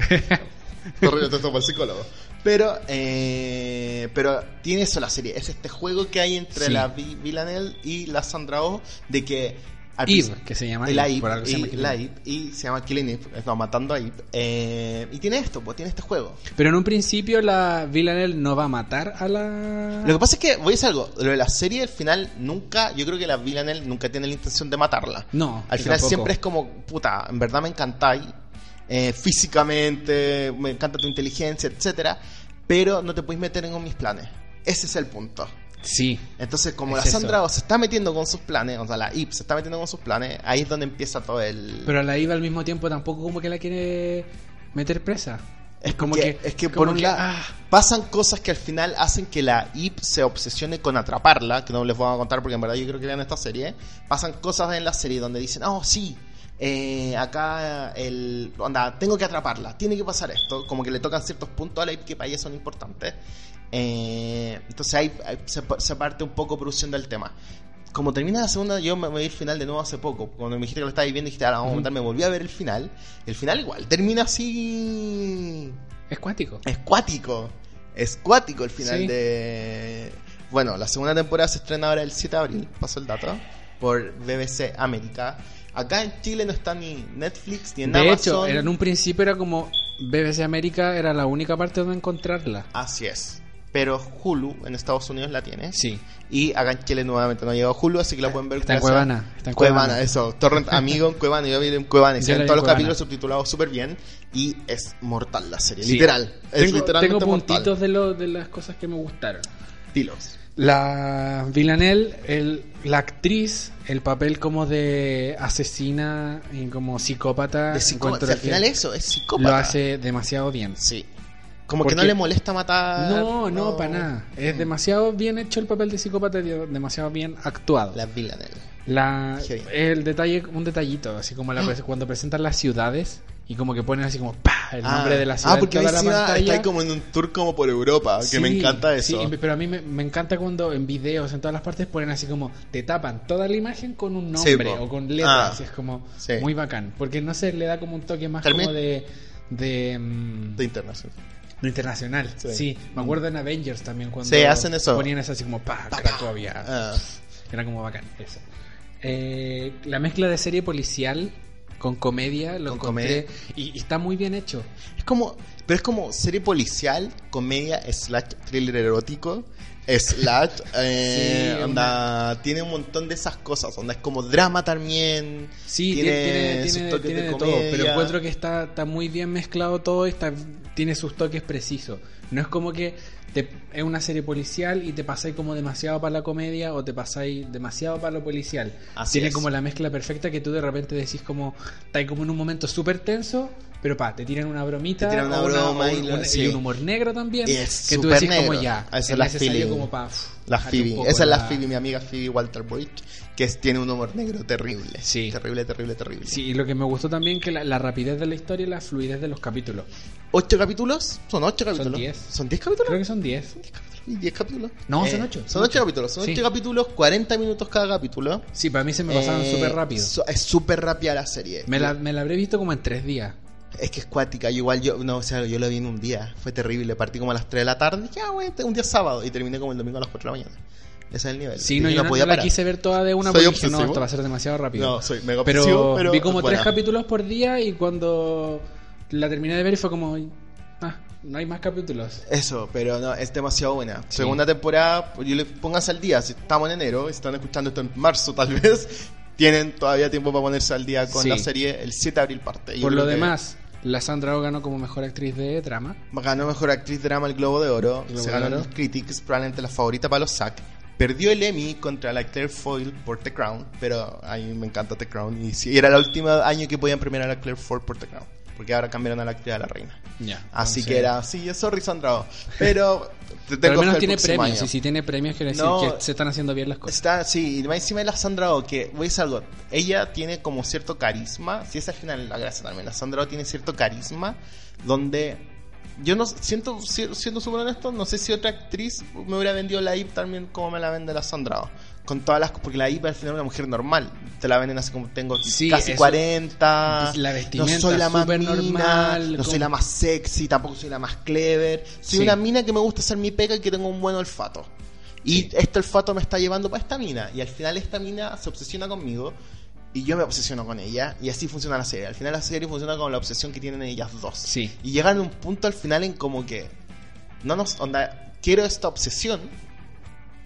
[SPEAKER 1] terrible todo esto para el psicólogo. Pero, eh, pero tiene eso la serie, es este juego que hay entre
[SPEAKER 2] Sí.
[SPEAKER 1] la Vi- Villanelle y la Sandra Oh, de que Al
[SPEAKER 2] Eve,
[SPEAKER 1] principio-
[SPEAKER 2] que se llama
[SPEAKER 1] el
[SPEAKER 2] Eve,
[SPEAKER 1] Eve,
[SPEAKER 2] por algo se
[SPEAKER 1] y,
[SPEAKER 2] llama Killing
[SPEAKER 1] la
[SPEAKER 2] Eve.
[SPEAKER 1] Eve, y se llama Killing Eve, no, matando a Eve. Eh, y tiene esto, pues tiene este juego.
[SPEAKER 2] Pero en un principio la Villanelle no va a matar a la...
[SPEAKER 1] Lo que pasa es que, voy a decir algo, lo de la serie al final nunca, yo creo que la Villanelle nunca tiene la intención de matarla.
[SPEAKER 2] No,
[SPEAKER 1] Al
[SPEAKER 2] yo
[SPEAKER 1] final
[SPEAKER 2] tampoco.
[SPEAKER 1] siempre es como, puta, en verdad me encantáis, eh, físicamente, me encanta tu inteligencia, etcétera, pero no te puedes meter en mis planes. Ese es el punto.
[SPEAKER 2] Sí.
[SPEAKER 1] Entonces, como
[SPEAKER 2] Es
[SPEAKER 1] la
[SPEAKER 2] eso.
[SPEAKER 1] Sandra se está metiendo con sus planes, o sea, la Ip se está metiendo con sus planes, ahí es donde empieza todo el...
[SPEAKER 2] Pero a la Eve al mismo tiempo tampoco como que la quiere meter presa.
[SPEAKER 1] Es
[SPEAKER 2] como
[SPEAKER 1] que,
[SPEAKER 2] que...
[SPEAKER 1] es que
[SPEAKER 2] como
[SPEAKER 1] por un
[SPEAKER 2] que,
[SPEAKER 1] lado
[SPEAKER 2] ah,
[SPEAKER 1] pasan cosas que al final hacen que la IP se obsesione con atraparla, que no les voy a contar porque en verdad yo creo que vean esta serie. Pasan cosas en la serie donde dicen, oh sí, eh, acá el, onda, tengo que atraparla, tiene que pasar esto, como que le tocan ciertos puntos a la IP que para ella son importantes. Eh, entonces ahí ahí se, se parte un poco produciendo el tema. Como termina la segunda, yo me, me vi el final de nuevo hace poco. Cuando me dijiste que lo estabas viendo, dijiste, ahora vamos a contar, me volví a ver el final. El final igual, termina así
[SPEAKER 2] es cuántico.
[SPEAKER 1] es cuático. Es cuático el final
[SPEAKER 2] Sí.
[SPEAKER 1] de. Bueno, la segunda temporada se estrena ahora el 7 de abril, pasó el dato, por BBC América. Acá en Chile no está ni Netflix ni en
[SPEAKER 2] De
[SPEAKER 1] Amazon.
[SPEAKER 2] hecho, era en un principio era como BBC América era la única parte donde encontrarla.
[SPEAKER 1] Así es. Pero Hulu en Estados Unidos la tiene.
[SPEAKER 2] Sí.
[SPEAKER 1] Y acá en Chile nuevamente no ha llegado Hulu, así que la pueden ver.
[SPEAKER 2] Está en
[SPEAKER 1] gracias-
[SPEAKER 2] Cuevana, está en
[SPEAKER 1] Cuevana.
[SPEAKER 2] Cuevana.
[SPEAKER 1] eso. Torrent Amigo en Cuevana. Yo vi en Cuevana y
[SPEAKER 2] Yo
[SPEAKER 1] se
[SPEAKER 2] la
[SPEAKER 1] ven
[SPEAKER 2] vi
[SPEAKER 1] todos
[SPEAKER 2] en
[SPEAKER 1] los
[SPEAKER 2] Cuevana.
[SPEAKER 1] capítulos subtitulados súper bien. Y es mortal la serie,
[SPEAKER 2] Sí.
[SPEAKER 1] literal. Es
[SPEAKER 2] tengo,
[SPEAKER 1] literalmente
[SPEAKER 2] tengo
[SPEAKER 1] mortal.
[SPEAKER 2] puntitos de, lo- de las cosas que me gustaron.
[SPEAKER 1] Dilos.
[SPEAKER 2] La Villanelle, el- la actriz, el papel como de asesina y como psicópata.
[SPEAKER 1] de psicópata.
[SPEAKER 2] encuentro
[SPEAKER 1] O sea, al
[SPEAKER 2] que
[SPEAKER 1] final eso, es psicópata.
[SPEAKER 2] Lo hace demasiado bien.
[SPEAKER 1] Sí. Como que
[SPEAKER 2] Porque-
[SPEAKER 1] no le molesta matar. Mm.
[SPEAKER 2] No, no, para nada. Es demasiado bien hecho el papel de psicópata, y demasiado bien actuado.
[SPEAKER 1] La Villanelle.
[SPEAKER 2] La,
[SPEAKER 1] Qué bien.
[SPEAKER 2] el detalle, un detallito, así como la pres- cuando presentan las ciudades y como que ponen así como ¡pah! el nombre de la ciudad
[SPEAKER 1] Ah, porque
[SPEAKER 2] en toda la
[SPEAKER 1] encima
[SPEAKER 2] pantalla.
[SPEAKER 1] está como en un tour como por Europa, que me
[SPEAKER 2] Sí,
[SPEAKER 1] encanta eso.
[SPEAKER 2] sí, pero a mí me, me encanta cuando en videos, en todas las partes, ponen así como te tapan toda la imagen con un
[SPEAKER 1] Sí,
[SPEAKER 2] nombre
[SPEAKER 1] po.
[SPEAKER 2] o con letras.
[SPEAKER 1] Ah,
[SPEAKER 2] y es como
[SPEAKER 1] sí.
[SPEAKER 2] muy bacán. Porque no sé, le da como un toque más
[SPEAKER 1] También-
[SPEAKER 2] como de. De, mm,
[SPEAKER 1] De internacional.
[SPEAKER 2] de internacional,
[SPEAKER 1] Sí.
[SPEAKER 2] sí. Me acuerdo en Avengers también cuando
[SPEAKER 1] Sí, hacen eso.
[SPEAKER 2] ponían eso así como pa,
[SPEAKER 1] Pa, pa.
[SPEAKER 2] Cracovia.
[SPEAKER 1] Ah.
[SPEAKER 2] Era como bacán, eso. Eh, la mezcla de serie policial con comedia lo
[SPEAKER 1] Con
[SPEAKER 2] encontré y, y está muy bien hecho.
[SPEAKER 1] Es como. Pero es como serie policial, comedia, slash thriller erótico, slash. eh,
[SPEAKER 2] Sí,
[SPEAKER 1] onda, Tiene un montón de esas cosas. Onda, es como drama también.
[SPEAKER 2] Sí, tiene, tiene,
[SPEAKER 1] sus
[SPEAKER 2] tiene-
[SPEAKER 1] toques
[SPEAKER 2] tiene
[SPEAKER 1] de
[SPEAKER 2] de, todo, pero
[SPEAKER 1] comedia.
[SPEAKER 2] encuentro que está, está muy bien mezclado todo, y está, tiene sus toques precisos. No es como que te- es una serie policial y te pasáis como demasiado para la comedia o te pasáis demasiado para lo policial.
[SPEAKER 1] Así
[SPEAKER 2] tiene
[SPEAKER 1] es.
[SPEAKER 2] como la mezcla perfecta que tú de repente decís como, estáis como en un momento súper tenso, pero pa, te tiran una bromita
[SPEAKER 1] Te tiran una
[SPEAKER 2] o o
[SPEAKER 1] broma y
[SPEAKER 2] un-
[SPEAKER 1] la-
[SPEAKER 2] un-
[SPEAKER 1] sí.
[SPEAKER 2] y un humor negro también,
[SPEAKER 1] Y es
[SPEAKER 2] que tú
[SPEAKER 1] súper
[SPEAKER 2] decís como
[SPEAKER 1] negro.
[SPEAKER 2] ya,
[SPEAKER 1] Esa es
[SPEAKER 2] es
[SPEAKER 1] la
[SPEAKER 2] necesario
[SPEAKER 1] feeling.
[SPEAKER 2] como pa, pff,
[SPEAKER 1] La
[SPEAKER 2] bajarle un
[SPEAKER 1] Phoebe,
[SPEAKER 2] poco
[SPEAKER 1] esa es la Phoebe, mi amiga Phoebe Walter Boyd, que es- tiene un humor negro terrible.
[SPEAKER 2] Sí.
[SPEAKER 1] Terrible, terrible, terrible.
[SPEAKER 2] Sí, y lo que me gustó también que la, la rapidez de la historia y la fluidez de los capítulos.
[SPEAKER 1] ¿Ocho capítulos? Son ocho capítulos.
[SPEAKER 2] diez.
[SPEAKER 1] ¿Son diez capítulos?
[SPEAKER 2] Creo que son 10.
[SPEAKER 1] ¿Y diez capítulos? Eh,
[SPEAKER 2] No, son ocho,
[SPEAKER 1] Son
[SPEAKER 2] son
[SPEAKER 1] ocho
[SPEAKER 2] ocho.
[SPEAKER 1] capítulos. Son
[SPEAKER 2] Sí.
[SPEAKER 1] ocho capítulos, 40 minutos cada capítulo.
[SPEAKER 2] Sí, para mí se me pasaron
[SPEAKER 1] Eh,
[SPEAKER 2] súper rápido.
[SPEAKER 1] so- es súper rápida la serie.
[SPEAKER 2] Me la, me la habré visto como en 3 días.
[SPEAKER 1] Es que es cuática. Yo igual yo, no, o sea, yo lo vi en un día. Fue terrible. Partí como a las 3 de la tarde. Dije, ah, güey, este- un día sábado. Y terminé como el domingo a las 4 de la mañana. Ese es el nivel.
[SPEAKER 2] Sí,
[SPEAKER 1] Y
[SPEAKER 2] no, yo no,
[SPEAKER 1] podía
[SPEAKER 2] no la
[SPEAKER 1] parar.
[SPEAKER 2] quise ver toda de una
[SPEAKER 1] Soy
[SPEAKER 2] porque dije, no,
[SPEAKER 1] obsesivo.
[SPEAKER 2] esto va a ser demasiado rápido.
[SPEAKER 1] No, soy mega obsesivo,
[SPEAKER 2] pero,
[SPEAKER 1] pero
[SPEAKER 2] vi como
[SPEAKER 1] es
[SPEAKER 2] tres
[SPEAKER 1] buena.
[SPEAKER 2] capítulos por día y cuando la terminé de ver fue como, ah, no hay más capítulos.
[SPEAKER 1] Eso, pero no, es demasiado buena.
[SPEAKER 2] Sí.
[SPEAKER 1] Segunda temporada, pues, yo le pongas al día, si estamos en enero, si están escuchando esto en marzo tal vez, tienen todavía tiempo para ponerse al día con
[SPEAKER 2] Sí.
[SPEAKER 1] la serie el 7 de abril parte. Yo
[SPEAKER 2] Por lo
[SPEAKER 1] creo que
[SPEAKER 2] demás, la Sandra Oh ganó como mejor actriz de drama.
[SPEAKER 1] Ganó mejor actriz drama el Globo de Oro,
[SPEAKER 2] Globo
[SPEAKER 1] se
[SPEAKER 2] de
[SPEAKER 1] ganó
[SPEAKER 2] Oro.
[SPEAKER 1] los Critics, probablemente la favorita para los SAC. Perdió el Emmy contra la Claire Foyle por The Crown, pero a mí me encanta The Crown. Y sí, era el último año que podían premiar a la Claire Foyle por The Crown, porque ahora cambiaron a la actriz de la reina.
[SPEAKER 2] Ya.
[SPEAKER 1] Así
[SPEAKER 2] entonces-
[SPEAKER 1] que era, sí, sorry Sandra, Oh, pero te tengo
[SPEAKER 2] Pero al
[SPEAKER 1] fe
[SPEAKER 2] menos
[SPEAKER 1] el
[SPEAKER 2] tiene
[SPEAKER 1] próximo
[SPEAKER 2] premios,
[SPEAKER 1] año.
[SPEAKER 2] y si tiene premios quiere decir
[SPEAKER 1] No.
[SPEAKER 2] que se están haciendo bien las cosas.
[SPEAKER 1] Está, sí, y más encima de la Sandra O, que voy a decir algo, ella tiene como cierto carisma, si es al final la gracia también, la Sandra O tiene cierto carisma, donde yo no siento, si- siendo súper honesto, no sé si otra actriz me hubiera vendido la IP también como me la vende la Sandra O. Con todas las porque la IP al final es una mujer normal. Te la venden así como tengo
[SPEAKER 2] Sí,
[SPEAKER 1] casi
[SPEAKER 2] eso-
[SPEAKER 1] 40.
[SPEAKER 2] la vestimenta
[SPEAKER 1] no soy la más
[SPEAKER 2] súper
[SPEAKER 1] mina,
[SPEAKER 2] normal,
[SPEAKER 1] No soy
[SPEAKER 2] como-
[SPEAKER 1] la más sexy, tampoco soy la más clever. Soy
[SPEAKER 2] Sí.
[SPEAKER 1] una mina que me gusta hacer mi pega y que tengo un buen olfato. Y este olfato me está llevando para esta mina. Y al final esta mina se obsesiona conmigo. y yo me obsesiono con ella y así funciona la serie. Al final la serie funciona con la obsesión que tienen ellas dos.
[SPEAKER 2] Sí.
[SPEAKER 1] Y llegan a un punto al final en como que no nos onda, quiero esta obsesión,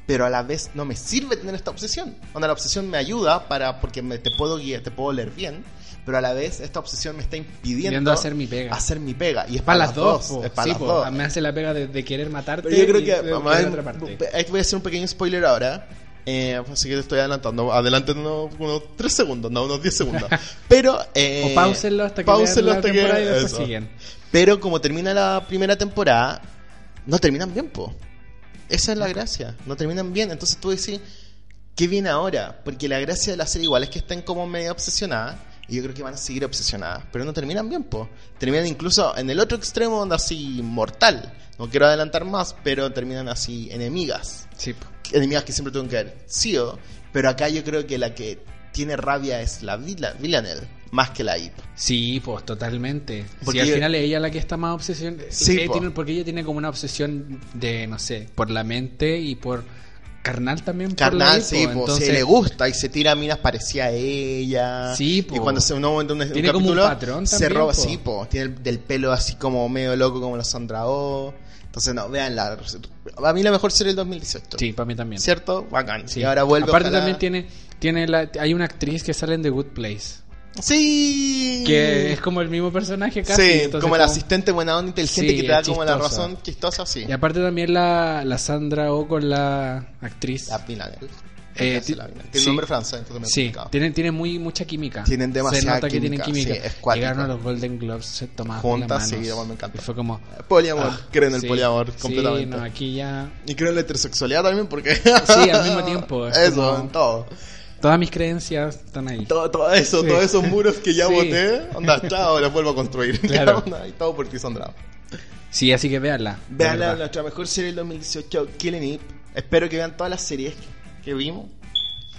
[SPEAKER 1] pero a la vez no me sirve tener esta obsesión. Onda, la obsesión me ayuda para porque me, te puedo guiar, te puedo leer bien, pero a la vez esta obsesión me está impidiendo
[SPEAKER 2] Viendo hacer mi pega.
[SPEAKER 1] hacer mi pega y es
[SPEAKER 2] Para las dos, po.
[SPEAKER 1] es para
[SPEAKER 2] Sí,
[SPEAKER 1] las
[SPEAKER 2] po.
[SPEAKER 1] dos.
[SPEAKER 2] Me hace la pega de, de querer matarte.
[SPEAKER 1] Pero yo creo
[SPEAKER 2] y
[SPEAKER 1] que.
[SPEAKER 2] de-
[SPEAKER 1] vamos a
[SPEAKER 2] de
[SPEAKER 1] ver,
[SPEAKER 2] otra parte.
[SPEAKER 1] ahí voy a hacer un pequeño spoiler ahora. Eh, así que te estoy adelantando. Adelante unos, unos 3 segundos, no, unos 10 segundos. Pero. Eh,
[SPEAKER 2] o pausenlo hasta que
[SPEAKER 1] pausenlo
[SPEAKER 2] vean la
[SPEAKER 1] hasta que-
[SPEAKER 2] temporada y después
[SPEAKER 1] eso.
[SPEAKER 2] siguen.
[SPEAKER 1] Pero como termina la primera temporada, no terminan bien, po. Esa es la gracia. No terminan bien. Entonces tú decís, ¿qué viene ahora? Porque la gracia de la serie igual es que estén como medio obsesionadas. Y yo creo que van a seguir obsesionadas. Pero no terminan bien, po. Terminan incluso en el otro extremo, onda así mortal. No quiero adelantar más, pero terminan así enemigas.
[SPEAKER 2] Sí, po.
[SPEAKER 1] Enemigas que siempre tuvieron que haber sido. Pero acá yo creo que la que tiene rabia es la Villa- Villanelle, más que la Ip.
[SPEAKER 2] Sí, pues totalmente.
[SPEAKER 1] Porque
[SPEAKER 2] Porque al
[SPEAKER 1] yo-
[SPEAKER 2] final ella es la que está más obsesión. eh,
[SPEAKER 1] Sí,
[SPEAKER 2] ella
[SPEAKER 1] po.
[SPEAKER 2] tiene- porque ella tiene como una obsesión de, no sé, por la mente y por carnal también. por la
[SPEAKER 1] Carnal,
[SPEAKER 2] hipo.
[SPEAKER 1] sí, po,
[SPEAKER 2] pues, Entonces,
[SPEAKER 1] se le gusta y se tira minas parecía a ella.
[SPEAKER 2] Sí, po.
[SPEAKER 1] Y cuando se uno monta un, un
[SPEAKER 2] Tiene como un
[SPEAKER 1] capítulo,
[SPEAKER 2] patrón
[SPEAKER 1] se
[SPEAKER 2] también, pues.
[SPEAKER 1] roba,
[SPEAKER 2] po.
[SPEAKER 1] sí, po. Tiene el, del pelo así como medio loco como los Sandra Oh. Entonces, no, vean la. A mí la mejor serie del 2018.
[SPEAKER 2] Sí, para mí también.
[SPEAKER 1] ¿Cierto? Bacán.
[SPEAKER 2] Sí.
[SPEAKER 1] Y ahora vuelve.
[SPEAKER 2] Aparte
[SPEAKER 1] ojalá-
[SPEAKER 2] también tiene, tiene la, hay una actriz que sale en The Good Place.
[SPEAKER 1] Sí.
[SPEAKER 2] Que es como el mismo personaje casi.
[SPEAKER 1] Mm. Sí,
[SPEAKER 2] entonces
[SPEAKER 1] como el asistente buena onda inteligente
[SPEAKER 2] Sí,
[SPEAKER 1] que te da
[SPEAKER 2] es
[SPEAKER 1] como la
[SPEAKER 2] chistosa.
[SPEAKER 1] razón chistosa, sí.
[SPEAKER 2] Y aparte también la, la Sandra O con la actriz.
[SPEAKER 1] La Villanelle.
[SPEAKER 2] Eh,
[SPEAKER 1] Esa
[SPEAKER 2] ti-
[SPEAKER 1] es la Villanelle.
[SPEAKER 2] sí.
[SPEAKER 1] Tiene nombre francés, entonces me he
[SPEAKER 2] Sí,
[SPEAKER 1] complicado.
[SPEAKER 2] tienen, tienen muy, mucha química.
[SPEAKER 1] Tienen demasiada
[SPEAKER 2] Se nota que tienen
[SPEAKER 1] química,
[SPEAKER 2] química.
[SPEAKER 1] sí, es cuático.
[SPEAKER 2] Llegaron a los Golden Globes, se tomaban
[SPEAKER 1] Juntas,
[SPEAKER 2] de las
[SPEAKER 1] sí,
[SPEAKER 2] manos.
[SPEAKER 1] igual me encanta.
[SPEAKER 2] Y fue como...
[SPEAKER 1] Poliamor,
[SPEAKER 2] ah,
[SPEAKER 1] creo en el
[SPEAKER 2] sí,
[SPEAKER 1] poliamor
[SPEAKER 2] sí,
[SPEAKER 1] completamente.
[SPEAKER 2] no, aquí ya...
[SPEAKER 1] Y creo en la heterosexualidad también porque...
[SPEAKER 2] Sí, al mismo tiempo, es
[SPEAKER 1] Eso,
[SPEAKER 2] como-
[SPEAKER 1] en todo.
[SPEAKER 2] Todas mis creencias están ahí.
[SPEAKER 1] Todo, todo eso,
[SPEAKER 2] Sí.
[SPEAKER 1] todos esos muros que ya
[SPEAKER 2] Sí.
[SPEAKER 1] boté, onda, chao, los vuelvo a construir.
[SPEAKER 2] Claro.
[SPEAKER 1] Onda, y todo por ti son drama.
[SPEAKER 2] Sí, así que véanla. de
[SPEAKER 1] Vean la-
[SPEAKER 2] verdad.
[SPEAKER 1] nuestra mejor serie del 2018, Killing It. Espero que vean todas las series que vimos.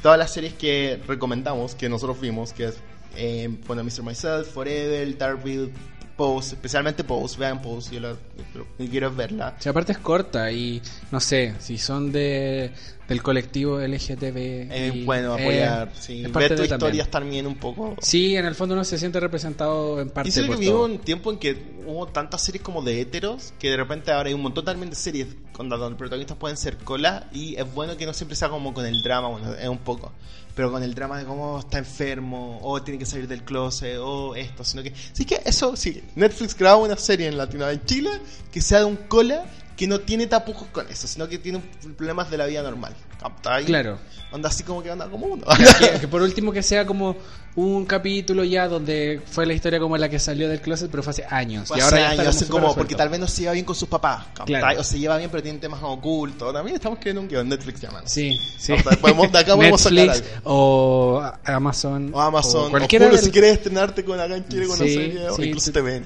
[SPEAKER 1] Todas las series que recomendamos, que nosotros vimos, que es eh, bueno, Mr. Myself, Forever, Darkville, Pose, especialmente Pose, vean Pose, yo la, yo quiero verla.
[SPEAKER 2] Si aparte es corta y no sé, si son de del colectivo LGTB.
[SPEAKER 1] Eh,
[SPEAKER 2] y-
[SPEAKER 1] bueno,
[SPEAKER 2] eh,
[SPEAKER 1] apoyar, sí.
[SPEAKER 2] es parte
[SPEAKER 1] ver tu
[SPEAKER 2] de también.
[SPEAKER 1] historias también un poco.
[SPEAKER 2] Sí, en el fondo uno se siente representado en parte
[SPEAKER 1] Y siento
[SPEAKER 2] por
[SPEAKER 1] que vivimos
[SPEAKER 2] todo.
[SPEAKER 1] un tiempo en que hubo tantas series como de héteros que de repente ahora hay un montón también de series con donde los protagonistas pueden ser cola y es bueno que no siempre sea como con el drama, bueno, es un poco, pero con el drama de cómo está enfermo, o tiene que salir del closet, o esto, sino que... Sí que eso, sí, Netflix grabó una serie en Latinoamérica, en Chile, que sea de un cola que no tiene tapujos con eso, sino que tiene problemas de la vida normal. ¿Captáis?
[SPEAKER 2] Claro.
[SPEAKER 1] Onda así como que anda como uno.
[SPEAKER 2] que, que por último que sea como un capítulo ya donde fue la historia como la que salió del closet, pero fue hace años.
[SPEAKER 1] Pues
[SPEAKER 2] y ahora
[SPEAKER 1] hace
[SPEAKER 2] ya está
[SPEAKER 1] años,
[SPEAKER 2] como,
[SPEAKER 1] como,
[SPEAKER 2] súper
[SPEAKER 1] porque
[SPEAKER 2] resuelto.
[SPEAKER 1] tal vez no se lleva bien con sus papás, ¿cachai?
[SPEAKER 2] Claro.
[SPEAKER 1] o se lleva bien pero tienen temas ocultos. También estamos creando un guión Netflix llamando.
[SPEAKER 2] Sí, sí.
[SPEAKER 1] O sea, podemos- de acá podemos sacar
[SPEAKER 2] Netflix
[SPEAKER 1] algo.
[SPEAKER 2] o Amazon.
[SPEAKER 1] O Amazon, o
[SPEAKER 2] cualquiera
[SPEAKER 1] Hulu,
[SPEAKER 2] del-
[SPEAKER 1] si quieres estrenarte con acá en Chile con
[SPEAKER 2] Sí,
[SPEAKER 1] la serie, o
[SPEAKER 2] sí,
[SPEAKER 1] incluso
[SPEAKER 2] tú-
[SPEAKER 1] TVN.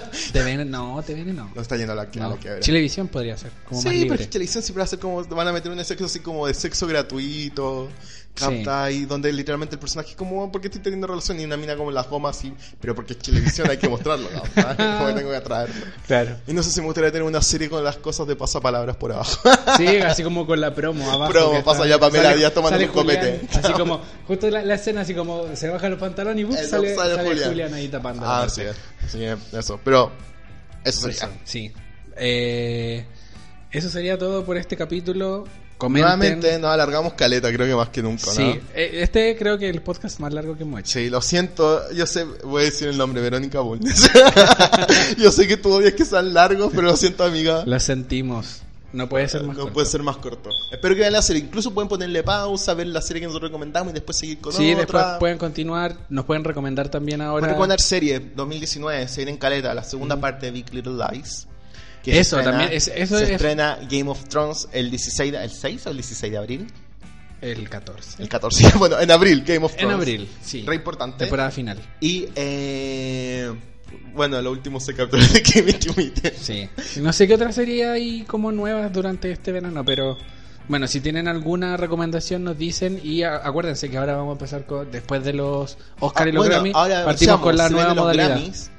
[SPEAKER 2] TVN, no, TVN no.
[SPEAKER 1] no está yendo a la, a la
[SPEAKER 2] No.
[SPEAKER 1] quiebra.
[SPEAKER 2] Chilevisión podría ser, como más
[SPEAKER 1] Sí,
[SPEAKER 2] libre.
[SPEAKER 1] pero es que Televisión siempre hace como, van a meter un sexo así como de sexo gratuito, ¿cachai? donde literalmente el personaje es como, ¿por qué estoy teniendo relación? Y una mina como las gomas así, pero porque es televisión hay que mostrarlo, ¿cachai? Como que tengo que traerlo.
[SPEAKER 2] Claro.
[SPEAKER 1] Y no sé si me gustaría tener una serie con las cosas de pasapalabras por abajo.
[SPEAKER 2] Sí, así como con la promo abajo.
[SPEAKER 1] Promo,
[SPEAKER 2] que
[SPEAKER 1] pasa
[SPEAKER 2] está-
[SPEAKER 1] ya Pamela
[SPEAKER 2] sale-
[SPEAKER 1] Díaz tomando
[SPEAKER 2] sale
[SPEAKER 1] un
[SPEAKER 2] Julián,
[SPEAKER 1] copete.
[SPEAKER 2] Así como, justo la, la escena, así como se baja los pantalones y buf,
[SPEAKER 1] Eso,
[SPEAKER 2] sale, sale Julián. ahí tapando. la
[SPEAKER 1] Ah,
[SPEAKER 2] parte.
[SPEAKER 1] sí, sí, eso. Pero eso sería.
[SPEAKER 2] Eso, sí. Eh, eso sería todo por este capítulo. Comenten.
[SPEAKER 1] Nuevamente nos alargamos caleta, creo que más que nunca.
[SPEAKER 2] Sí,
[SPEAKER 1] ¿no?
[SPEAKER 2] eh, este creo que es el podcast más largo que hemos hecho.
[SPEAKER 1] Sí, lo siento, yo sé, voy a decir el nombre, Verónica Bulnes. yo sé que tu días que son largos, pero lo siento, amiga.
[SPEAKER 2] Lo sentimos. No puede ser más
[SPEAKER 1] no
[SPEAKER 2] corto.
[SPEAKER 1] puede ser más corto. Espero que vean la serie. Incluso pueden ponerle pausa, ver la serie que nosotros recomendamos y después seguir con
[SPEAKER 2] Sí,
[SPEAKER 1] otra.
[SPEAKER 2] después pueden continuar. Nos pueden recomendar también
[SPEAKER 1] Pueden
[SPEAKER 2] ahora. Mm.
[SPEAKER 1] recomendar serie 2019, se viene en caleta, la segunda parte de Big Little Lies. se
[SPEAKER 2] Eso, también, es- eso
[SPEAKER 1] se
[SPEAKER 2] es-
[SPEAKER 1] estrena Game of Thrones el 16 de- el 6 o el 16 de abril.
[SPEAKER 2] El 14.
[SPEAKER 1] El 14, bueno, en abril, Game of
[SPEAKER 2] En
[SPEAKER 1] Thrones.
[SPEAKER 2] abril, sí.
[SPEAKER 1] Re importante.
[SPEAKER 2] Temporada final.
[SPEAKER 1] Y, eh, bueno, lo último se capturó de Kimi Kimite.
[SPEAKER 2] Sí. No sé qué otra serie hay como nuevas durante este verano, pero bueno, si tienen alguna recomendación nos dicen y a- acuérdense que ahora vamos a empezar con, después de los Oscar y los
[SPEAKER 1] Ah, bueno,
[SPEAKER 2] Grammy,
[SPEAKER 1] ahora
[SPEAKER 2] partimos
[SPEAKER 1] anunciamos,
[SPEAKER 2] con la
[SPEAKER 1] se
[SPEAKER 2] nueva
[SPEAKER 1] vienen los
[SPEAKER 2] modalidad.
[SPEAKER 1] Grammys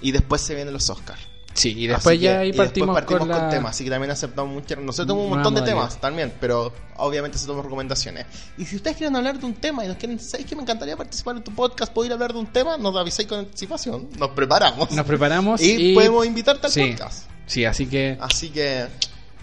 [SPEAKER 1] y después se vienen los Oscars.
[SPEAKER 2] Sí, y
[SPEAKER 1] Así
[SPEAKER 2] después Ah, pues ya
[SPEAKER 1] que-
[SPEAKER 2] ahí
[SPEAKER 1] y
[SPEAKER 2] partimos,
[SPEAKER 1] después partimos
[SPEAKER 2] con,
[SPEAKER 1] con,
[SPEAKER 2] la-
[SPEAKER 1] temas, así que también aceptamos mucho. Nosotros tomamos un
[SPEAKER 2] Nueva
[SPEAKER 1] montón de
[SPEAKER 2] modalidad.
[SPEAKER 1] temas también, pero obviamente aceptamos recomendaciones. Y si ustedes quieren hablar de un tema y nos quieren, ¿sabes que me encantaría participar en tu podcast? ¿Puedo ir a hablar de un tema? Nos avisáis con anticipación, nos preparamos.
[SPEAKER 2] Nos preparamos
[SPEAKER 1] y,
[SPEAKER 2] y...
[SPEAKER 1] podemos invitarte al
[SPEAKER 2] Sí.
[SPEAKER 1] podcast.
[SPEAKER 2] Sí, así que
[SPEAKER 1] Así que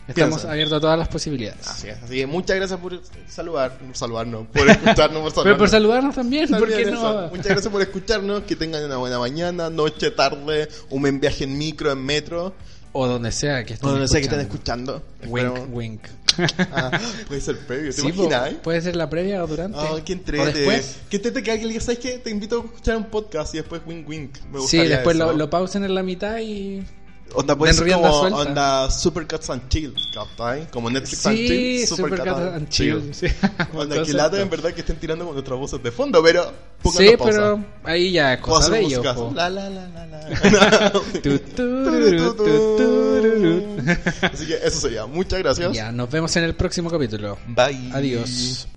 [SPEAKER 2] estamos
[SPEAKER 1] piensa.
[SPEAKER 2] abiertos a todas las posibilidades.
[SPEAKER 1] así es. Así que muchas gracias por saludar, saludarnos, por escucharnos, por
[SPEAKER 2] Pero por
[SPEAKER 1] saludarnos.
[SPEAKER 2] saludarnos también,
[SPEAKER 1] Está
[SPEAKER 2] ¿por qué
[SPEAKER 1] bien eso.
[SPEAKER 2] no?
[SPEAKER 1] Muchas gracias por escucharnos, que tengan una buena mañana, noche, tarde, un buen viaje en micro, en metro,
[SPEAKER 2] O donde sea que estén
[SPEAKER 1] donde sea que estén
[SPEAKER 2] escuchando.
[SPEAKER 1] escuchando. Esperemos-
[SPEAKER 2] Wink, wink.
[SPEAKER 1] Ah, puede ser previo, ¿te
[SPEAKER 2] Sí, po,
[SPEAKER 1] imaginas? eh?
[SPEAKER 2] puede ser la previa o durante.
[SPEAKER 1] Ah, qué entrete.
[SPEAKER 2] o después.
[SPEAKER 1] Qué entrete que alguien le diga, ¿sabes qué? Te invito a escuchar un podcast y después wink wink. Me
[SPEAKER 2] Sí,
[SPEAKER 1] gustaría
[SPEAKER 2] después
[SPEAKER 1] eso.
[SPEAKER 2] lo, lo pausen en la mitad y.
[SPEAKER 1] Onda puede
[SPEAKER 2] den
[SPEAKER 1] ser
[SPEAKER 2] rienda
[SPEAKER 1] como
[SPEAKER 2] suelta.
[SPEAKER 1] onda Supercuts and Chill, ¿cachai? Como Netflix and
[SPEAKER 2] Sí,
[SPEAKER 1] Chill,
[SPEAKER 2] super
[SPEAKER 1] Supercuts
[SPEAKER 2] and chill. sí.
[SPEAKER 1] Onda que
[SPEAKER 2] Concepto.
[SPEAKER 1] lata en verdad que estén tirando con nuestras voces de fondo, pero pongan
[SPEAKER 2] eh, Sí,
[SPEAKER 1] pausa.
[SPEAKER 2] pero ahí ya es
[SPEAKER 1] O
[SPEAKER 2] cosa
[SPEAKER 1] hacer
[SPEAKER 2] de ellos.
[SPEAKER 1] música.
[SPEAKER 2] po.
[SPEAKER 1] La la la la la.
[SPEAKER 2] Tu, tu, tu, tu, tu.
[SPEAKER 1] Así que eso sería. Muchas gracias.
[SPEAKER 2] Ya, nos vemos en el próximo capítulo.
[SPEAKER 1] Bye.
[SPEAKER 2] Adiós.